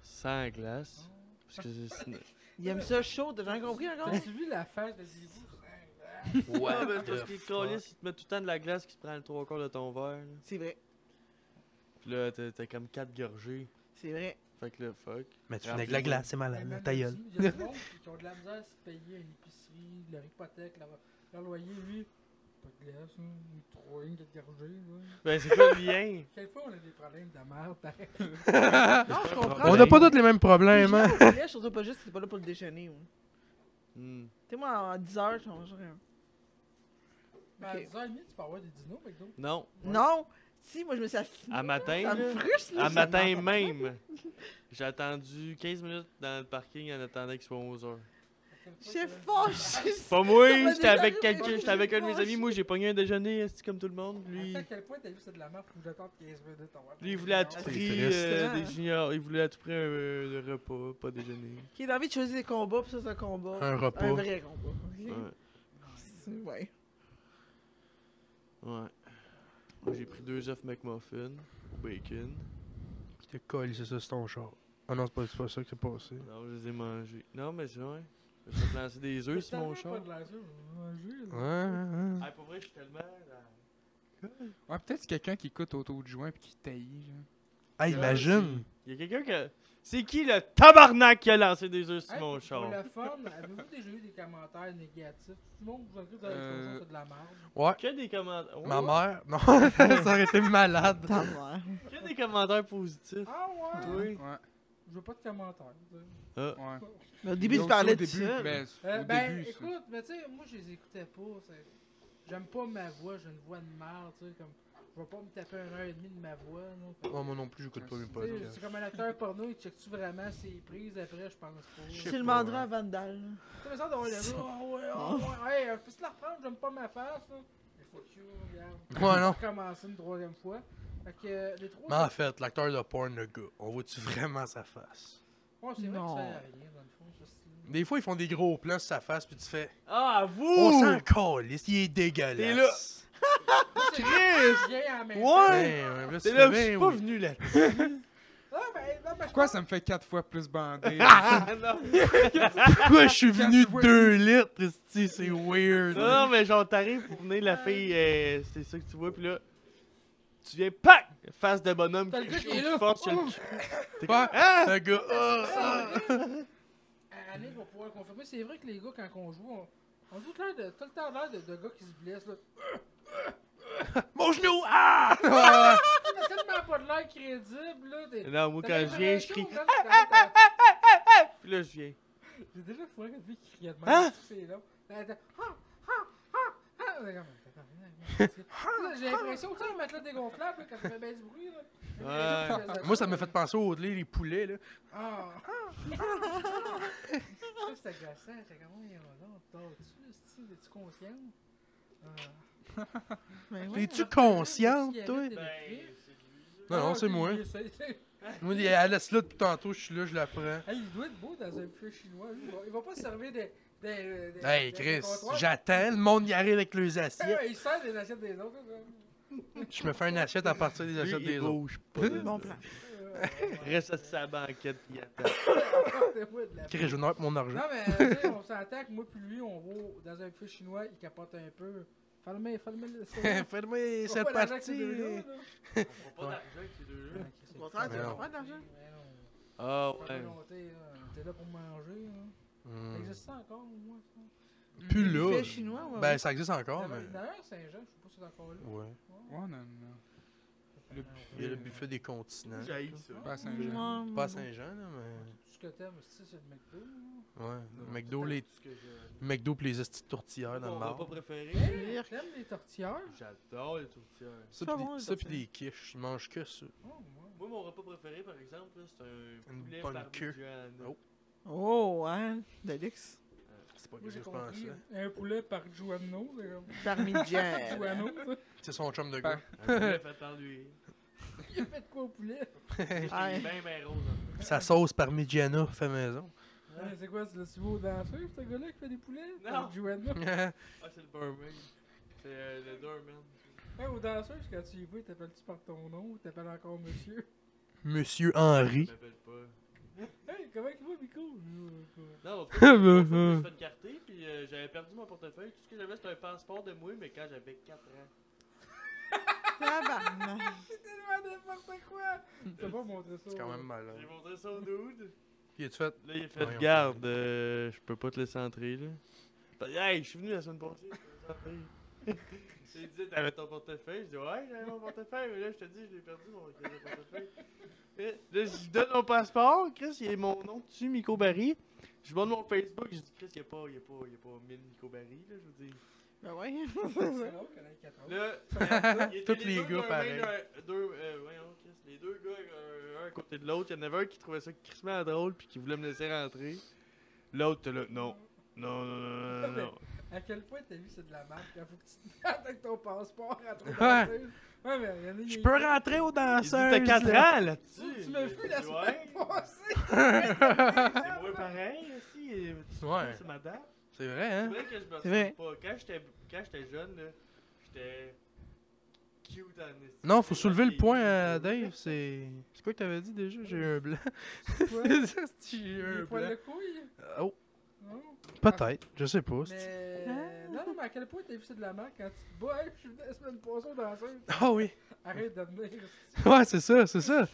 S2: Sans glace. Parce que c'est. sinon-
S4: Il aime ça chaud, t'as jamais compris encore?
S3: T'as-tu vu la fête de Zibou
S2: Ouais, mais parce
S5: the
S2: qu'il est
S5: fuck?
S2: caliste, il te met tout le temps de la glace qui se prend le trois quarts de ton verre. Là.
S4: C'est vrai,
S2: Puis là, t'as t'as comme quatre gorgées.
S4: c'est vrai.
S2: Fait que là, fuck.
S5: Mais tu finis avec la glace, c'est
S2: Ah,
S5: malade. là. Ta gueule.
S3: Il y a des gens qui ont de la misère à se payer une épicerie, leur hypothèque, leur, leur loyer. Lui, pas de glace, hein, trois lignes de gorgées, là.
S2: Ben, c'est quoi le lien?
S3: Quelquefois, on a des problèmes de merde. hein.
S4: Non, Ah, je comprends.
S5: On n'a pas tous les mêmes
S4: Les
S5: problèmes,
S4: gens,
S5: hein?
S4: au volet, surtout pas juste, c'est pas là pour le déjeuner. ouais.
S2: Hmm.
S4: Tu sais, moi, à 10h, je mangerais un.
S3: Ben,
S4: Ok.
S3: à 10h30, tu peux avoir des dinos, par exemple.
S2: Non.
S4: Non! Si, moi, je me suis assise.
S2: À matin,
S4: Ça me
S2: là,
S4: frustre, là.
S2: à
S4: ça
S2: matin
S4: me-
S2: même, j'ai attendu 15 minutes dans le parking en attendant qu'il soit 11h.
S4: Je suis fâchée.
S2: Pas moi,
S4: Ça m'a
S2: j'étais
S4: déjà
S2: avec
S4: arrivé,
S2: quelqu'un,
S4: moi,
S2: j'étais avec un de mes
S4: j'ai
S2: amis, moi j'ai pogné un déjeuner, c'est comme tout le monde, lui.
S3: Attends, à quel point t'as vu c'est de la merde, faut que j'attende 15 minutes. on va-
S2: Lui, il voulait à tout
S3: Ah,
S2: prix
S5: C'est
S4: triste.
S2: euh, des juniors. Il voulait à tout prix un euh, le repas, pas déjeuner.
S4: Qui a envie de choisir des combats, puis ça, c'est un combat.
S5: Un repas.
S4: Un vrai combat. ok?
S2: Ouais.
S4: C'est- Ouais.
S2: ouais. Moi, J'ai pris deux œufs McMuffin au bacon.
S5: Qui te colle, c'est ça, c'est ton char. Ah non, c'est pas, c'est pas ça qui s'est passé.
S2: Non, je les ai mangés. Non, mais c'est vrai. Je me suis lancé des
S3: Mais
S2: œufs sur mon
S3: t'as pas
S2: char.
S3: de glace, je vais manger, là.
S5: Ouais, ouais, ouais.
S2: Ah, pour vrai, je suis tellement. euh,
S1: Ouais, peut-être c'est quelqu'un qui écoute autour du joint et qui taillit, genre.
S5: Ah, imagine!
S2: Il y a quelqu'un que. C'est qui le tabarnak qui a lancé des œufs sur
S3: Hey,
S2: mon
S3: pour-
S2: char?
S3: Pour le fun, avez-vous déjà eu des commentaires négatifs? Tout le monde vous inquiète dans
S1: Euh,
S3: les c'est de la merde.
S5: Ouais.
S2: Que des oh, commentaires.
S5: Ma mère, non, ça aurait été malade.
S4: Ta mère.
S2: Que des commentaires positifs.
S3: Ah ouais?
S2: Oui.
S1: Ouais,
S3: Je veux pas de commentaires. tu sais.
S1: ouais.
S4: Mais au début,
S1: Ils
S4: tu
S1: ont
S4: parlais
S1: ça au
S4: de
S1: début,
S4: ça.
S1: mais
S3: Euh,
S1: au
S3: ben,
S1: début, ça.
S3: écoute, mais tu sais, moi, je les écoutais pas. c'est- J'aime pas ma voix, j'ai une voix de merde, tu sais, comme... Je vais pas me taper un heure et demie de ma voix, non. Fait que,
S5: Oh, moi non plus, j'écoute pas mes
S3: tu sais,
S5: podcasts.
S3: C'est comme un acteur porno, il check-tu vraiment ses prises après, je pense pas.
S4: Je
S3: Tu
S4: te
S1: sais
S4: le
S1: pas,
S4: demanderais
S1: ouais.
S4: à Vandal. là.
S3: sais, mais ça, on va dire, oh ouais, oh ouais, hey, euh, peux-tu la reprendre, j'aime pas ma face, là. Mais fuck you, regarde.
S5: Ouais, non.
S3: recommencer une troisième fois. Fait que euh, les trois.
S5: Mais en fait, l'acteur de porn, le gars, on voit-tu vraiment sa face?
S3: Ouais, c'est vrai
S4: Non.
S3: que ça sert à rien dans le fond, ça, c'est-
S5: Des fois, ils font des gros plans sur sa face, puis tu fais
S2: Ah, vous!
S5: On s'en calisse, il est dégueulasse.
S2: T'es là. Chris!
S3: Viens en même temps. Ah,
S2: Ouais!
S5: Ben, ben,
S2: T'es
S5: tu
S2: là,
S5: fais,
S2: je suis
S5: ben
S2: pas
S5: oui.
S2: venu là.
S3: Non, mais, non, mais je
S1: Pourquoi
S3: pense-
S1: ça me fait 4 fois plus bandé?
S2: Ah, non.
S5: Pourquoi je suis venu
S1: Quand tu vois-
S5: 2 litres, esti, c'est weird.
S2: Non, non, mais genre, t'arrives pour venir, la fille, euh, c'est ça que tu vois, pis là, tu viens, PAC! Face de bonhomme
S3: T'as le gars
S2: qui
S3: qui
S2: qui
S3: est là. Ah,
S2: force sur le cul. T'es comme,
S5: Ouais.
S2: ah!
S5: Le gars, ah, ah.
S3: Euh, Annick va pouvoir confirmer. C'est vrai que les gars, quand on joue, on, on joue tout, l'air de, tout le temps l'air de, de gars qui se blessent. Là.
S5: mon genou, ah! Ouais, ouais.
S3: T'as tellement pas de l'air crédible. Là, des...
S2: Non, moi, quand je viens, je crie, pis là, je viens.
S3: J'ai déjà fourré une fille qui criait de
S2: Hein?
S3: même. C'est long. Elle était. Ah, ah, ah, ah. Elle était comme, Elle était comme, J'ai l'impression, tu sais, un matelas dégonflable là, quand ça fait bien du bruit. Là.
S2: Ouais.
S5: Moi, ça m'a fait penser au Audley, les poulets, là.
S3: Ah! Ça, c'est agaçant. J'étais comme, oui, oh, on dort-tu, style, es-tu Ah. conscient?
S4: Mais ouais.
S5: Es-tu consciente, toi? Non, non, c'est moi. Moi, il- elle laisse là depuis tantôt, je suis là, je la prends.
S3: Hey, il doit être beau dans un buffet chinois. lui. Il va, il va pas se servir des. euh, des, des
S5: Hey,
S3: des- des
S5: Chris,
S3: comptoirs.
S5: j'attends, le monde y arrive avec leurs assiettes.
S3: Hey, Il sert des assiettes des autres. là.
S5: Je me fais une assiette à partir des
S2: Lui,
S5: assiettes
S2: il
S5: des autres.
S2: bouge pas.
S4: Bon plan.
S3: Euh,
S2: Reste assis à sa banquette, pis attends.
S3: apportez-moi de la-
S5: Chris, je pour mon argent.
S3: Non, mais euh, tu sais, on s'entend que moi puis lui, on va dans un buffet chinois, il capote un peu. Fermez, fermez le.
S5: Fermez cette partie.
S2: On prend pas d'argent avec ces deux-là.
S4: Au contraire, tu
S5: Mais
S4: vas
S5: non.
S4: pas d'argent.
S2: Ah,
S3: Pas
S2: ouais.
S3: volonté, là. T'es là pour manger. Là. Ça
S5: Hmm.
S3: existe ça encore, au moins, ça?
S5: Plus
S4: Buffet
S5: là.
S4: chinois, ouais.
S5: Ben, ça existe encore, mais.
S3: D'ailleurs, Saint-Jean, je sais pas si c'est encore là.
S5: Ouais.
S1: Ouais, non, non. Le buffet.
S5: Il y a le buffet des continents.
S2: J'haïs ça.
S1: Pas à Saint-Jean.
S4: ouais.
S5: Pas à Saint-Jean, là, mais.
S3: Tout ce que t'aimes, c'est c'est le McDo. là.
S5: Ouais. McDo, les...
S2: Tout ce que je-
S5: McDo pis les estis de tourtières dans
S2: Mon
S5: le
S2: repas
S5: marbre.
S2: préféré.
S4: Virk.
S3: T'aimes les tortilleurs?
S2: J'adore les tourtières.
S5: Ça
S4: Pas
S5: pis
S4: bon,
S5: des-
S4: les
S5: ça pis
S4: tourtières.
S5: des quiches. Ils mangent que ça.
S3: Oh, ouais.
S2: Moi, mon repas préféré, par exemple, là, c'est un
S5: Une
S2: poulet
S5: bonne queue.
S2: parmigiana.
S5: Oh.
S4: Oh, hein. De luxe.
S5: C'est pas
S3: Moi,
S5: bien,
S3: j'ai
S5: je pense.
S3: compris.
S5: hein.
S3: Un poulet par Giuano. c'est comme-
S4: Parmigiano.
S3: Giuano, ça.
S5: C'est son chum de
S1: Par-
S5: gars.
S2: Un poulet fait par lui.
S3: Il a fait de quoi au poulet?
S4: Ouais.
S2: J'ai bien, bien rose. en fait.
S5: Sa sauce parmigiana fait maison.
S3: Ouais, C'est quoi, c'est le sumo danseur, ce gars-là, qui fait des poulets?
S2: Non.
S3: Par Giuano.
S2: Ah, c'est le barman. C'est euh, le doorman.
S3: Hey, aux danseuses, quand tu y vas, ils t'appellent-tu par ton nom ou t'appelles encore monsieur?
S5: Monsieur
S2: Il
S5: Henri.
S2: m'appelle pas.
S3: Hey, comment il va, Miko? Euh, quoi?
S2: Non, l'autre fois, l'autre fois, je me suis fait carter, puis euh, j'avais perdu mon portefeuille. Tout ce que j'avais, c'était un passeport de moi, mais quand j'avais 4 ans.
S4: Tabarnak.
S3: Tellement n'importe quoi! T'as pas montré ça.
S5: C'est quand
S3: là.
S5: même malade.
S2: J'ai montré ça au dude.
S5: Puis tu fait.
S2: Là, il a fait
S5: Voyons.
S2: garde, euh, je peux pas te laisser entrer, là. Bah, Hey, je suis venu la semaine passée. je peux pas entrer. Il dit, t'avais ton portefeuille. Je dis, ouais, j'avais mon portefeuille, mais là, je te dis, je l'ai perdu, mon portefeuille. Et Là, je lui donne mon passeport. Chris, il y a mon nom dessus, Miko Barry. Je lui montre mon Facebook. Je dis, Chris, il n'y a pas, il y a pas, il y a pas 1000 Miko Barry, là, je veux dire.
S4: Ben ouais.
S2: Là, il y a- il y a
S5: Tous les gars
S2: deux,
S5: pareils.
S2: un- deux, euh, voyons, Chris, les deux gars, euh, un à côté de l'autre, il y en avait un qui trouvait ça crissement drôle puis qui voulait me laisser rentrer. L'autre, là, non. Non, non, non, non, non, non.
S3: À quel point t'as vu c'est de la merde quand faut que tu te battes avec ton passeport à ton
S5: Ouais.
S3: danseuse? Ouais, mais il y en a, il
S5: Je
S3: est-
S5: peux rentrer aux
S2: Il dit,
S5: danseuses.
S2: t'as 4
S5: là.
S2: ans là-dessus.
S3: Tu me
S2: Je
S3: fous
S2: dis,
S3: la
S2: Ouais.
S3: semaine passée!
S2: C'est moins pareil aussi. euh, tu-
S5: Ouais.
S2: C'est ma date.
S5: C'est vrai,
S2: C'est
S5: hein?
S2: vrai que je me ressemble
S4: vrai.
S2: pas. Quand j'étais- Quand j'étais jeune, là, j'étais cute en esti.
S5: Non, faut soulever le
S2: J'étais
S5: point
S2: cute.
S5: à Dave. C'est c'est quoi que t'avais dit déjà? J'ai eu un blanc.
S3: Il
S5: J'ai eu un
S3: est pas
S5: blanc.
S3: le couille?
S5: Oh,
S3: Non.
S5: peut-être. Je sais pas. c'est-
S3: Mais. Non, non, mais à quel point t'as vu c'est de la merde quand tu te bats? Hey, je suis venu la semaine passée au danseur.
S5: Ah oui.
S3: Arrête de venir.
S5: Ouais, c'est ça, c'est ça.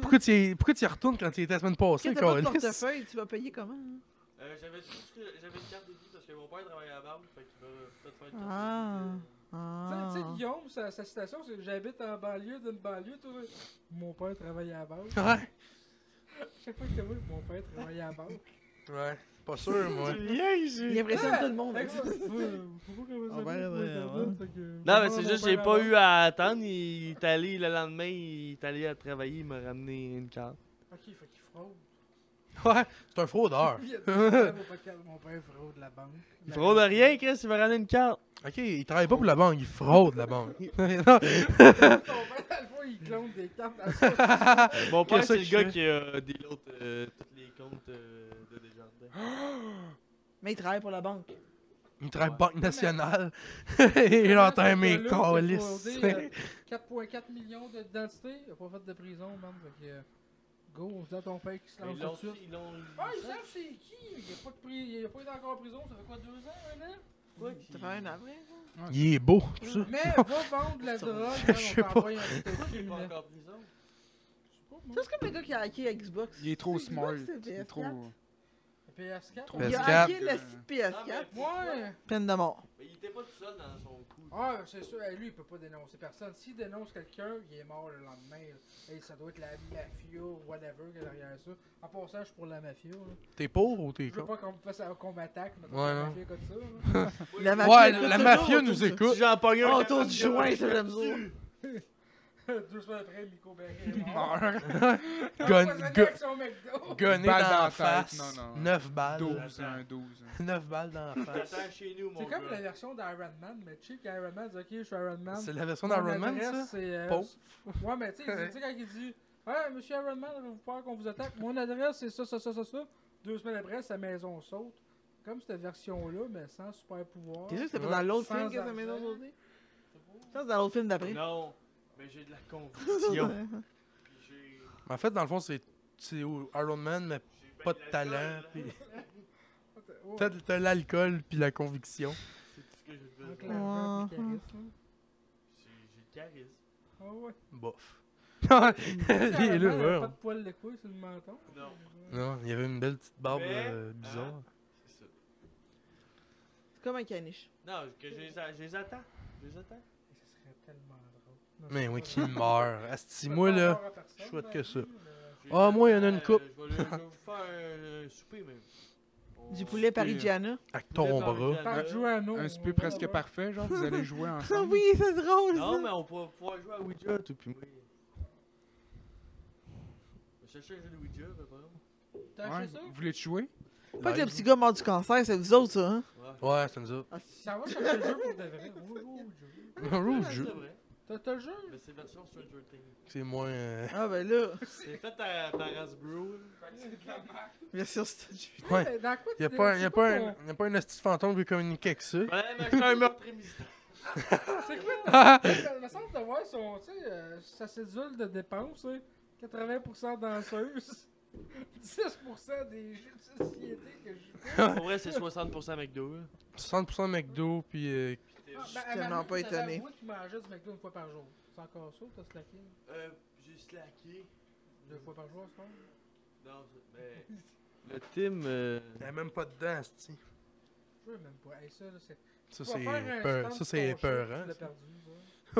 S5: Pourquoi tu y, pourquoi tu y retournes quand tu étais la semaine
S4: Quand
S5: passée,
S4: t'as pas de
S5: Carlis?
S4: portefeuille, tu vas payer comment? hein?
S2: Euh, j'avais tout ce que- j'avais une carte de vie parce que mon père travaillait à la barbe, fait qu'il m'a fait faire une carte
S4: Ah.
S2: de vie. euh,
S3: Tu sais- Tu sais,
S4: Ah.
S3: Guillaume, sa, sa citation, c'est J'habite en banlieue d'une banlieue, toi. Mon père travaillait à la banque.
S5: Ouais.
S3: Chaque fois que t'as vu, mon père travaillait à la banque.
S5: Ouais. Pas sûr, moi.
S4: Il impressionne
S3: Ah!
S4: tout le monde.
S3: Fait que
S4: hein.
S3: moi, faut pas que vous
S5: Ah, ben,
S3: sachiez,
S5: ouais,
S3: moi, j'adore,
S5: ouais.
S3: fait que-
S2: Non, mais
S3: Mon
S2: c'est
S3: père,
S2: juste,
S3: mon
S2: j'ai
S3: père
S2: pas
S3: à
S2: eu à attendre. Il est allé le lendemain, il est allé à travailler, il m'a ramené une carte.
S3: Ok, fait qu'il fraude.
S5: Ouais, c'est un fraudeur.
S3: Il y a des gens au podcast, mon père fraude la banque.
S2: Il
S3: La
S2: fraude
S3: banque.
S2: rien, Chris, il m'a ramené une carte.
S5: Ok, il travaille pas pour la banque, il fraude la banque. Non,
S3: Ton père, dans le fond, il clone des cartes à ça.
S2: Euh, Mon père, c'est
S5: Qu'est-ce que
S2: le
S5: tu
S2: gars
S5: fais?
S2: qui a des autres, euh, tous les comptes euh, de Desjardins.
S4: Mais il travaille pour la banque.
S5: il travaille Banque Nationale. Et il entend mes
S3: Ce gars-là qui a
S5: calices.
S3: fraudé, euh, 4,4 millions de- d'identités. Il a pas fait de prison, man. Fait que. euh, Go, on se dit à ton père qui se
S2: Ils
S3: lance
S2: l'ont,
S3: dessus.
S2: ils l'ont.
S3: Ah, ils savent c'est qui Il a pas, de pri- il a pas été encore en prison, ça fait quoi, deux ans, un an
S4: Ça fait un an après. ça?
S5: Il est beau, tout ça.
S3: Mais va vendre la drogue, hein, on
S5: sais pas.
S3: t'envoie un petit
S2: Il est pas
S3: criminel.
S2: encore en prison.
S4: Ça, c'est comme le gars qui a hacké Xbox.
S1: Il est trop
S4: C'est
S1: smart.
S4: Xbox, c'est
S1: Il est
S4: PS4.
S1: trop.
S3: PS4
S1: Trop
S4: Il a
S5: PS4.
S4: hacké la petite
S2: Non, mais-
S4: PS4.
S3: Ouais
S4: Peine de mort.
S2: Mais il était pas tout seul dans son coup.
S3: Ah, c'est sûr, hey, lui, il peut pas dénoncer personne. S'il dénonce quelqu'un, il est mort le lendemain. là. Hey, ça doit être la mafia ou whatever qui est derrière ça. En passant, je suis pour la mafia. là.
S5: T'es pauvre ou t'es
S3: Je veux
S5: con?
S3: pas qu'on me fasse qu'on m'attaque, mais
S5: Ouais,
S3: la
S5: non.
S3: mafia comme ça. là.
S4: Il avait
S5: Ouais,
S4: hacké
S5: la Oh,
S4: tout
S5: mafia
S4: autour
S5: nous
S4: de-
S5: écoute. Oh,
S2: Si j'en pogne un,
S4: Autour du joint, ça j'aime ça.
S3: Deux semaines après, Miko Berry est mort.
S1: Meurs.
S5: Gun-
S3: Poisonné
S5: gun-
S3: avec son McDo.
S5: Gonné dans
S1: Balle dans
S5: la
S1: la tête,
S5: face.
S1: non, non.
S5: 9 balles.
S1: 12, hein, 12. hein.
S5: 9 balles dans la face.
S2: T'attends chez nous, mon
S3: C'est comme la
S2: gars.
S3: version d'Iron Man, mais cheap Iron Man dit Ok, je suis Iron Man.
S5: C'est la version
S3: Mon
S5: d'Iron Man,
S3: adresse,
S5: ça?
S3: c'est, euh,
S5: Pauvre.
S3: Ouais, mais tu sais, tu sais, quand il dit Ah, monsieur Iron Man, avez-vous peur qu'on vous attaque Mon adresse, c'est ça, ça, ça, ça, ça. Deux semaines après, sa maison saute. Comme cette version-là, mais sans super pouvoir.
S4: T'es sûr que c'est pas
S5: Ouais.
S4: dans l'autre
S3: Sans
S4: film que ça
S3: argent.
S4: m'est aujourd'hui? Ça, c'est dans l'autre film d'après.
S2: Non, mais j'ai de la conviction. puis j'ai.
S5: En fait, dans le fond, c'est c'est au Iron Man, mais
S2: j'ai ben
S5: pas de
S2: l'alcool,
S5: talent.
S2: là.
S5: puis-
S3: Oh,
S5: T'as t'as l'alcool puis la conviction.
S2: C'est tout ce que j'ai
S3: avec
S2: besoin.
S3: l'argent,
S4: Ouais.
S3: puis le charisme. Ah hein. ouais.
S2: J'ai j'ai le charisme.
S5: Bof. Il est
S3: Iron Man avait pas
S5: là, ouais.
S3: de poil de couille sur le menton.
S2: Non,
S5: Non, il y avait une belle petite barbe
S2: Mais,
S5: euh, bizarre.
S2: c'est ça.
S4: C'est comme un caniche.
S2: Non, que je les a- je les attends. Je les attends.
S3: Et ce serait tellement drôle. Non,
S5: Mais
S3: c'est
S5: oui,
S3: pas
S5: qui
S3: vrai.
S5: meurt. Asti,
S3: Je
S5: moi,
S3: peux pas
S5: là.
S3: avoir à personne,
S5: souhaite
S3: ma
S5: que
S3: vie,
S5: ça.
S3: mais-
S2: Je les
S5: Ah, moi, il y en a
S2: attends,
S5: une coupe.
S2: euh, Je vais le- je vais vous faire un un souper, même.
S1: Oh,
S4: Du poulet parigiana.
S5: Avec ton bras.
S3: Par Joanno,
S1: Euh, Un
S3: ouais,
S1: souper presque
S3: ouais.
S1: parfait, genre, vous allez jouer
S4: Oh, Ah
S1: ensemble.
S4: oui, c'est drôle
S2: Non, mais
S4: ça!
S2: on pourra pouvoir jouer à Ouija, tout puis moi. Je cherchais un jeu de Ouija, par exemple.
S3: T'as
S1: Ouais,
S3: acheté ça
S1: vous voulez te jouer?
S4: Pas que le petit gars mort du cancer, c'est vous autres ça, hein?
S2: Ouais.
S5: Ouais, c'est nous autres.
S4: Ah,
S3: Ça va chercher le jeu pour de vrai. Oui, oui, oui, le jeu.
S5: Rouge,
S2: C'est
S5: jeu.
S2: vrai.
S3: T'as t'as le jeu
S2: Mais c'est version Stranger Things.
S5: C'est moins. euh,
S4: Ah ben là,
S2: C'est fait à Rasbrew.
S4: bien sûr, c'est
S5: Ouais.
S3: Mais dans quoi
S5: Y a
S3: t'es-
S5: pas, un-
S3: c'est
S5: y a
S3: quoi
S5: pas,
S3: ton-
S5: un, y a pas un asti de fantôme qui veut communiquer avec ça.
S2: Ouais, mais c'est un meurtre et mystère.
S3: C'est quoi ta. Il me semble de voir son. Tu sais, euh, sa cédule de dépenses, hein. 80% danseuse. 10% des jeux de société que je fais.
S2: En vrai, c'est 60% McDo.
S5: 60% McDo, puis. euh,
S3: Ah, ben,
S4: tellement
S3: Amanda,
S4: pas
S3: t'avais
S4: étonné.
S3: avoué que tu mangeais du McDo une fois par jour. C'est encore ça ou t'as slacké
S2: Euh, j'ai slacké.
S3: Deux fois par jour, je pense.
S2: Non, mais. Le team. Euh...
S5: y a même pas dedans, asti.
S3: Je veux même pas. Hey, ça, là, c'est.
S5: Ça,
S3: Tu vas
S5: c'est
S3: faire un
S5: peur.
S3: stand
S5: Ça, c'est
S3: pour ton chat,
S5: peur,
S3: tu l'as
S5: hein?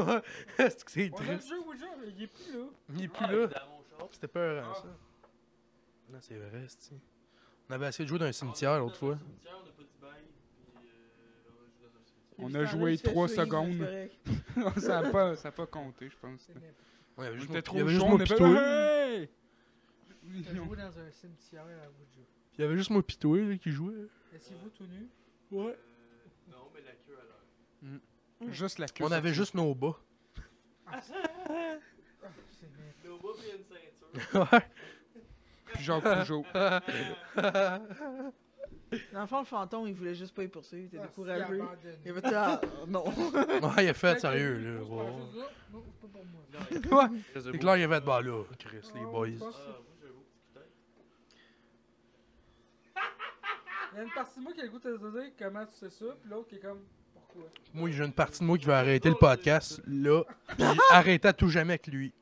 S3: perdu, ouais.
S5: Est-ce que c'est
S3: On a le
S5: triste?
S3: jeu Ouija, mais il est plus là.
S5: Il est plus là.
S2: Dans mon char.
S5: C'était peur,
S3: Ah.
S5: ça. Non, c'est vrai, c'est... On avait essayé de jouer dans un cimetière l'autre
S2: Dans
S5: fois.
S2: un cimetière, on a pas dit bye, puis, euh, on a joué dans un cimetière.
S1: On
S4: Puis
S1: a
S4: ce temps-là,
S1: joué
S4: il se fait
S1: trois
S4: suivre, c'est
S1: secondes.
S4: correct.
S1: ça n'a pas, ça a pas compté, je pense.
S3: C'est n'importe
S5: Ouais, il y avait
S1: On
S5: juste
S1: était
S5: mon-
S1: trop
S5: il y avait juste
S1: chauds,
S5: mon
S1: on était-
S5: pitoué.
S1: Hey!
S3: quoi. T'as joué dans un cimetière à Ouija.
S5: Il y avait juste mon pitoué là, qui jouait.
S3: Est-ce que vous tout nu?
S5: Ouais.
S2: Euh, non, mais la queue à l'heure.
S1: Juste la queue.
S5: On avait
S1: sortie.
S5: juste nos bas.
S3: Ah, c'est vrai.
S2: Le bas, puis il y a une ceinture.
S1: Puis Jacques Rougeau.
S4: Dans le fond, le fantôme, il voulait juste pas y poursuivre. Il était
S3: Ah,
S4: découragé.
S3: c'est abandonné.
S4: Il avait dit, ah, non.
S5: Ouais, il a fait
S3: Quelqu'un
S5: sérieux,
S3: qui
S5: là.
S3: pose par
S5: ouais.
S3: juste là, Non, c'est pas pour moi.
S2: Non, il-
S5: C'est clair, il y avait de bah là, Chris, les
S3: Ah, je
S5: boys.
S3: pense
S2: Ah, moi, j'avoue, petit coup de tête.
S3: Il y a une partie de moi qui a le goût de te dire comment tu sais ça, puis l'autre qui est comme pourquoi.
S5: Moi, j'ai une partie de moi qui va arrêter le podcast, là, puis arrêter à tout jamais avec lui.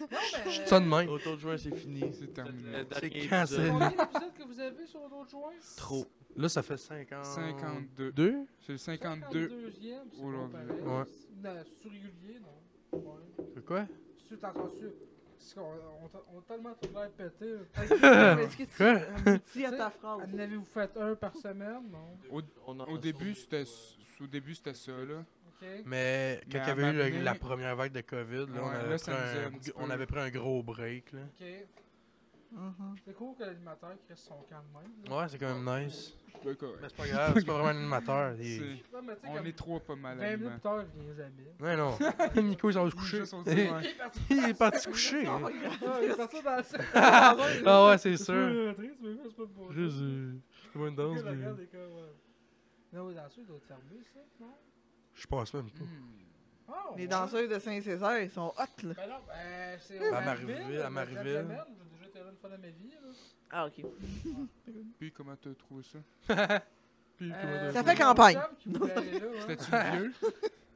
S3: Non, mais.
S5: Je dis ça de même.
S2: Auto joueur, c'est fini.
S1: C'est terminé.
S2: Le dernier
S5: C'est
S2: épisode.
S5: cancel.
S3: Combien d'épisodes que vous avez sur d'autres joints
S2: Trop.
S5: Là, ça fait 50...
S1: 52.
S5: Deux?
S1: C'est le 52.
S3: 52e, c'est pas
S1: Aujourd'hui.
S3: pareil.
S5: Ouais.
S3: Non, sur régulier, non. Ouais.
S5: C'est quoi?
S3: Sur t'en sors sûr. Parce qu'on on, t'a- on a tellement tout l'air pété. là.
S4: Mais est-ce que tu
S5: Quoi?
S4: un outil à ta phrase?
S3: En avez-vous fait un par semaine Non.
S1: Au-
S2: On en
S1: Au début,
S2: ressort
S1: c'était
S2: beaucoup,
S1: s- au début, c'était ça, là.
S3: Ok.
S5: Mais
S1: Mais
S5: quand il y avait eu
S1: à un
S5: le-
S1: moment
S5: la
S1: donné-
S5: première vague de COVID, là, on,
S1: Ouais,
S5: avait
S1: là,
S5: pris
S1: ça nous a
S5: un,
S1: un petit
S5: on
S1: peu-
S5: avait pris un gros break. Là.
S3: Ok.
S4: Mhm.
S3: C'est cool que l'animateur qui reste son camp de même. là.
S5: Ouais, c'est quand même nice.
S1: Ben, correct.
S5: Mais c'est pas grave, c'est pas vraiment un animateur. il-
S1: C'est-
S3: Ouais, mais tu sais,
S1: On
S3: comme
S1: est trois pas mal
S3: 20 minutes
S1: animés.
S3: plus tard, il vient jamais.
S5: Ouais, non. Nico, il s'en va se coucher.
S1: Ils sont- ouais.
S3: Il est parti-
S5: il est parti se coucher. hein.
S3: Ah, il est parti dans le-
S5: Ah ouais, c'est
S3: Tu
S5: sûr.
S3: veux rentrer, tu veux pas, c'est pas pour
S5: Juste, euh, fais-moi une danse,
S3: Le gars, la
S5: mais-
S3: garde est comme, ouais. Non, mais dans ceux, il doit être fermé, ça, non?
S5: Je pense même pas.
S1: Hmm.
S3: Oh,
S4: Les
S3: ouais.
S4: danseuses de Saint-Césaire, ils sont hot, là.
S3: Ben non, ben, c'est
S5: À
S3: au Marville,
S5: Marieville, à
S3: le
S5: Marieville.
S3: gentleman, J'ai déjà été là une fois dans ma vie, là.
S4: Ah, ok.
S1: Puis comment t'as trouvé ça?
S5: Puis,
S3: Euh,
S4: Ça
S5: comment t'as-
S3: c'est
S4: fait
S3: mon
S4: campagne.
S3: chum qui voulait aller là, hein.
S1: C'était-tu vieux?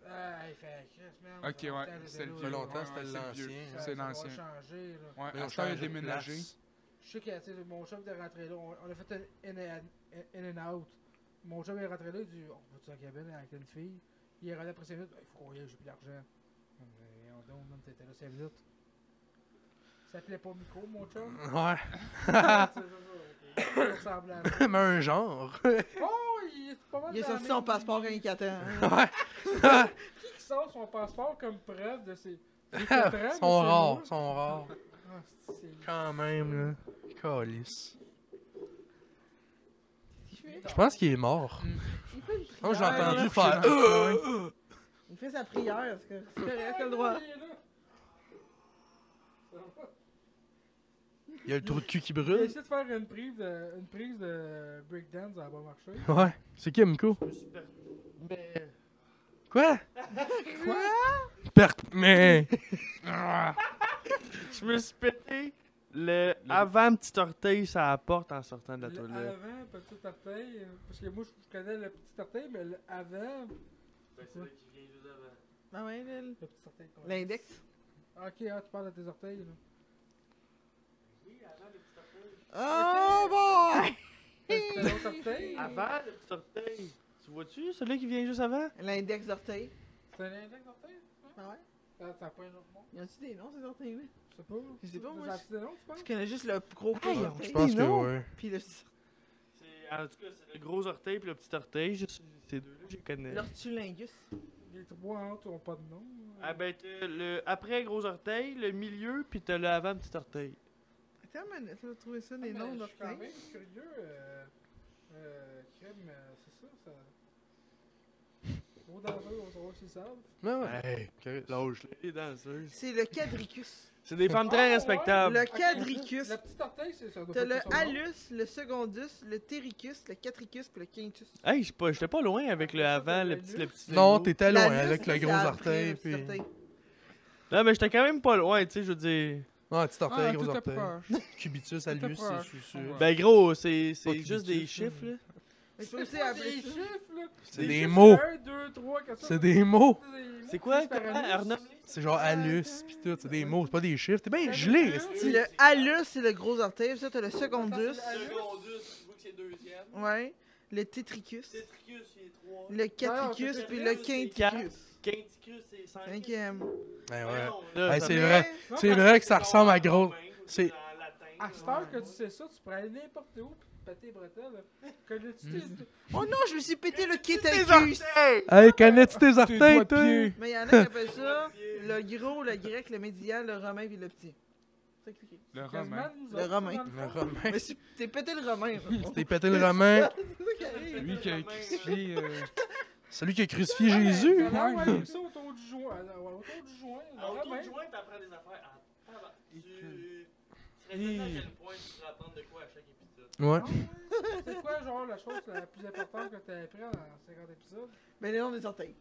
S3: Ah, il fait Christ, man,
S1: Ok,
S3: ça fait
S1: ouais,
S3: longtemps que
S1: c'est
S3: j'étais
S1: le
S5: Ça
S3: là,
S5: fait longtemps,
S3: ouais,
S5: c'était
S1: c'est
S5: l'ancien.
S1: vieux.
S3: ça-
S1: c'est
S3: ça va
S1: l'ancien.
S3: changer, là.
S1: Ouais,
S5: Mais on
S1: Astor a
S5: change de
S1: déménagé.
S5: place.
S3: Je sais que tu sais, mon chum est rentré là, on, on a fait un in, and- in and out. Mon chum est rentré là, il dit On va-tu à la cabine avec une fille Il est rentré après 5 minutes, ben, il faut qu'on y aille, j'ai plus d'argent. Comme, Mais on donne, même t'étais là 5 minutes. Ça s'appelait pas micro, mon chum
S5: Ouais,
S3: C'est ça, ça, ok. Ça ressemble à ça.
S5: mais un genre.
S3: Oh, il est pas mal
S4: Il a
S3: dans la
S4: sorti
S3: même
S4: son
S3: ligne.
S4: passeport quand il attend.
S3: Qui qui sort son passeport comme preuve de ses. Ils
S5: Ils sont rares, ils sont rares.
S3: Ah, c'est.
S5: Quand même, là. Calice.
S4: Il fait,
S5: Je pense qu'il est mort.
S4: il fait une
S5: Moi, Oh, j'ai
S4: prière, là.
S5: entendu faire.
S1: couché dans le
S5: Euh, euh.
S4: Il fait sa prière, c'est correct, c'est correct, t'as le droit.
S3: Il est là. Ça va.
S5: Il y a le trou de cul qui
S3: J'ai
S5: brûle.
S3: essayé de faire une prise de, une prise de breakdance, ça a pas marché.
S5: Ouais. C'est qui, Miko?
S2: Je me suis perdu. Mais.
S5: Quoi? Quoi? Perte. Mais.
S2: Je me suis pété le avant-petit orteil, ça apporte en sortant de la
S3: Le
S2: toilette.
S3: avant, petit orteil, euh, parce que moi je je connais le petit orteil, mais le avant,
S2: Ben, C'est là qui vient juste avant.
S4: Ah ouais, le-
S3: le petit orteil. quoi.
S4: l'index.
S3: Ah, Ok, ah, tu parles de tes orteils. Là.
S4: Oh boy!
S3: C'était l'autre orteil.
S2: Avant le petit orteil. Tu vois-tu celui qui vient juste avant?
S4: L'index d'orteil.
S3: C'est un index orteil?
S4: Ah ouais?
S3: T'as t'as pas un autre nom?
S4: Y a-tu des noms, ces orteils-là?
S3: Je sais pas.
S4: Je sais pas, moi,
S3: T'as
S4: je-
S3: un petit nom, tu penses?
S4: Tu connais juste le gros gros
S5: Ouais,
S4: orteil,
S5: Je pense que
S4: non?
S5: ouais.
S4: Puis le-
S2: C'est- En tout cas, c'est le gros orteil puis le petit orteil. je- Ces deux-là, je les connais.
S4: l'ortulingus.
S3: Les trois en haut ont pas de nom.
S2: Ah ben, t'as le après gros orteil, le milieu, puis t'as le avant petit orteil.
S4: Attends, mais tu vas trouver ça,
S3: Ah, mais
S4: des noms
S3: Je suis quand
S4: d'orteils.
S3: même curieux. Euh, euh, crème, euh, c'est ça, ça. Gros dangereux, on va savoir s'ils savent.
S5: Ouais, ouais. Chris.
S2: Les danseuses.
S4: C'est le quadricus.
S2: C'est des femmes très
S3: Oh,
S5: Ah,
S2: respectables.
S4: Le
S3: Ok,
S4: quadricus.
S3: Le petit orteil, c'est ça. doit
S4: T'as
S3: pas
S4: le
S3: être son nom.
S4: hallus, le secondus, le ptericus, le quatricus, puis le quintus.
S2: Hey, j'étais pas, j'étais pas loin avec le avant, le petit, le petit.
S5: Non,
S2: vélo.
S5: t'étais loin
S4: L'hallus,
S5: avec le
S4: c'est
S5: gros
S4: après
S5: orteil.
S4: le petit
S5: Puis...
S4: orteil.
S2: Non, mais j'étais quand même pas loin, tu sais, je veux dire.
S5: Ouais, petit
S1: Ah,
S5: orteil, gros
S1: tout est
S5: orteil.
S1: proche.
S5: Cubitus, hallus,
S1: proche.
S5: c'est sûr.
S1: Ouais.
S2: Ben gros, c'est
S5: Pas hein.
S2: c'est juste des
S5: cubitus, là.
S2: chiffres, là.
S4: Mais tu peux
S3: C'est
S4: aussi
S3: pas des
S4: appeler ça.
S3: chiffres, là.
S5: C'est des
S3: chiffres,
S5: mots.
S3: 1, 2, 3, 4,
S5: C'est des mots.
S2: C'est quoi, comment, Arnaud?
S5: C'est genre hallus, pis tout. C'est des mots, c'est pas des chiffres. T'es bien gelé, esti.
S4: C'est le hallus, c'est le gros orteil. Ça, t'as le secondus.
S3: Ça, c'est le hallus.
S4: Ouais. le tétricus,
S2: Tetricus, il est 3.
S4: le
S3: Non, non,
S4: quatricus,
S3: c'est
S4: puis
S3: le
S4: le
S2: tétricus, c'est
S4: quinticus.
S2: Quinticus, c'est 5.
S4: Cinquième.
S5: Eh
S2: ben,
S5: ouais. Hey, c'est vrai.
S3: Non,
S5: C'est
S3: parce-
S5: vrai que ça ressemble à gros. C'est-
S3: À cette heure que tu sais ça, tu pourrais aller n'importe où pis te péter les bretelles. là. Connais-tu
S5: Mm.
S3: tes.
S4: Oh non, je me suis pété le quinticus.
S5: Hey, connais-tu tes
S1: Tes doigts de
S5: orteils, toi?
S1: pied.
S4: Mais il y en a qui appellent ça le gros, le grec, le médial, le romain, puis le petit. Ça clique.
S1: Le
S3: Quasiment,
S1: romain.
S3: nous
S4: Le
S3: autres,
S4: romain.
S3: dans le
S1: Le
S3: fond.
S1: romain.
S4: Je me suis- T'es pété le romain.
S5: T'es pété le romain.
S4: C'est ça qui arrive.
S1: Lui qui a crucifié. euh,
S5: Celui qui a crucifié Jésus.
S3: Ça a l'air,
S5: Mm.
S3: ouais, comme ça, autour du joint. Ah, ouais, autour du joint, le
S2: En auto
S3: romain.
S2: joint, t'apprends des affaires. Ah, tabarnak. Tu. Tu serais
S1: Et-
S2: étonné à quel point tu vas apprendre de quoi à chaque épisode.
S5: Ouais.
S3: C'est quoi, genre, la chose la plus importante que t'as appris en 50 épisodes
S4: Mais le nom des orteils.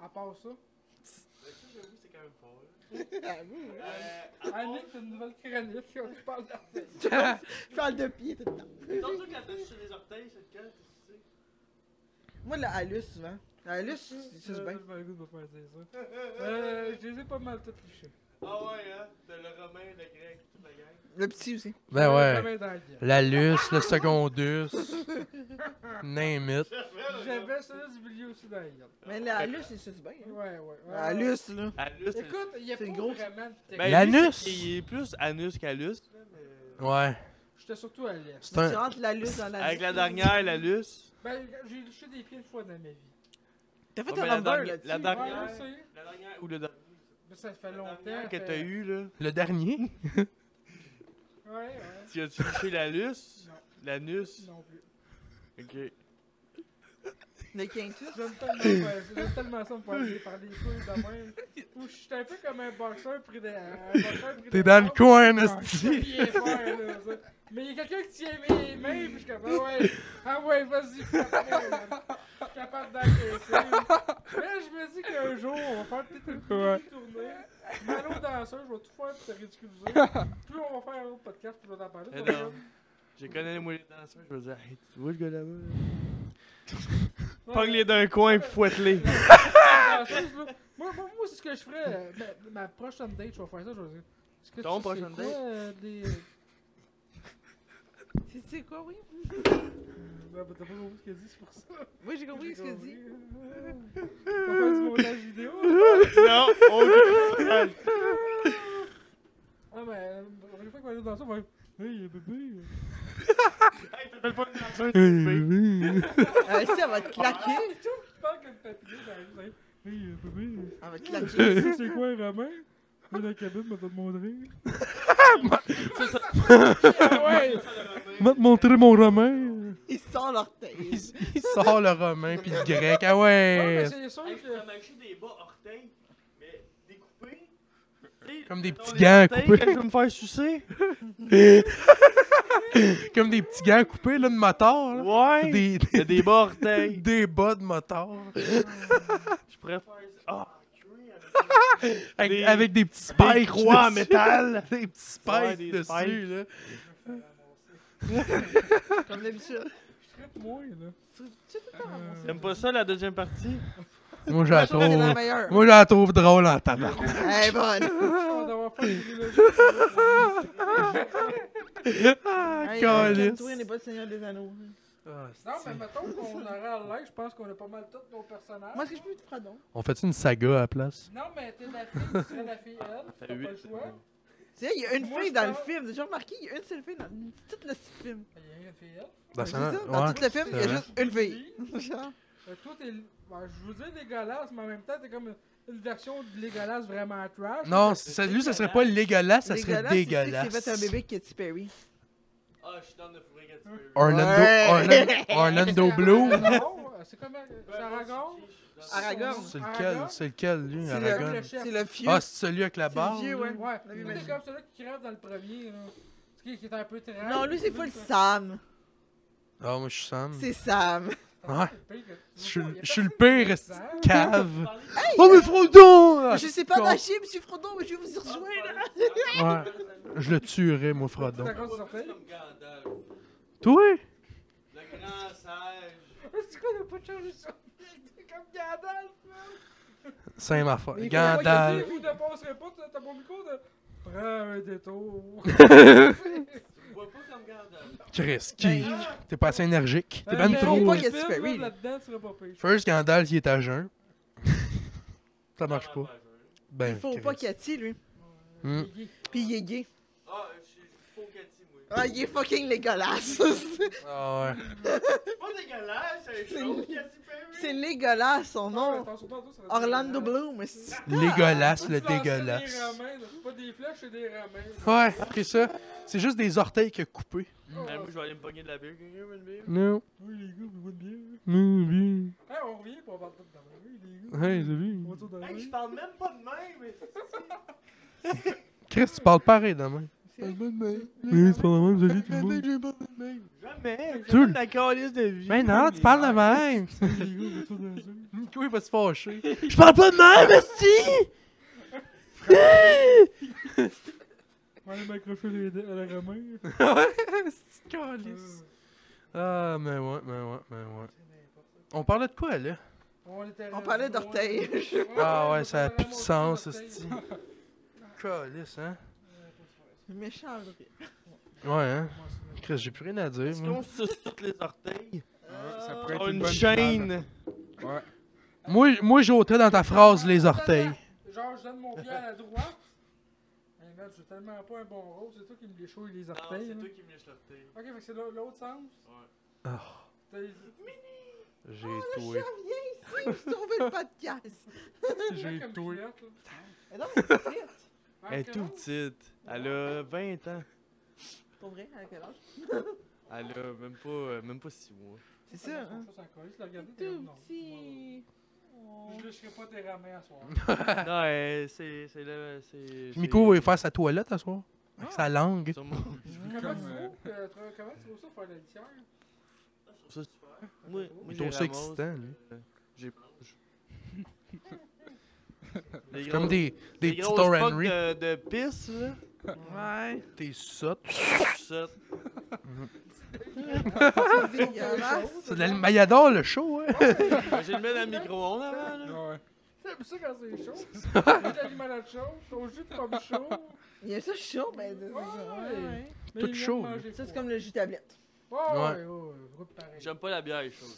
S3: À part ça.
S2: Mais Ben, ça, j'avoue, c'est quand même fort. là.
S3: Ah,
S2: Euh, à part-
S3: Annick, t'as une nouvelle chronique quand tu parles d'orteils.
S4: Je parle de pied tout le temps.
S2: Mettons, toi, Euh, quand t'as touché les orteils, c'est lequel que tu sais?
S4: Moi, le halus, souvent. Le halus, c'est c'est
S3: Euh,
S4: bien.
S3: j'avais le goût de me faire dire ça. Euh, je les ai pas mal tout lichés.
S2: Ah ouais, hein? T'as le romain, le grec, toute la gang.
S4: Le petit aussi.
S5: Ben
S3: La
S5: ouais.
S3: main dans la gueule.
S5: La luce, le secondus. Name it.
S3: J'avais celui du milieu aussi dans la gueule.
S4: Mais le halus, c'est c'est bien. hein.
S3: Ouais, ouais. ouais.
S4: Le halus, là.
S2: Anus.
S3: Écoute, il y a pas
S4: C'est gros.
S3: vraiment de technique.
S5: Ben, L'anus.
S2: Il est plus anus qu'anus. là, mais-
S5: Ouais.
S3: J'étais surtout à l'aise.
S5: C'est
S4: Tu
S5: un.
S4: rentres l'halus dans la
S2: Avec la dernière, l'anus.
S3: Ben, j'ai liché des pieds une fois dans ma vie.
S4: T'as fait
S2: Ouais, Oh, mais
S4: un
S2: la
S4: lumber,
S2: dernière-
S4: là-dessus.
S2: la dernière-
S3: Ouais, je sais.
S2: La dernière ou le dernier
S3: Mais Ben, ça fait
S2: la
S3: longtemps.
S2: dernière que
S3: fait-
S2: t'as eu, là.
S5: Le dernier?
S3: Ouais, ouais.
S2: Tu as-tu touché l'anus?
S3: Non.
S2: L'anus?
S3: Non plus.
S2: Ok.
S4: Le quintus.
S3: J'aime tellement, faire ça- j'aime tellement ça me faire dire par des couilles de même. Ou je suis un peu comme un boxeur pris de. un boxeur pris
S5: T'es
S3: de
S5: dans le
S3: force.
S5: coin,
S3: Ah, je sais
S5: esti.
S3: rien faire, là, ça. Mais il y a quelqu'un qui tient mes mains, puis je suis comme, ah ouais, ah ouais, vas-y, frappe-moi, man. Je suis capable d'encaisser. Là, je me dis qu'un jour, on va faire peut-être une petite tournée. Malo danseur, je vais tout faire pour te ridiculiser. Plus on va faire un autre podcast, plus on va en parler.
S2: Eh
S3: ça va
S2: non.
S3: être-
S2: J'ai connu moi les danseurs, je veux dire, hey, tu vois le gars là-bas? là?
S3: Ouais,
S2: Pogne-les d'un coin et fouette-les.
S3: la danseuse, là. Moi, moi, moi, c'est ce que je ferais. euh, Ma, ma prochaine date, je vais faire ça, je vais dire. Est-ce que
S2: Ton
S3: tu sais
S2: prochaine
S3: quoi,
S2: date?
S3: euh, des...
S4: Tu sais quoi, oui?
S3: Ouais, bah, t'as pas compris ce qu'elle dit, c'est pour ça.
S4: Moi, j'ai compris ce que tu dis.
S3: On va faire du montage vidéo.
S2: non, on
S3: Ah, mais euh, la prochaine fois qu'on va aller dans ça, on va dire Hey, bébé.
S2: Hey, t'appelles pas une danseuse,
S4: Ah, si, elle va te claquer.
S3: Tout qui parle comme papillon dans la rue, c'est, Hey, euh, bébé.
S4: Elle va te
S3: Tu
S4: claquer.
S3: sais c'est quoi, Romain Dans la cabine, m'a te montrer. Ah, Ouais,
S5: Je vais te montrer mon romain.
S4: Ils sortent l'orteil.
S5: Il sort le romain pis le grec. Ah
S3: Ouais, mais
S5: ouais.
S3: c'est sûr
S2: Hey,
S3: que.
S2: ça m'a acheté des bas orteils, mais découpés. Tu sais,
S5: Comme des
S2: mettons,
S5: petits
S2: les
S5: gants
S2: orteils
S5: coupés.
S2: Quand je vais me faire sucer.
S5: Comme des petits gants coupés, là, de motard. là.
S2: Ouais.
S5: Des,
S2: Il y
S5: des,
S2: a des bas orteils.
S5: des bas de motard.
S2: Je pourrais faire ça. Ah,
S5: Avec
S2: Des-
S5: des, avec des petits spikes.
S2: des croix en
S5: dessus.
S2: métal.
S5: Des petits spikes
S2: Ouais, des
S5: dessus,
S2: spikes.
S5: là.
S4: Comme d'habitude.
S3: Je trippe moins, là.
S4: Tu sais tout le
S3: Ah,
S4: temps ramasser.
S2: T'aimes pas ça la deuxième partie?
S5: Moi, je la
S4: C'est la
S5: trouve.
S4: meilleure.
S5: Moi, je la trouve drôle en tabarnak.
S4: Elle est bonne.
S3: On va faire une trilogie.
S5: Ah,
S4: Ah,
S2: Ah,
S4: Hey,
S5: calice.
S4: calme-toi, on n'est pas le Seigneur des Anneaux.
S5: Ah,
S3: Non, mais mettons qu'on aurait à l'air, je pense qu'on a pas mal tous nos personnages.
S4: Moi, est-ce que je peux te faire donc?
S5: On fait une saga à la place?
S3: Non, mais t'es la fille, tu serais la fille, elle. T'as pas
S2: fait
S3: le
S2: huit.
S3: choix.
S4: Tu sais, il y a une
S3: Moi,
S4: fille
S3: je
S4: dans le
S3: pense-
S4: film. J'ai remarqué, il y a une seule fille dans tout le film.
S3: Il y a une fille, elle.
S5: Dans,
S4: C'est
S5: ça,
S4: ça, dans
S5: ouais.
S4: tout le film, il y a
S5: c'est vrai.
S4: juste une fille. Genre,
S3: Euh, toi, t'es. ben, je vous dis dégueulasse, mais en même temps, t'es comme une version de dégueulasse vraiment trash.
S5: Non, ça- lui, ça serait pas dégueulasse, ça serait
S4: dégueulasse, c'est celui qui
S5: dégueulasse.
S4: s'est fait un bébé avec Katy Perry.
S2: Ah, je suis dans le fourré quand tu veux.
S5: Orlando,
S4: Ouais.
S5: Orla- Orlando Bloom.
S3: Non, c'est comme. C'est Aragorn.
S4: Aragorn.
S5: C'est lequel, c'est lequel, lui,
S4: C'est
S5: Aragorn?
S4: le,
S3: chef.
S4: c'est le vieux.
S5: Ah, c'est celui avec la
S4: C'est
S5: barbe?
S4: vieux, ouais.
S3: Ouais,
S4: L'avais
S3: toi, t'es
S4: imaginé.
S3: comme celui qui crève dans le premier, là. Tu sais, Qui est un peu trash.
S4: non, lui, c'est pas le
S3: T'as-
S4: Sam.
S5: Hmm. Ah, moi, je suis Sam.
S4: C'est Sam.
S3: t'as-
S5: Ouais.
S3: t'as le pire que tu-
S5: Je suis
S3: Y
S5: le-
S3: a
S5: je suis le
S3: personne qui
S5: pire,
S3: fait
S5: esti
S3: ça.
S5: de cave. Oh, mais Frodon!
S4: je sais pas nager, monsieur Frodon, mais je vais vous y rejoindre.
S5: Ouais, je le tuerais, moi, Frodon.
S3: T'as encore sorti?
S5: Toi?
S2: Le grand sage.
S3: C'est quoi, t'as pas changé ça? T'es comme Gandalf, man.
S5: C'est ma faute.
S4: Mais il faut
S3: Gandalf.
S5: Gandalf.
S3: Vous ne passerez pas, t'as t'as mon micro de. Prends un détour.
S2: Tu le vois pas comme Gandalf.
S5: Chris, qui- t'es pas assez énergique. T'es
S3: Ben,
S5: ben
S3: mais
S5: trop.
S3: on
S4: pas
S3: peut
S4: qu'est-ce
S3: dire,
S4: que tu fais,
S3: là,
S4: oui.
S3: Là-dedans, tu serais pas pire.
S5: First, Gandalf, il est à jeun. ça marche pas. Ben,
S4: Il faut pas
S5: Chris.
S4: qu'il attire, lui.
S5: Hmm.
S4: Puis il est gay.
S2: Ah, je suis faux Cathy, moi.
S4: Ah, il est fucking dégueulasse.
S5: Ah ouais.
S2: C'est pas dégueulasse, c'est chaud, Cathy Perry.
S4: C'est dégueulasse, son nom. Orlando
S3: Bleu.
S4: Bloom, est-ce que-
S5: Dégueulasse,
S3: Ah,
S5: le dégueulasse.
S3: C'est pas des flèches, c'est des ramins.
S5: Ouais, c'est ça. C'est juste des orteils que coupés.
S3: Oh,
S2: Ben, moi, je vais aller me pogner de la bière. Quelqu'un veut une bière?
S5: Non.
S3: Oui, les gars, vous voyez bien.
S5: Non, bien.
S3: Hey, on revient pour avoir tout dans la rue, les gars.
S5: Hey, c'est bien.
S3: On va dire dans la
S2: Hey, je
S3: rue.
S2: parle même pas de même, mais.
S5: Chris, tu parles pareil demain. Oui, tu parles de même, salut tout le monde.
S2: Jamais!
S5: Tu le-
S2: Jamais de la calice de vie!
S5: Mais non, tu parles de même.
S3: Les gars, on va tout dans la rue.
S5: Nico, il va se fâcher. Je parle pas de même, esti!
S3: On va aller m'accrocher les- à la ramin.
S5: Calice.
S3: Euh,
S5: Ah, mais ouais, mais ouais, mais ouais. On parlait de quoi, là?
S3: On, était
S4: On
S3: rendu
S4: parlait
S3: loin.
S4: d'orteils.
S5: Ah ouais,
S3: on
S5: ça a
S3: parlait
S5: plus de
S3: d'orteils.
S5: sens, esti. Calice, hein?
S4: Méchant, là.
S5: Ouais, hein? Chris, j'ai plus rien à dire,
S2: Est-ce
S5: moi.
S2: qu'on se suce toutes les orteils?
S1: ça pourrait
S2: Sur
S1: être une,
S2: Ben, Oh, une
S1: bonne finale.
S2: chaîne!
S1: Ouais.
S5: Moi, moi j'ôtais dans ta phrase les orteils.
S3: Genre, je donne mon pied à la droite. Hey, merde, je suis tellement pas un bon rose, c'est toi qui me déchouille les
S2: Ah,
S3: orteils. là.
S2: qui me lèches l'orteil.
S3: Ok, fait que c'est l'au- l'autre sens.
S5: Ah.
S3: T'as-
S5: J'ai toué.
S4: Viens ici, sauver le podcast.
S3: J'ai tout.
S4: Mais non, c'est triste.
S3: Ah,
S2: Elle est toute petite. Elle a 20 ans.
S4: Pour vrai, à quel âge?
S2: Elle a même pas, euh, même pas 6 mois.
S4: C'est ça, hein? Tout petit. Oh.
S3: Je lâcherai pas tes ramins à soir.
S2: non, elle- c'est c'est le. c'est- c'est-
S5: Miko va faire sa toilette à soir. Avec sa langue.
S2: Sur mon-
S3: Comment tu
S1: Comme, euh,
S3: trouves que- tra- comment tu trouves ça faire la litière?
S2: Ça, c'est super. Moi, moi
S5: Je
S2: j'ai
S5: trouve ça
S2: hein?
S5: excitant, là.
S2: J'ai
S5: C'est comme des, des
S2: des
S5: petits
S2: grosses
S5: Thor
S2: pocs
S5: Henry.
S2: de, de pisse, là.
S5: Ouais. T'es sotte.
S2: Je saute.
S4: C'est dégueulasse.
S5: C'est de l'almayador, le show, hein?
S2: Ben, J'ai le mets dans le micro-ondes avant, là.
S1: Ouais.
S3: T'aimes ça quand c'est chaud? T'as de la limonade chaude, ton jus de pomme chaud.
S4: Il y a ça chaud, mais. Ouais, ouais.
S3: mais il
S5: Tout
S3: vient de
S5: chaud,
S3: manger
S4: Ça, c'est
S3: froid.
S4: comme le jus tablette.
S3: Ouais, ouais, ouais, route pareil.
S2: J'aime pas la bière chaude.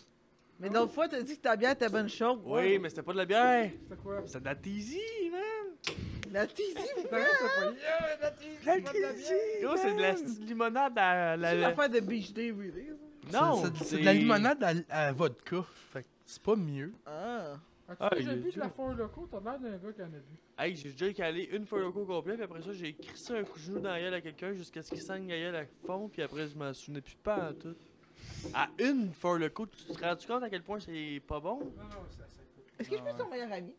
S4: Mais l'autre fois, t'as dit que ta bière était bonne chaude.
S2: Oui, mais c'était pas de la bière.
S3: C'était quoi?
S2: C'était de la teasy, man.
S4: La tizzy,
S3: T'arrêtes, c'est pas- Yeah, la teasy, c'est pas de la bière.
S2: Gros, c'est de la petite limonade à
S4: c'est
S2: la.
S4: l'affaire de Beach Day, really.
S2: Non,
S5: C'est- c'est- C'est de la limonade à, à vodka. Fait que c'est pas mieux.
S4: Ah.
S3: As-tu
S2: Ah,
S3: déjà
S2: il est
S3: bu de la
S2: dur.
S3: Four Loko? T'as l'air d'un gars qui en a bu.
S2: Hey, j'ai déjà calé une feuille loco complet, puis après ça, j'ai crissé un coup de genou dans la gueule à quelqu'un jusqu'à ce qu'il saigne la gueule à fond, puis après, je m'en souvenais plus pas en tout. À une feuille loco, tu te rends compte à quel point c'est pas bon?
S3: Non, non, ça, ça coûte.
S4: Est-ce que je peux être ton meilleur ami?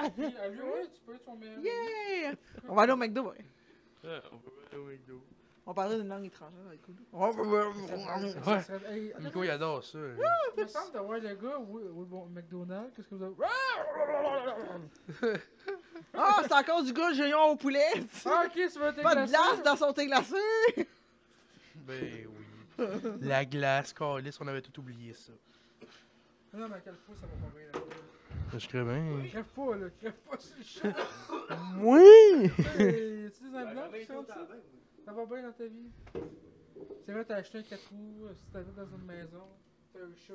S3: Oui, à lui, ouais, tu peux être son meilleur.
S4: Yeah! On va aller au McDo, ouais.
S2: Euh, on peut aller au McDo.
S4: On parlait d'une langue étrangère, c'est cool.
S3: Ça serait- hey, attends,
S5: Nico, il adore ça.
S3: Il me semble d'avoir le gars au, au- au McDonald's, qu'est-ce que vous avez.
S4: Ah, c'est encore du gars géant au poulet!
S3: Ah, ok, tu veux t'es
S4: Pas de
S3: glacé?
S4: glace dans son thé glacé!
S5: Ben oui. La glace, Carlis, on avait tout oublié ça.
S3: Non, mais à quel point ça va pas bien. là.
S5: Je crée bien.
S3: Crève pas, là, crève pas sur le champ.
S5: Oui!
S3: Hey, tu des ambulances qui sortent ça? Ça va bien dans ta vie? C'est vrai, t'as acheté un 4 roues, euh, si t'as dans une maison, t'as un chat.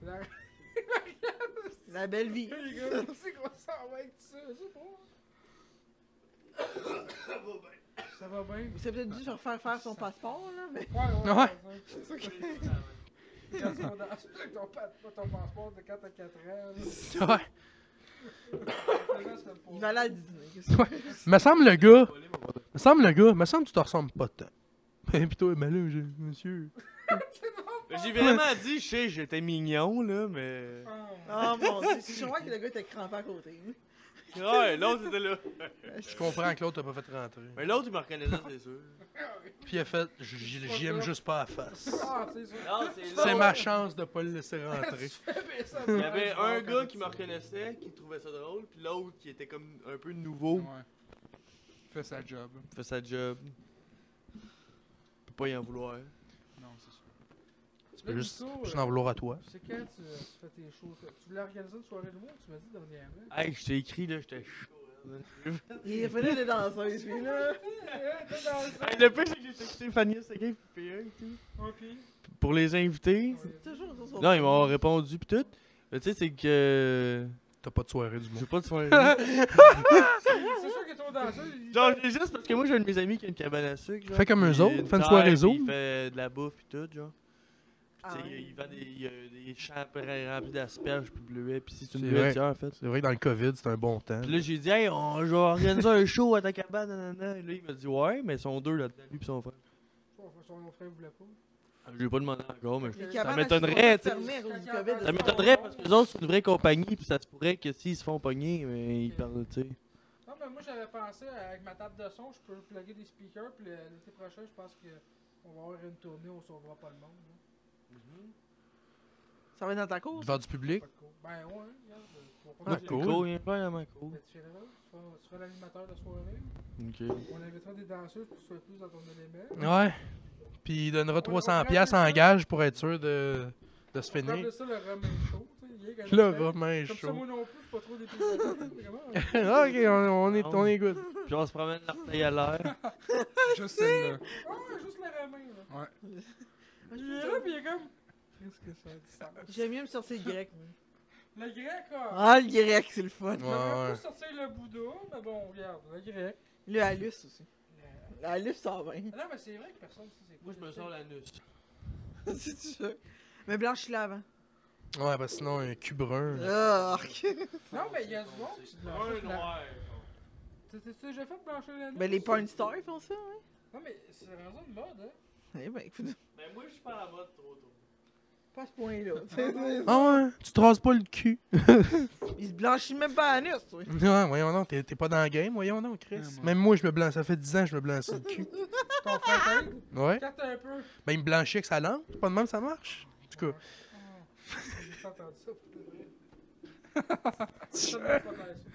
S3: C'est la.
S4: La belle vie.
S3: Les gars, c'est quoi ça va avec ça? Je sais pas. Ça va bien.
S4: Vous avez peut-être dû se refaire faire son passeport, là, mais.
S3: Ça va bien?
S5: Ouais.
S3: C'est ça qui Quand tu vas dans- avec ton pa- ton passeport de quand t'as 4 ans. là,
S5: Ouais.
S3: finalement, c'est pas-
S4: Il va aller à Disney. qu'est-ce que-
S5: Me semble le gars. Me semble le gars. Me semble que tu te ressembles pas tant. Et puis Ben, toi, mais là, j'ai- monsieur.
S2: J'ai vraiment dit, je sais, j'étais mignon, là, mais.
S3: Ah.
S4: Oh mon dieu, je crois que le gars était crampé à côté.
S2: Ah Ouais, l'autre était là.
S5: Je comprends que l'autre t'a pas fait rentrer.
S2: Mais l'autre, il me reconnaissait, c'est sûr.
S5: Puis il a fait, j- j'y aime juste pas la face.
S3: Ah, c'est sûr.
S2: Non, c'est
S5: C'est
S2: l'autre.
S5: ma chance de pas le laisser rentrer.
S2: Il y avait un gars qui me reconnaissait, qui trouvait ça drôle, puis l'autre qui était comme un peu nouveau.
S1: Ouais. Fais sa job.
S2: Il fait sa job. Peut pas y en vouloir.
S1: Non, c'est sûr.
S5: Tu peux juste, juste en vouloir à toi.
S3: C'est quand tu, euh, tu fais tes shows? Tu voulais organiser une soirée de mots, tu m'as dit dernièrement.
S2: Hey, je t'ai écrit là, j'étais chaud.
S4: Il est venu de danseuse, lui, là.
S2: le pire, c'est que j'ai texté Fanny Seguin puis PA et tout.
S3: Ouais, puis,
S2: Pour les invités.
S4: Toujours sur son-
S2: Non, ils m'ont répondu pis tout. Mais tu sais, c'est que. euh,
S5: T'as pas de soirée du
S2: Je
S5: monde.
S2: veux pas de soirée.
S3: Ah, C'est sûr que ton danseur, il-
S2: Genre, j'ai juste parce que moi, j'ai un de mes amis qui a une cabane à sucre. Genre,
S5: Fais comme eux
S2: puis
S5: autres,
S2: une
S5: fais une
S2: terre,
S5: soirée
S2: puis
S5: Zoom.
S2: Il fait de la bouffe pis tout, genre.
S4: Ah
S2: Tu sais,
S4: ouais.
S2: il vend des, il y a des champs remplis d'asperges pis bleuets pis si tu
S5: C'est
S2: une
S5: vrai.
S2: bleuetière en fait.
S5: C'est vrai que dans le COVID, c'est un bon temps.
S2: Puis là, j'ai dit, hey, on, je vais organiser un show à ta cabane, nanana. Et là, il m'a dit, ouais, mais ils sont deux là-dedans, lui pis son frère.
S3: Son son frère voulait pas.
S2: Ah, Je lui ai pas demandé encore, mais je-
S4: Les
S3: Ça
S4: cabanes à
S2: m'étonnerait,
S4: sucre
S2: tu
S4: sont
S2: sais.
S4: fermées à cause du COVID.
S2: ça m'étonnerait parce que les autres, c'est une vraie compagnie pis ça se pourrait que s'ils se font pogner, mais ils parlent, tu sais.
S3: Non, mais moi j'avais pensé euh, avec ma table de son, je peux plugger des speakers, puis le- l'été prochain, je pense que on va avoir une tournée, on sauvera pas le monde. hein.
S4: Ça va être dans ta cour?
S5: Devant du public.
S3: Pas de cours. Ben ouais, regarde, euh, on va
S5: Ah,
S3: pas
S2: J'ai
S3: dire-
S5: cool.
S2: Il y a plein à ma cour.
S3: Ben, Tu seras là, tu seras- tu seras l'animateur de soirée.
S2: Ok.
S3: On invitera des danseuses pour que tu sois plus dans ton élément.
S5: Ouais. Puis il donnera
S3: On-
S5: 300
S3: on
S5: pièces en
S3: rappelle ça.
S5: gage pour être sûr de, de se
S3: On peut appeler
S5: finir.
S3: ça le Romain Show. tu sais, rien qu'un
S5: Le
S3: appel.
S5: Romain
S3: Comme ça,
S5: chaud.
S3: moi non plus, je suis pas trop dépaysé. vraiment.
S5: ok, on, on est, on est good.
S2: Puis on se promène l'orteil à l'air.
S1: Juste euh, celle-là.
S3: Ah, juste le Romain, là. Il est là,
S4: J'aime-
S3: puis il est comme. Qu'est-ce que ça a du sens?
S4: J'aime mieux me sortir le grec. moi.
S3: Le grec, ah!
S4: Ah, le grec, c'est le fun.
S5: Ouais,
S3: J'aurais
S5: ouais.
S3: pu sortir le Bouddha, mais bon, regarde, le grec.
S4: Le halus aussi. Le halus 120.
S3: Ah Non, mais c'est vrai que personne ne sait c'est quoi.
S2: Moi, je me sors l'anus.
S4: si tu veux. Mais blanche, je suis là avant.
S5: Ouais, parce que sinon, un cube brun.
S4: Ah, arc.
S3: Non, mais il y a du monde qui se blanchit. la- Tu tu- tu as déjà fait blanchir la nuit?
S4: Ben, les porn stars ils font ça, ouais.
S3: Non, mais c'est vraiment une mode, hein.
S4: Eh ben, écoute,
S2: Ben moi, je suis pas à la mode trop tôt.
S4: pas à ce point-là. tu sais, c'est-
S5: Ah ouais, tu te rases pas le cul.
S4: Il se blanchit même pas à l'anus, toi.
S5: Ouais, voyons donc, t'es t'es pas dans le game, voyons donc, Chris.
S1: Ah, moi.
S5: Même moi, je me blanche, ça fait 10 ans que je me blanchis le cul.
S3: Ton frère t'aide.
S5: Ouais.
S3: Quand t'as un peu.
S5: Ben, il me blanchit avec sa langue, c'est pas de même ça marche. En tout cas,
S3: J'ai pas entendu ça, pour de vrai. Ça me protège.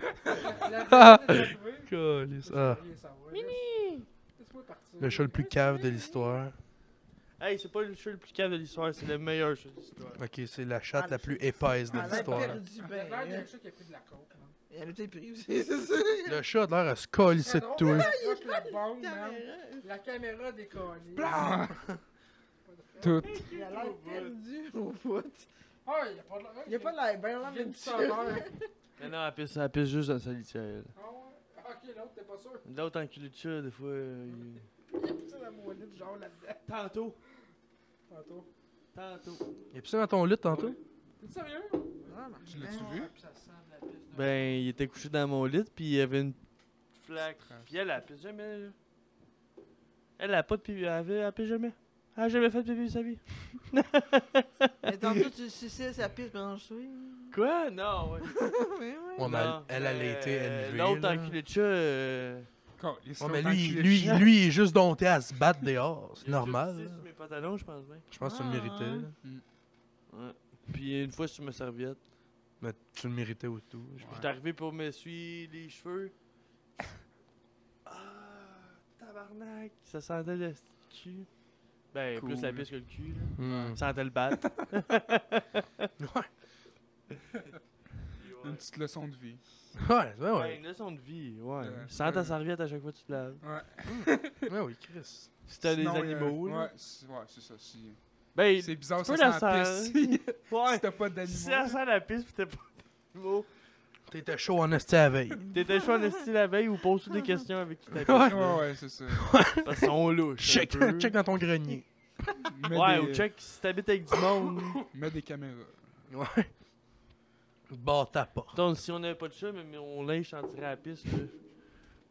S3: La vérité est avouée.
S5: calisse.
S3: Je
S5: Ah,
S3: veux rien savoir. Laisse- Laisse-moi partir.
S5: le chat le plus cave de l'histoire.
S2: Hey, c'est pas le show le plus cave de l'histoire, c'est le meilleur show de l'histoire.
S5: Ok, c'est la
S3: Ah,
S5: chatte la plus épaisse de
S4: Elle
S3: ben,
S4: a
S5: l'histoire.
S4: perdu
S3: Il a l'air
S4: ben.
S3: d'un chat qui a pris de la coke, man.
S4: Il en a peut-être pris aussi, c'est ça.
S5: Le chat a l'air à se coller
S3: C'est
S5: c'est
S3: drôle,
S5: tout.
S3: il accroche la bombe, man.
S4: Caméra.
S3: La caméra décollée.
S1: Blanc! Tout.
S4: Il a l'air perdu au bout.
S3: Ah, il y a pas de l'air.
S4: Il a pas l'air bien, là, mais
S3: Viens du
S4: tu
S3: serveur.
S2: Mais non, elle pisse, elle pisse juste dans sa litière.
S3: Ah ouais? Ok, l'autre, t'es pas sûr.
S2: L'autre enculé de chat, des fois. euh, il-
S3: Il a poussé la moelle du genre là-dedans.
S2: Tantôt,
S3: Tantôt.
S2: tantôt.
S5: Il a pissé dans ton lit tantôt?
S3: T'es sérieux?
S1: Tu
S4: Ah,
S1: l'as-tu vu?
S3: Puis ça sent de la pisse de.
S2: Ben, il était couché dans mon lit, puis il y avait une flaque. Puis elle, elle pisse jamais, là. Elle a pas de pipi, elle, avait- elle pisse jamais. Elle a jamais fait de pipi de sa vie.
S4: ben, Mais tantôt, tu le suçais sa pisse ben, branchée.
S2: Quoi? Non, ouais.
S4: Mais ouais.
S5: Ouais, mais
S2: Non.
S5: elle, elle, elle a été
S2: Euh,
S5: élevée.
S2: L'autre
S5: là.
S2: enculé de chat. euh,
S1: Calisse,
S5: Ouais, mais
S1: l'autre
S5: lui,
S1: enculé
S5: lui,
S1: de chien.
S5: lui, il est juste dompté à se battre dehors. C'est
S2: il a
S5: normal.
S2: juste pissé
S5: là.
S2: sur mes pantalons, je pense bien.
S5: Je pense que tu le
S4: Ah,
S5: méritais.
S4: ouais.
S5: là.
S2: Puis une fois sur ma serviette.
S5: Mais tu le méritais ou tout. je pense.
S2: J'étais arrivé pour me suivre les cheveux. Ah, tabarnak. Ça sentait le cul. Ben, plus la
S1: Cool.
S2: pisse que le cul, là.
S5: Hmm.
S2: Ça sentait le bat.
S1: Une petite leçon de vie.
S5: Ouais, ouais,
S2: Ouais,
S5: ouais.
S2: Ben, une leçon de vie, ouais.
S1: Ouais.
S2: Sans ta serviette à chaque fois que tu te laves.
S1: Ouais.
S5: Ouais, oui, Chris.
S2: Si t'as des
S1: Sinon,
S2: animaux,
S1: euh,
S2: là.
S1: Ouais, c'est ouais, c'est ça. Si...
S2: Ben,
S1: C'est bizarre,
S2: tu peux
S1: ça
S2: la
S1: sent la pisse.
S2: sentir.
S1: si
S2: ouais.
S1: t'as pas
S2: Si ça
S1: d'animaux.
S2: sent la pisse pis t'as pas d'animaux,
S5: T'étais chaud en hostie à la veille.
S2: t'étais chaud en esti la veille ou pose des questions avec qui t'as
S1: Ouais, ouais, c'est ça.
S2: Parce qu'ils sont louches. un
S5: Check,
S2: peu.
S5: check dans ton grenier.
S1: Mets
S2: Ouais,
S1: des-
S2: ou check si t'habites avec du monde.
S1: Mets des caméras.
S5: Ouais. Barre ta porte.
S2: Attends, si on n'avait pas de chat, mais mais on linge sentirait la piste, là.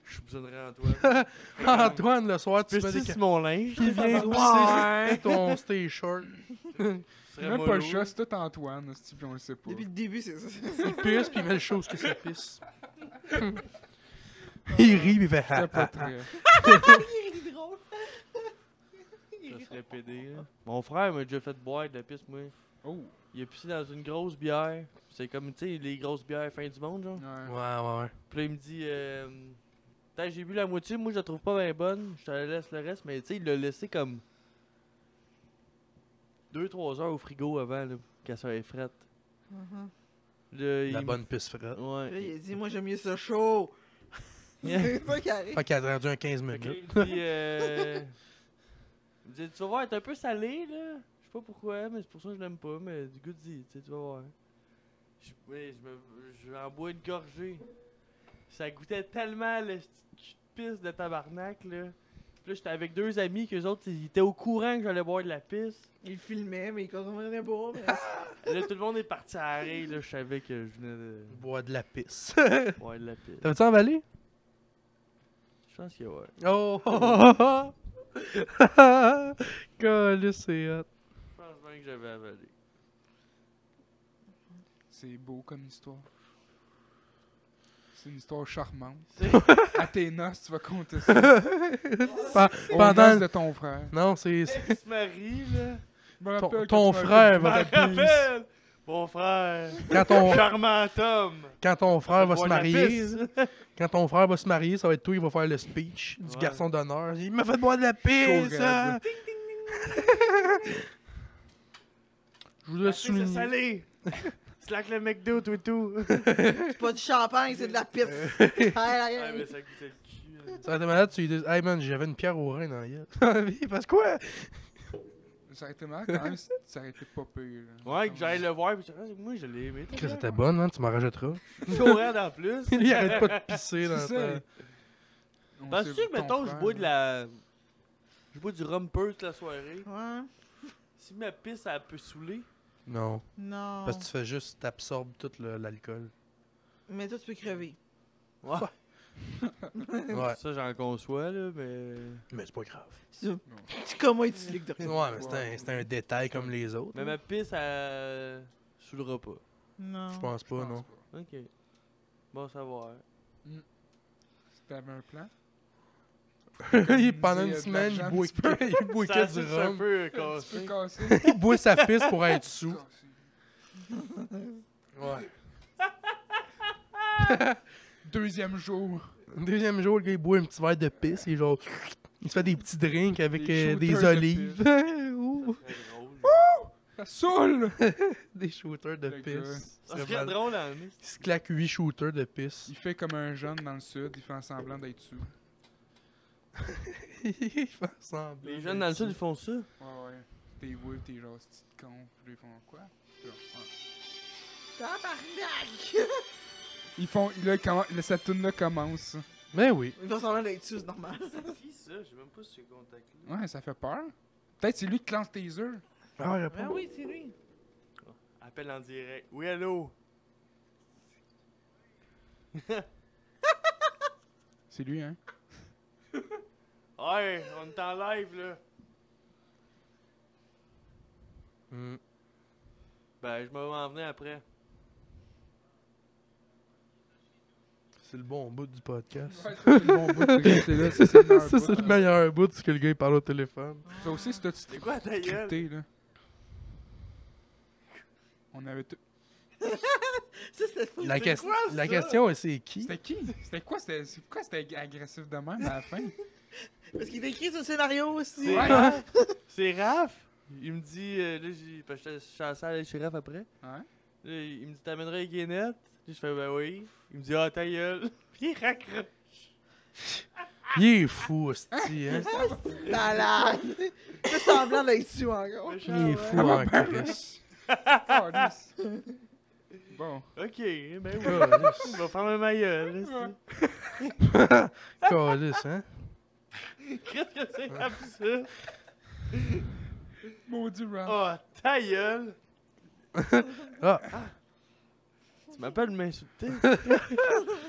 S2: Je soupçonnerais Antoine. Ah,
S5: Antoine, le soir, tu
S2: Tu
S5: fais
S2: sais
S5: des
S2: si
S5: ca-
S2: mon linge.
S5: Il vient pisser sur ton stay short.
S2: Ce
S1: C'est
S2: serait
S1: même pas le
S2: mollo.
S1: chat, c'est tout Antoine, si on le sait pas.
S4: Depuis le début, c'est ça.
S5: Il pisse, puis il met le chose que ça pisse. il rit, puis il fait ah.
S1: C'était
S5: ha,
S1: pas
S5: ha, ha.
S1: très.
S4: Il est drôle.
S2: Ça serait pédé, là. Mon frère m'a déjà fait boire de la piste, moi.
S1: Oh,
S2: Il a pissé dans une grosse bière. C'est comme, tu sais, les grosses bières fin du monde, genre.
S1: ouais.
S5: Ouais, ouais, ouais.
S2: Puis là, il me dit, euh, Putain, j'ai bu la moitié, moi je la trouve pas bien bonne, je te laisse le reste, mais tu sais, il l'a laissé comme 2-3 heures au frigo avant, là, qu'elle soit frette.
S4: Mhm.
S2: Là,
S5: La
S2: il-
S5: bonne pisse frette.
S4: Là,
S2: Ouais.
S4: il a dit, moi, j'aime mieux ça chaud.
S2: Yeah.
S4: C'est ça qui arrive.
S5: Fait qu'il a rendu un 15
S2: Fait que là,
S5: minutes.
S2: il me dit, euh, Il me dit, tu vas voir, elle est un peu salée, là. Je sais pas pourquoi, mais c'est pour ça que je l'aime pas. Mais du goût dit, tu sais, tu vas voir. Je, mais je me, je en bois une gorgée. Ça goûtait tellement le petit pisse de tabarnak, là. Puis là, j'étais avec deux amis, qu'eux autres, ils étaient au courant que j'allais boire de la pisse.
S4: Il filmait, mais il comprenait pas. mais-
S2: Là, tout le monde est parti arrêter, là. Je savais que je venais de
S5: Bois de la pisse.
S2: boire de la pisse.
S5: T'as-tu avalé?
S2: Je pense que ouais.
S5: Oh! Calisse, c'est hot.
S2: Je pense bien que j'avais avalé.
S1: C'est beau comme histoire. C'est une histoire charmante.
S2: C'est-
S1: à tes noces, tu vas compter ça.
S5: Pa-
S1: Aux
S5: pendant...
S1: noces de ton frère.
S5: Non, c'est... c'est-
S2: Ex Marie, là.
S1: Je me rappelle
S5: Ton,
S1: que
S5: ton
S1: tu m'as
S5: frère
S2: Je m'en
S5: va...
S2: rappelle. Mon frère.
S5: Quand ton,
S2: Charmant homme.
S5: quand ton frère Ah, va se
S2: Boire de la
S5: marier...
S2: pisse.
S5: Quand ton frère va se marier, ça va être toi qui va faire le speech du
S2: Ouais.
S5: garçon d'honneur. Il m'a fait boire de la pisse!
S1: Chaud,
S5: hein.
S1: raide.
S5: Je voudrais
S2: C'est
S5: souligner.
S2: salé. Slack le McDo, tout tout.
S4: C'est pas du champagne, c'est de la pisse.
S5: Euh.
S4: Aïe,
S2: Ah,
S4: aïe,
S2: mais
S4: aïe.
S2: ça coûtait le cul. là.
S5: Ça va être malade, tu lui dis Hey man, j'avais une pierre au rein dans la gueule. Dans la vie, Parce quoi?
S1: Ça aurait été mal quand même si ça aurait été pas pire. là.
S2: Ouais, que j'aille le voir, pis je dis, Ah, moi je l'ai aimé.
S5: Que c'était bonne, hein, tu m'en rajouteras.
S2: Courant en plus.
S5: Lui, il arrête pas de pisser dans
S1: C'est ça.
S5: ta...
S1: On
S2: Penses-tu
S1: sait
S2: que, mettons,
S1: ton
S2: je
S1: frère,
S2: bois de
S1: là.
S2: la. Je bois du rhum peu toute la soirée.
S4: Ouais.
S2: Si ma pisse, elle peut saouler.
S5: Non.
S4: Non.
S5: Parce que tu fais juste, t'absorbes tout le- l'alcool.
S4: Mais toi, tu peux crever.
S2: Ouais.
S5: Ouais.
S2: Ça, j'en conçois, là, mais.
S5: Mais c'est pas grave.
S4: C'est ça. Tu comment tu ligues de rien.
S5: Ouais, mais c'est un, c'est un détail comme les autres.
S2: Mais ma pisse, elle. saoulera pas.
S5: Je
S4: Non.
S5: pense
S1: Je
S5: pas,
S1: pense
S5: non.
S1: pas.
S2: Ok. Bon savoir.
S1: Si t'avais un plan.
S5: Il- Pendant
S1: Il y
S5: une
S1: a de
S5: semaine, il
S1: l'argent,
S5: boit
S1: tu
S5: que, il boit
S2: Ça,
S5: que
S2: c'est
S5: du
S2: un
S5: rhum.
S2: peu
S1: Tu peux
S2: cassé.
S1: casser.
S5: Il boit sa pisse pour être sous.
S1: Casser.
S5: Ouais.
S1: Deuxième jour.
S5: Deuxième jour, le gars, il boit un petit verre de pisse. Il, est genre, il se fait des petits drinks avec
S1: Des
S5: euh, des,
S1: shooters de
S5: olives. Ouh,
S2: Ça serait drôle.
S1: Ça saoule!
S5: des shooters de
S1: Le gars.
S5: pisse.
S2: Ça
S5: C'est
S2: serait
S5: mal-
S2: drôle, en est.
S5: Il se claque 8 shooters de pisse.
S1: Il fait comme un jeune dans le sud, il fait en semblant d'être sous.
S5: il fait semblant.
S2: Les jeunes dans le sud, ils font ça.
S1: Ouais, ouais. T'es wouf, t'es genre, c'est petit con. Puis là, ils font quoi? Puis là, ouais.
S4: Tabarnak!
S1: Ils font, là, comment, là, cette tune là commence.
S5: Mais Ben oui.
S4: Il va semblant d'être dessus, c'est normal.
S2: C'est qui ça? J'ai même pas ce contact-là.
S1: Ouais, ça fait peur. Peut-être c'est lui qui lance tes œufs.
S5: Ah, il
S4: Ah
S5: répond.
S4: oui, c'est lui.
S2: Appel en direct. Oui, allô?
S1: C'est lui, hein?
S2: Ouais, on est en live, là.
S5: Hmm.
S2: Ben, je m'en vais en venir après.
S5: C'est le bon bout du podcast.
S1: c'est le bon bout de rester là, ça, c'est le meilleur
S5: Ça, c'est
S1: bout.
S5: le meilleur bout, c'est que le gars, il parle au téléphone.
S1: Ça aussi, c'est
S2: C'est
S1: tu
S2: quoi ta gueule?
S1: scripté, là. On avait tout.
S4: Ça, c'était fou.
S5: La, ques-
S2: quoi, ça?
S5: la question est c'est qui
S1: C'était qui? C'était quoi? C'était c'est pourquoi c'était agressif de même à la fin?
S4: Parce qu'il écrit sur le scénario aussi.
S2: C'est
S1: Ouais.
S2: Raph? C'est Raph? Il me dit, euh, là, j'ai. Parce que j'étais- je suis en salle chez Raph après.
S1: Ouais.
S2: Là, il me dit, t'amèneras les guénettes? Là, je fais, ben oui. Il me dit, ah, ta gueule. Puis il raccroche.
S5: Il est fou, hostie, hein?
S4: Ah. Malade. Il fait semblant d'être dessus encore.
S5: Il est fou
S1: Ah,
S5: en
S1: ouais.
S5: Christ.
S1: Calisse. Bon.
S2: Ok, ben oui. Il
S5: Calisse.
S2: va faire ma gueule, là, c'est-
S5: Calisse, hein?
S2: Qu'est-ce que c'est absurde?
S1: Maudit rap.
S2: Oh, ta gueule!
S5: Ah.
S2: Tu m'appelles m'insulter?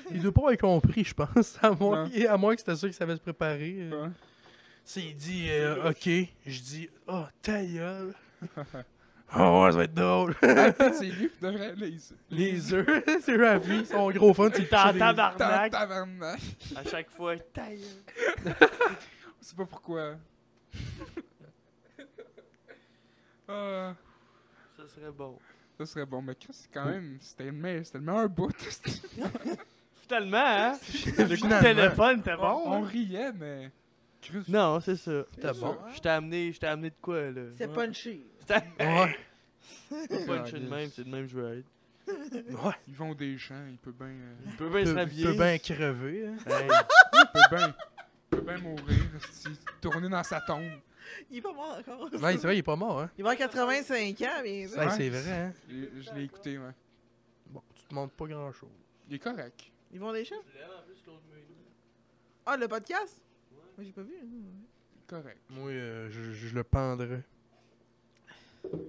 S5: Il doit pas avoir compris, je pense. À moins,
S1: Non.
S5: et à moins que c'était sûr qu'il savait se préparer. euh.
S1: Ouais.
S5: S'il dit euh, OK, je dis Ah, ta gueule. Oh, ouais, ça va être drôle.
S1: Ah, peut-être c'est lui qui devrait les
S5: Les œufs, c'est Ravi, ils sont gros fun.
S2: T'es en
S1: Ta-
S2: tabarnak
S1: Tabarnak.
S2: à chaque fois. Ta gueule!
S1: Je sais pas pourquoi. Ah,
S2: Ça serait bon.
S1: ça serait bon, mais Chris, c'est quand même, c'était le meilleur, c'était le meilleur bout.
S2: Finalement, hein? Le coup de
S5: Finalement.
S2: téléphone, t'es
S5: Oh,
S1: on
S2: bon? hein?
S1: riait, mais. Chris,
S2: Non, c'est ça.
S5: T'es bon.
S2: Je t'ai amené, je t'ai amené de quoi, là?
S4: C'est punchy.
S2: C'était
S5: Ouais,
S2: pas punché de
S1: Calisse.
S2: même, c'est de même que je veux être.
S5: ouais.
S1: ils vont des champs, il peut bien. euh,
S2: Il peut bien se
S5: Peut,
S2: rhabiller.
S5: peut bien crever. hein.
S2: Hey,
S1: il peut bien. il peut bien mourir, si tourner dans sa tombe.
S4: Il est pas mort encore.
S5: Non, c'est vrai, il est pas mort, hein.
S4: Il va avoir 85 ans, bien sûr.
S5: Ouais, c'est vrai, hein.
S1: Je l'ai- je l'ai écouté, ouais.
S5: Bon, tu te montres pas grand-chose.
S1: Il est correct.
S4: Ils vont des chats?
S2: Je l'aime en plus, Claude Meunier.
S4: Ah, le podcast? Moi, j'ai pas vu. hein.
S1: Il est correct.
S5: Moi, euh, je, je le pendrais.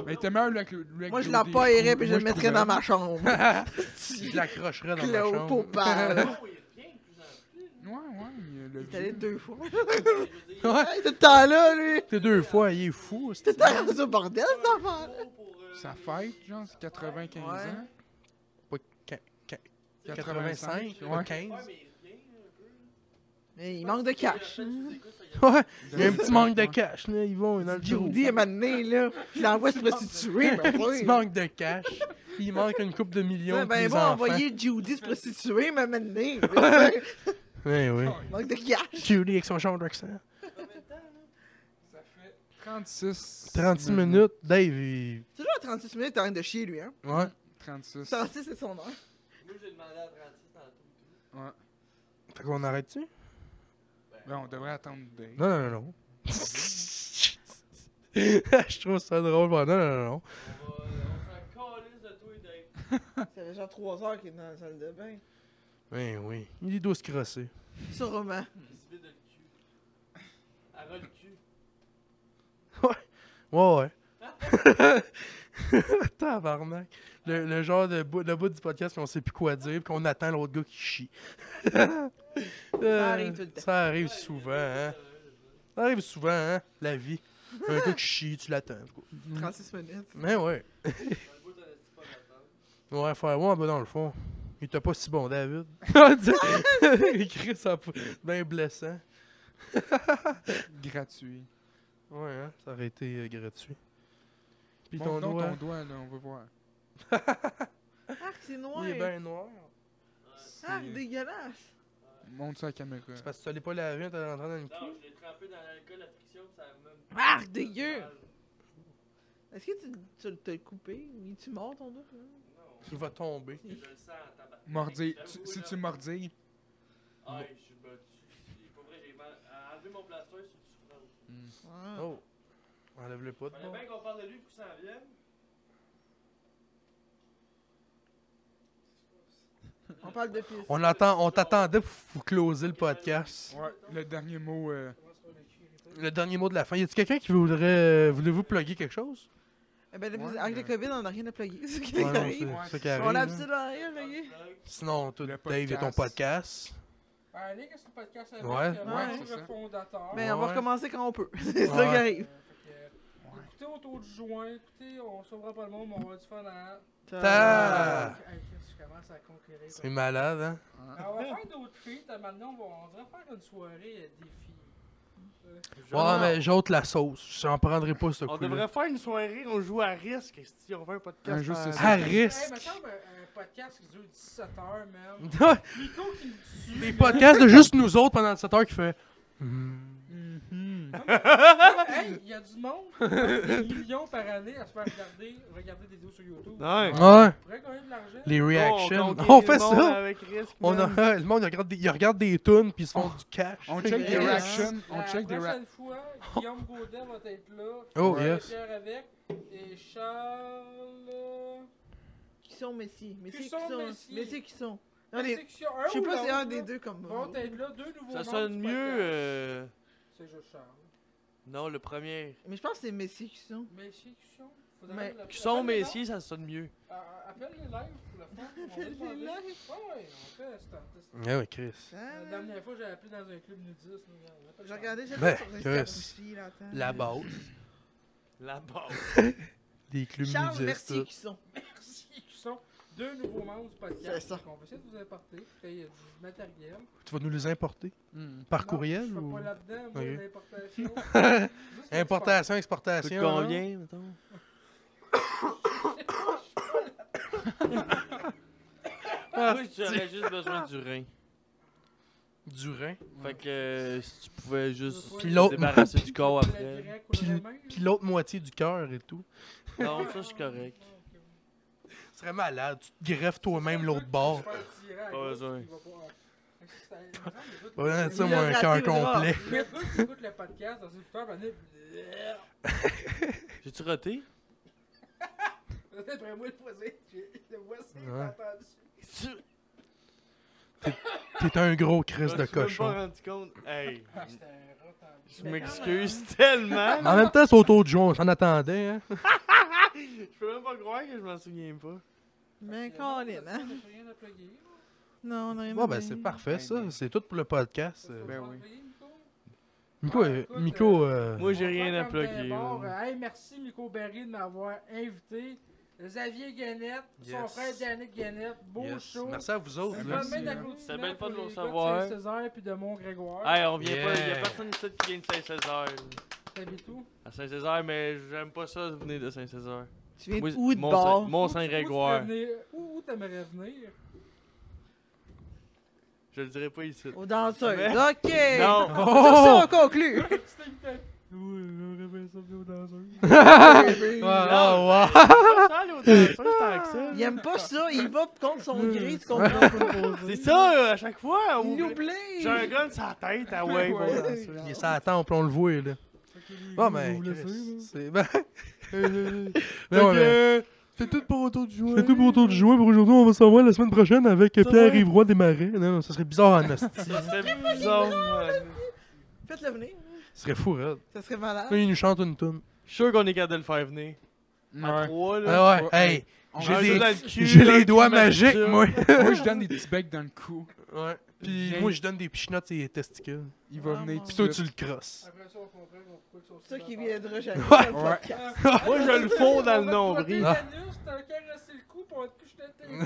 S1: Mais il était meilleur, lui, avec le- lui, avec
S4: Moi, je
S1: Jodie,
S4: l'empaillerais
S1: trouve.
S4: puis je
S1: Moi,
S4: le mettrais
S1: trouverais-
S4: dans ma chambre.
S5: Je l'accrocherais dans ma
S4: Claude euh,
S5: chambre.
S4: Popal.
S2: Oh, il revient de plus en plus.
S1: Ouais, ouais, il le
S4: Il est allé
S1: vieux.
S4: deux fois.
S2: Je veux dire,
S4: Il était tout le temps là, lui.
S5: T'es deux fois, il est fou. c'est-
S4: T'es rendu au bordel, cet enfant.
S2: il est beau pour, euh,
S1: Sa fête, genre, c'est 95
S4: Ouais.
S1: ans.
S5: Pas quin- quin-
S1: 85,
S5: 85, pas
S1: ouais.
S2: Ouais, mais il
S5: 15.
S2: revient un peu.
S4: Mais il manque de cash. hein.
S5: Ouais, il y a un petit manque de cash, là. Ils vont dans le trou.
S4: Jody, à un moment donné, là, je l'envoie se prostituer.
S5: Un
S4: Ben
S5: petit
S4: oui.
S5: manque de cash. Il manque une coupe de millions
S4: Ben, ben
S5: de
S4: bon,
S5: enfants.
S4: envoyer Judy se prostituer, mais maintenant, tu sais,
S5: Ouais, oui.
S4: manque de cash.
S5: Julie avec son genre d'accent.
S1: Ça fait 36.
S5: 36 minutes, Dave, il...
S4: C'est toujours à 36 minutes, t'es en train de chier, lui, hein.
S5: Ouais.
S1: 36.
S4: 36, c'est son heure.
S2: Moi, j'ai demandé à 36 tantôt.
S1: Ouais.
S5: Fait qu'on arrête-tu?
S1: Ben, on devrait attendre des.
S5: Non, non, non, non. Je trouve ça drôle. Non, non, non, non.
S2: On va- euh, on s'en calisse de toi et d'être.
S4: Ça fait genre 3 heures qu'il est dans la salle de bain.
S5: Oui, Ben oui. Il est doux crossé.
S4: Sûrement.
S2: Il se vide le cul. Elle a le cul.
S5: Ouais, ouais. Tabarnak. Le, le genre de bout, le bout du podcast, qu'on sait plus quoi dire, puis qu'on attend l'autre gars qui chie. Euh,
S4: arrive tout le temps.
S5: Ça arrive souvent, hein. Ça arrive souvent, hein, la vie. Un gars qui chie, tu l'attends. en tout cas.
S4: 36 minutes.
S5: Mais ouais.
S2: Dans le bout, t'en as-tu pas d'attente?
S5: Ouais, faire ouais, ben dans le fond. Il était pas si bon, David. Chris, ça bien blessant.
S1: Gratuit.
S5: Ouais, hein, ça aurait été euh, gratuit. Puis
S1: Montre
S5: ton
S1: donc
S5: doigt,
S1: ton doigt, là, on va voir.
S4: Ah, c'est noir.
S5: il est bien noir.
S4: Ah,
S1: C'est-
S4: dégueulasse.
S1: Montre ça à la caméra.
S5: C'est parce que tu l'as pas lavé, t'es en train de
S2: Non, je l'ai trempé dans l'alcool à friction, ça a même.
S4: Ah, dégueu. Est-ce que tu, tu t'as coupé? Oui, tu mords ton doigt? hein?
S5: Il va tomber.
S2: Je le sens en tabac.
S1: Mordir. Tu- Si tu mordis,
S2: Ah, je suis battu. C'est Pas vrai, j'ai mal. Enlever mon plaster, c'est une souffrance.
S4: Ouais.
S5: Oh. Enlève-le pas de
S2: Fallait
S5: bord.
S2: bien qu'on parle de lui pour qu'il s'en vienne.
S4: On parle de pisse.
S5: On attend, on t'attendait pour vous closer le podcast.
S1: ouais, le dernier mot. euh,
S5: Le dernier mot de la fin. Y a-t-il quelqu'un qui voudrait, euh, voulez-vous plugger quelque chose
S4: Eh ben, depuis-
S1: Ouais,
S4: avec le
S1: mais-
S4: COVID, on n'a rien à plugger. C'est ce qui
S5: Ouais, non,
S4: arrive.
S5: c'est- c'est ça qui
S4: On
S5: arrive,
S4: n'a
S5: hein.
S4: absolument rien à plugger.
S5: Sinon, toi,
S1: Le
S5: Dave, il y a ton podcast.
S3: Ben, Allez, qu'est-ce que le podcast avec
S5: Ouais.
S3: euh, Max,
S1: Ouais, c'est
S3: le
S1: ça.
S3: fondateur.
S4: Mais Ben, on va
S5: Ouais.
S4: recommencer quand on peut. C'est ça qui
S5: Ouais.
S4: arrive.
S3: Euh, fait que, Écoutez autour du joint, écoutez, on sauvera pas le monde, mais on va du fun à.
S5: Ta- Ah.
S3: Hey, Chris, je commence à conquérir.
S5: C'est malade, hein
S3: Ah, on va faire d'autres filles, maintenant on va on devrait faire une soirée euh, des filles.
S5: Ouais, mais j'ôte la sauce. J'en prendrai pas ce
S2: On
S5: coup-là.
S2: devrait faire une soirée, on joue à risque. Si on fait un podcast.
S1: Un jeu,
S2: à-
S1: c'est ça.
S5: À
S3: Hey,
S5: risque.
S3: me semble un un podcast qui dure 17h, même.
S5: Ouais,
S3: Nico qui me tue.
S5: Des podcasts de juste nous autres pendant 7 heures qui fait. Hmm. Mm-hmm.
S3: Hey, il y a du monde, des millions par année à se faire regarder, regarder des vidéos sur YouTube.
S2: Ouais.
S5: Ouais.
S3: On pourrait gagner de l'argent.
S5: Ah. Les reactions.
S2: On, euh,
S5: On, fait ça.
S2: Avec risque,
S5: On
S2: man.
S5: a, le monde il regarde des, il regarde des tunes puis ils se font du cash.
S1: On check des
S4: Yes.
S1: reactions. On
S3: La
S1: check des
S3: prochaine
S1: reactions.
S3: fois, Guillaume Godet va être là.
S5: Oh,
S3: Pierre
S5: yes.
S3: avec. Et Charles. euh,
S4: Qui sont Messi? Messi
S3: Qui
S4: qui
S3: sont
S4: sont?
S3: Messi?
S4: Messi qui sont? Non,
S3: Je
S4: les-
S3: sais qu'il y a un
S4: Je sais
S3: ou
S4: pas si
S3: l'autre,
S4: un des
S3: là,
S4: deux comme.
S3: Vont être là, deux nouveaux
S2: Ça
S3: membres
S2: sonne
S3: du
S2: mieux.
S3: podcast.
S2: euh,
S3: C'est juste Charles.
S2: Non, le premier.
S4: Mais je pense que c'est Messi qui sont.
S3: Mais c'est qui sont Faudrait
S4: Mais-
S3: l'appeler.
S2: Qui sont
S3: Appelle les
S2: messieurs, ça sonne mieux.
S3: lives. Ah, ah, Appelle les lives pour le faire. on va
S4: Appelle les
S3: demander.
S4: lives.
S3: Ah ouais, on fait c'est un test.
S5: Ah oui, Chris.
S3: La Euh, dernière fois, j'ai appelé dans un club nudiste. là, on appelle
S4: Ah, J'ai
S3: Charles.
S4: regardé, j'ai
S5: Ben,
S4: sur Instagram
S5: Chris.
S4: aussi, là, attends.
S5: La base.
S2: La base.
S5: Des clubs
S4: Charles,
S5: nudistes.
S4: merci qui sont.
S3: Merci, qui sont deux nouveaux membres du podcast.
S4: C'est ça.
S3: Donc, on va essayer de vous apporter peut-être du matériel.
S5: Tu vas nous les importer
S1: Mm.
S5: par
S3: Non,
S5: courriel
S3: Je ne
S5: ou
S3: pas là-dedans, moi,
S5: Ok.
S3: l'importation. Juste le
S5: Importation, exportation. hein?
S2: mettons?
S5: Ah, hein? Ah
S2: Moi, Ah, j'aurais juste besoin du rein.
S5: Du rein.
S2: Fait que euh, si tu pouvais juste
S3: Puis
S5: l'autre-
S2: débarrasser du corps
S3: sport, la
S2: après.
S3: grecque ou le
S5: Puis-
S3: romain,
S5: Puis l'autre moitié du cœur et tout.
S2: Non, ça, c'est correct.
S5: Ce serait malade. Tu te greffes toi-même l'autre bord.
S3: Faire tirer à
S2: Pas
S3: gauche,
S2: besoin.
S3: il va pas- ça- il me semble que le gars-
S5: Ouais,
S3: le
S5: ça,
S4: Il
S5: moi,
S4: a
S5: un
S4: raté
S5: cœur
S4: le drap.
S5: complet.
S3: gars qui écoute le podcast dans ses écouteurs, ben, il-
S2: J'ai-tu roté?
S3: D'après moi, le voisin, j'ai- le voisin, il
S5: Ouais.
S3: a entendu.
S2: Tu
S5: T'es un gros Chris
S2: Je
S5: de
S2: me suis même
S5: cochon.
S2: pas rendu compte. Hey,
S3: C'était un rat en
S2: je m'excuse tellement.
S5: En même temps, c'est autour de Joe, on s'en attendait. Hein?
S2: Je peux même pas croire que je m'en souviens pas.
S4: Mais Colin, hein?
S3: J'ai rien à plugger.
S4: Non, on a rien
S5: Bon,
S4: à
S5: ben,
S4: dire.
S5: c'est parfait, ça. C'est tout pour le podcast. euh.
S3: Ben
S1: oui.
S3: oui.
S5: Miko, euh, Miko, euh,
S2: Moi, j'ai rien à plugger. man.
S3: euh, Hey, merci Miko Berry de m'avoir invité. Xavier Guenette, son
S5: Yes.
S3: frère Danick Guenette, beau
S5: yes.
S3: show.
S5: Merci à vous autres.
S3: Un
S5: là.
S3: bonne main
S1: hein.
S3: d'applaudissements
S2: C'était bien le fun de
S3: pour
S2: le
S3: les gars
S2: recevoir.
S3: Saint-Césaire puis de Mont-Grégoire.
S2: Hey, on vient pas. Il y a
S5: Yeah.
S2: personne ici qui vient de Saint-Césaire.
S3: T'habites où?
S2: À Saint-Césaire, mais j'aime pas ça de venir de Saint-Césaire.
S4: Tu viens
S2: Moi,
S4: de où de
S2: Mont-
S4: bord?
S2: Mont
S3: Où tu- où tu
S2: Saint-Grégoire.
S3: peux venir- Où où t'aimerais venir?
S2: Je le dirai pas ici.
S4: Au danseur.
S2: Mais-
S4: OK!
S2: Non.
S5: Oh!
S4: Ça, on conclut!
S3: C'était peut-être- Oui, j'aurais bien ça venir aux danseuses.
S5: Ah, ouais.
S2: Ça, aller au danseur, c'est tant que ça.
S4: Il aime pas ça, il va contre son gré, tu comprends?
S2: C'est ça, euh, à chaque fois. on
S4: Il
S2: oublie- J'ai un
S4: l'oublie!
S2: gun sur la tête à Wave. au
S5: ah.
S4: Ouais.
S2: danseur.
S5: Il est sur la tempe, on le voit, là. Bon, ben, Chris, c'est ben. Ben, ouais, ben,
S2: C'est tout pour autour du joueur.
S5: C'est tout pour autour du jouet pour aujourd'hui. On va se revoir la semaine prochaine avec euh, Pierre Ivroy des Marais. Non, non, ça serait bizarre en hostie.
S2: Ça serait bizarre. man.
S4: Faites-le venir,
S5: Ce serait fou, raide.
S4: ça serait malade.
S5: Là, Ah, il nous chante une tune.
S2: Je suis sûr qu'on est capable de le faire venir. À
S1: Ouais.
S2: trois, là.
S5: Ah ouais, hey,
S1: On
S5: j'ai
S2: Un
S1: rajoute-
S2: jeu
S5: des-
S2: dans le cul,
S5: j'ai
S2: un
S5: les
S2: cul
S5: doigts
S2: magique.
S5: magiques, moi.
S1: moi, je donne des petits becs dans le cou.
S5: Ouais. Puis moi, je donne des pichinottes et des testicules.
S1: Il va
S4: Ah,
S1: venir
S4: mon
S5: Puis
S1: tout
S5: toi,
S1: de
S5: tu
S1: suite.
S5: le crosses.
S3: Après ça, on comprend pourquoi ils sont si
S4: C'est ça qui
S3: bâtards.
S4: viendra jamais dans le
S1: Ouais.
S4: podcast.
S2: Moi, je le fonds dans le nombril.
S3: Ah. T'as caressé le cou pour te coucher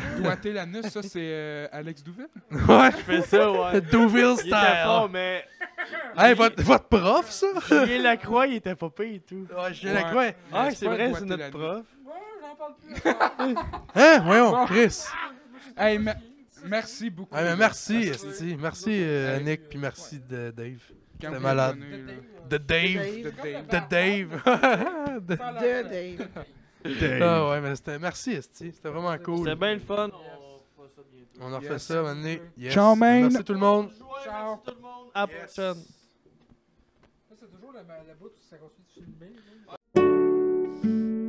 S3: tes
S1: Doigté l'anus, ça, c'est euh, Alex Douville.
S5: Ouais.
S2: Je fais ça, ouais.
S5: Deauville
S2: Il était fort,
S5: style.
S2: mais
S5: Hey, votre, votre prof, ça?
S2: Julien Lacroix, il était pas pire et tout.
S5: Ouais, je
S1: Ouais.
S5: la crois.
S2: Ah,
S1: c'est
S2: c'est
S1: pas
S2: vrai,
S1: doigté
S2: c'est
S1: la
S2: notre prof.
S3: Ouais, j'en parle plus.
S5: Hein? Voyons, Chris.
S1: Hey, me- merci beaucoup.
S5: Ah, mais
S1: les gars.
S5: merci, esti. Merci, euh,
S1: Hey,
S5: Nick, puis
S3: euh,
S5: merci, de- Dave.
S1: Quand
S5: C'était
S1: vous
S5: malade.
S1: venez, là.
S5: De Dave.
S1: De Dave.
S5: De Dave. De-
S4: De Dave.
S5: Ah ouais, mais c'était... Merci, esti. C'était vraiment cool.
S2: C'était bien le fun. On fera ça bientôt.
S5: On en
S1: Yes.
S5: refait ça, maintenant. Yes.
S1: Ciao, man.
S5: Merci tout le monde.
S3: Ciao.
S2: Merci tout le monde. À la
S5: Yes.
S2: prochaine.
S3: Ça, C'est toujours la, la bout où ça continue de filmer. là.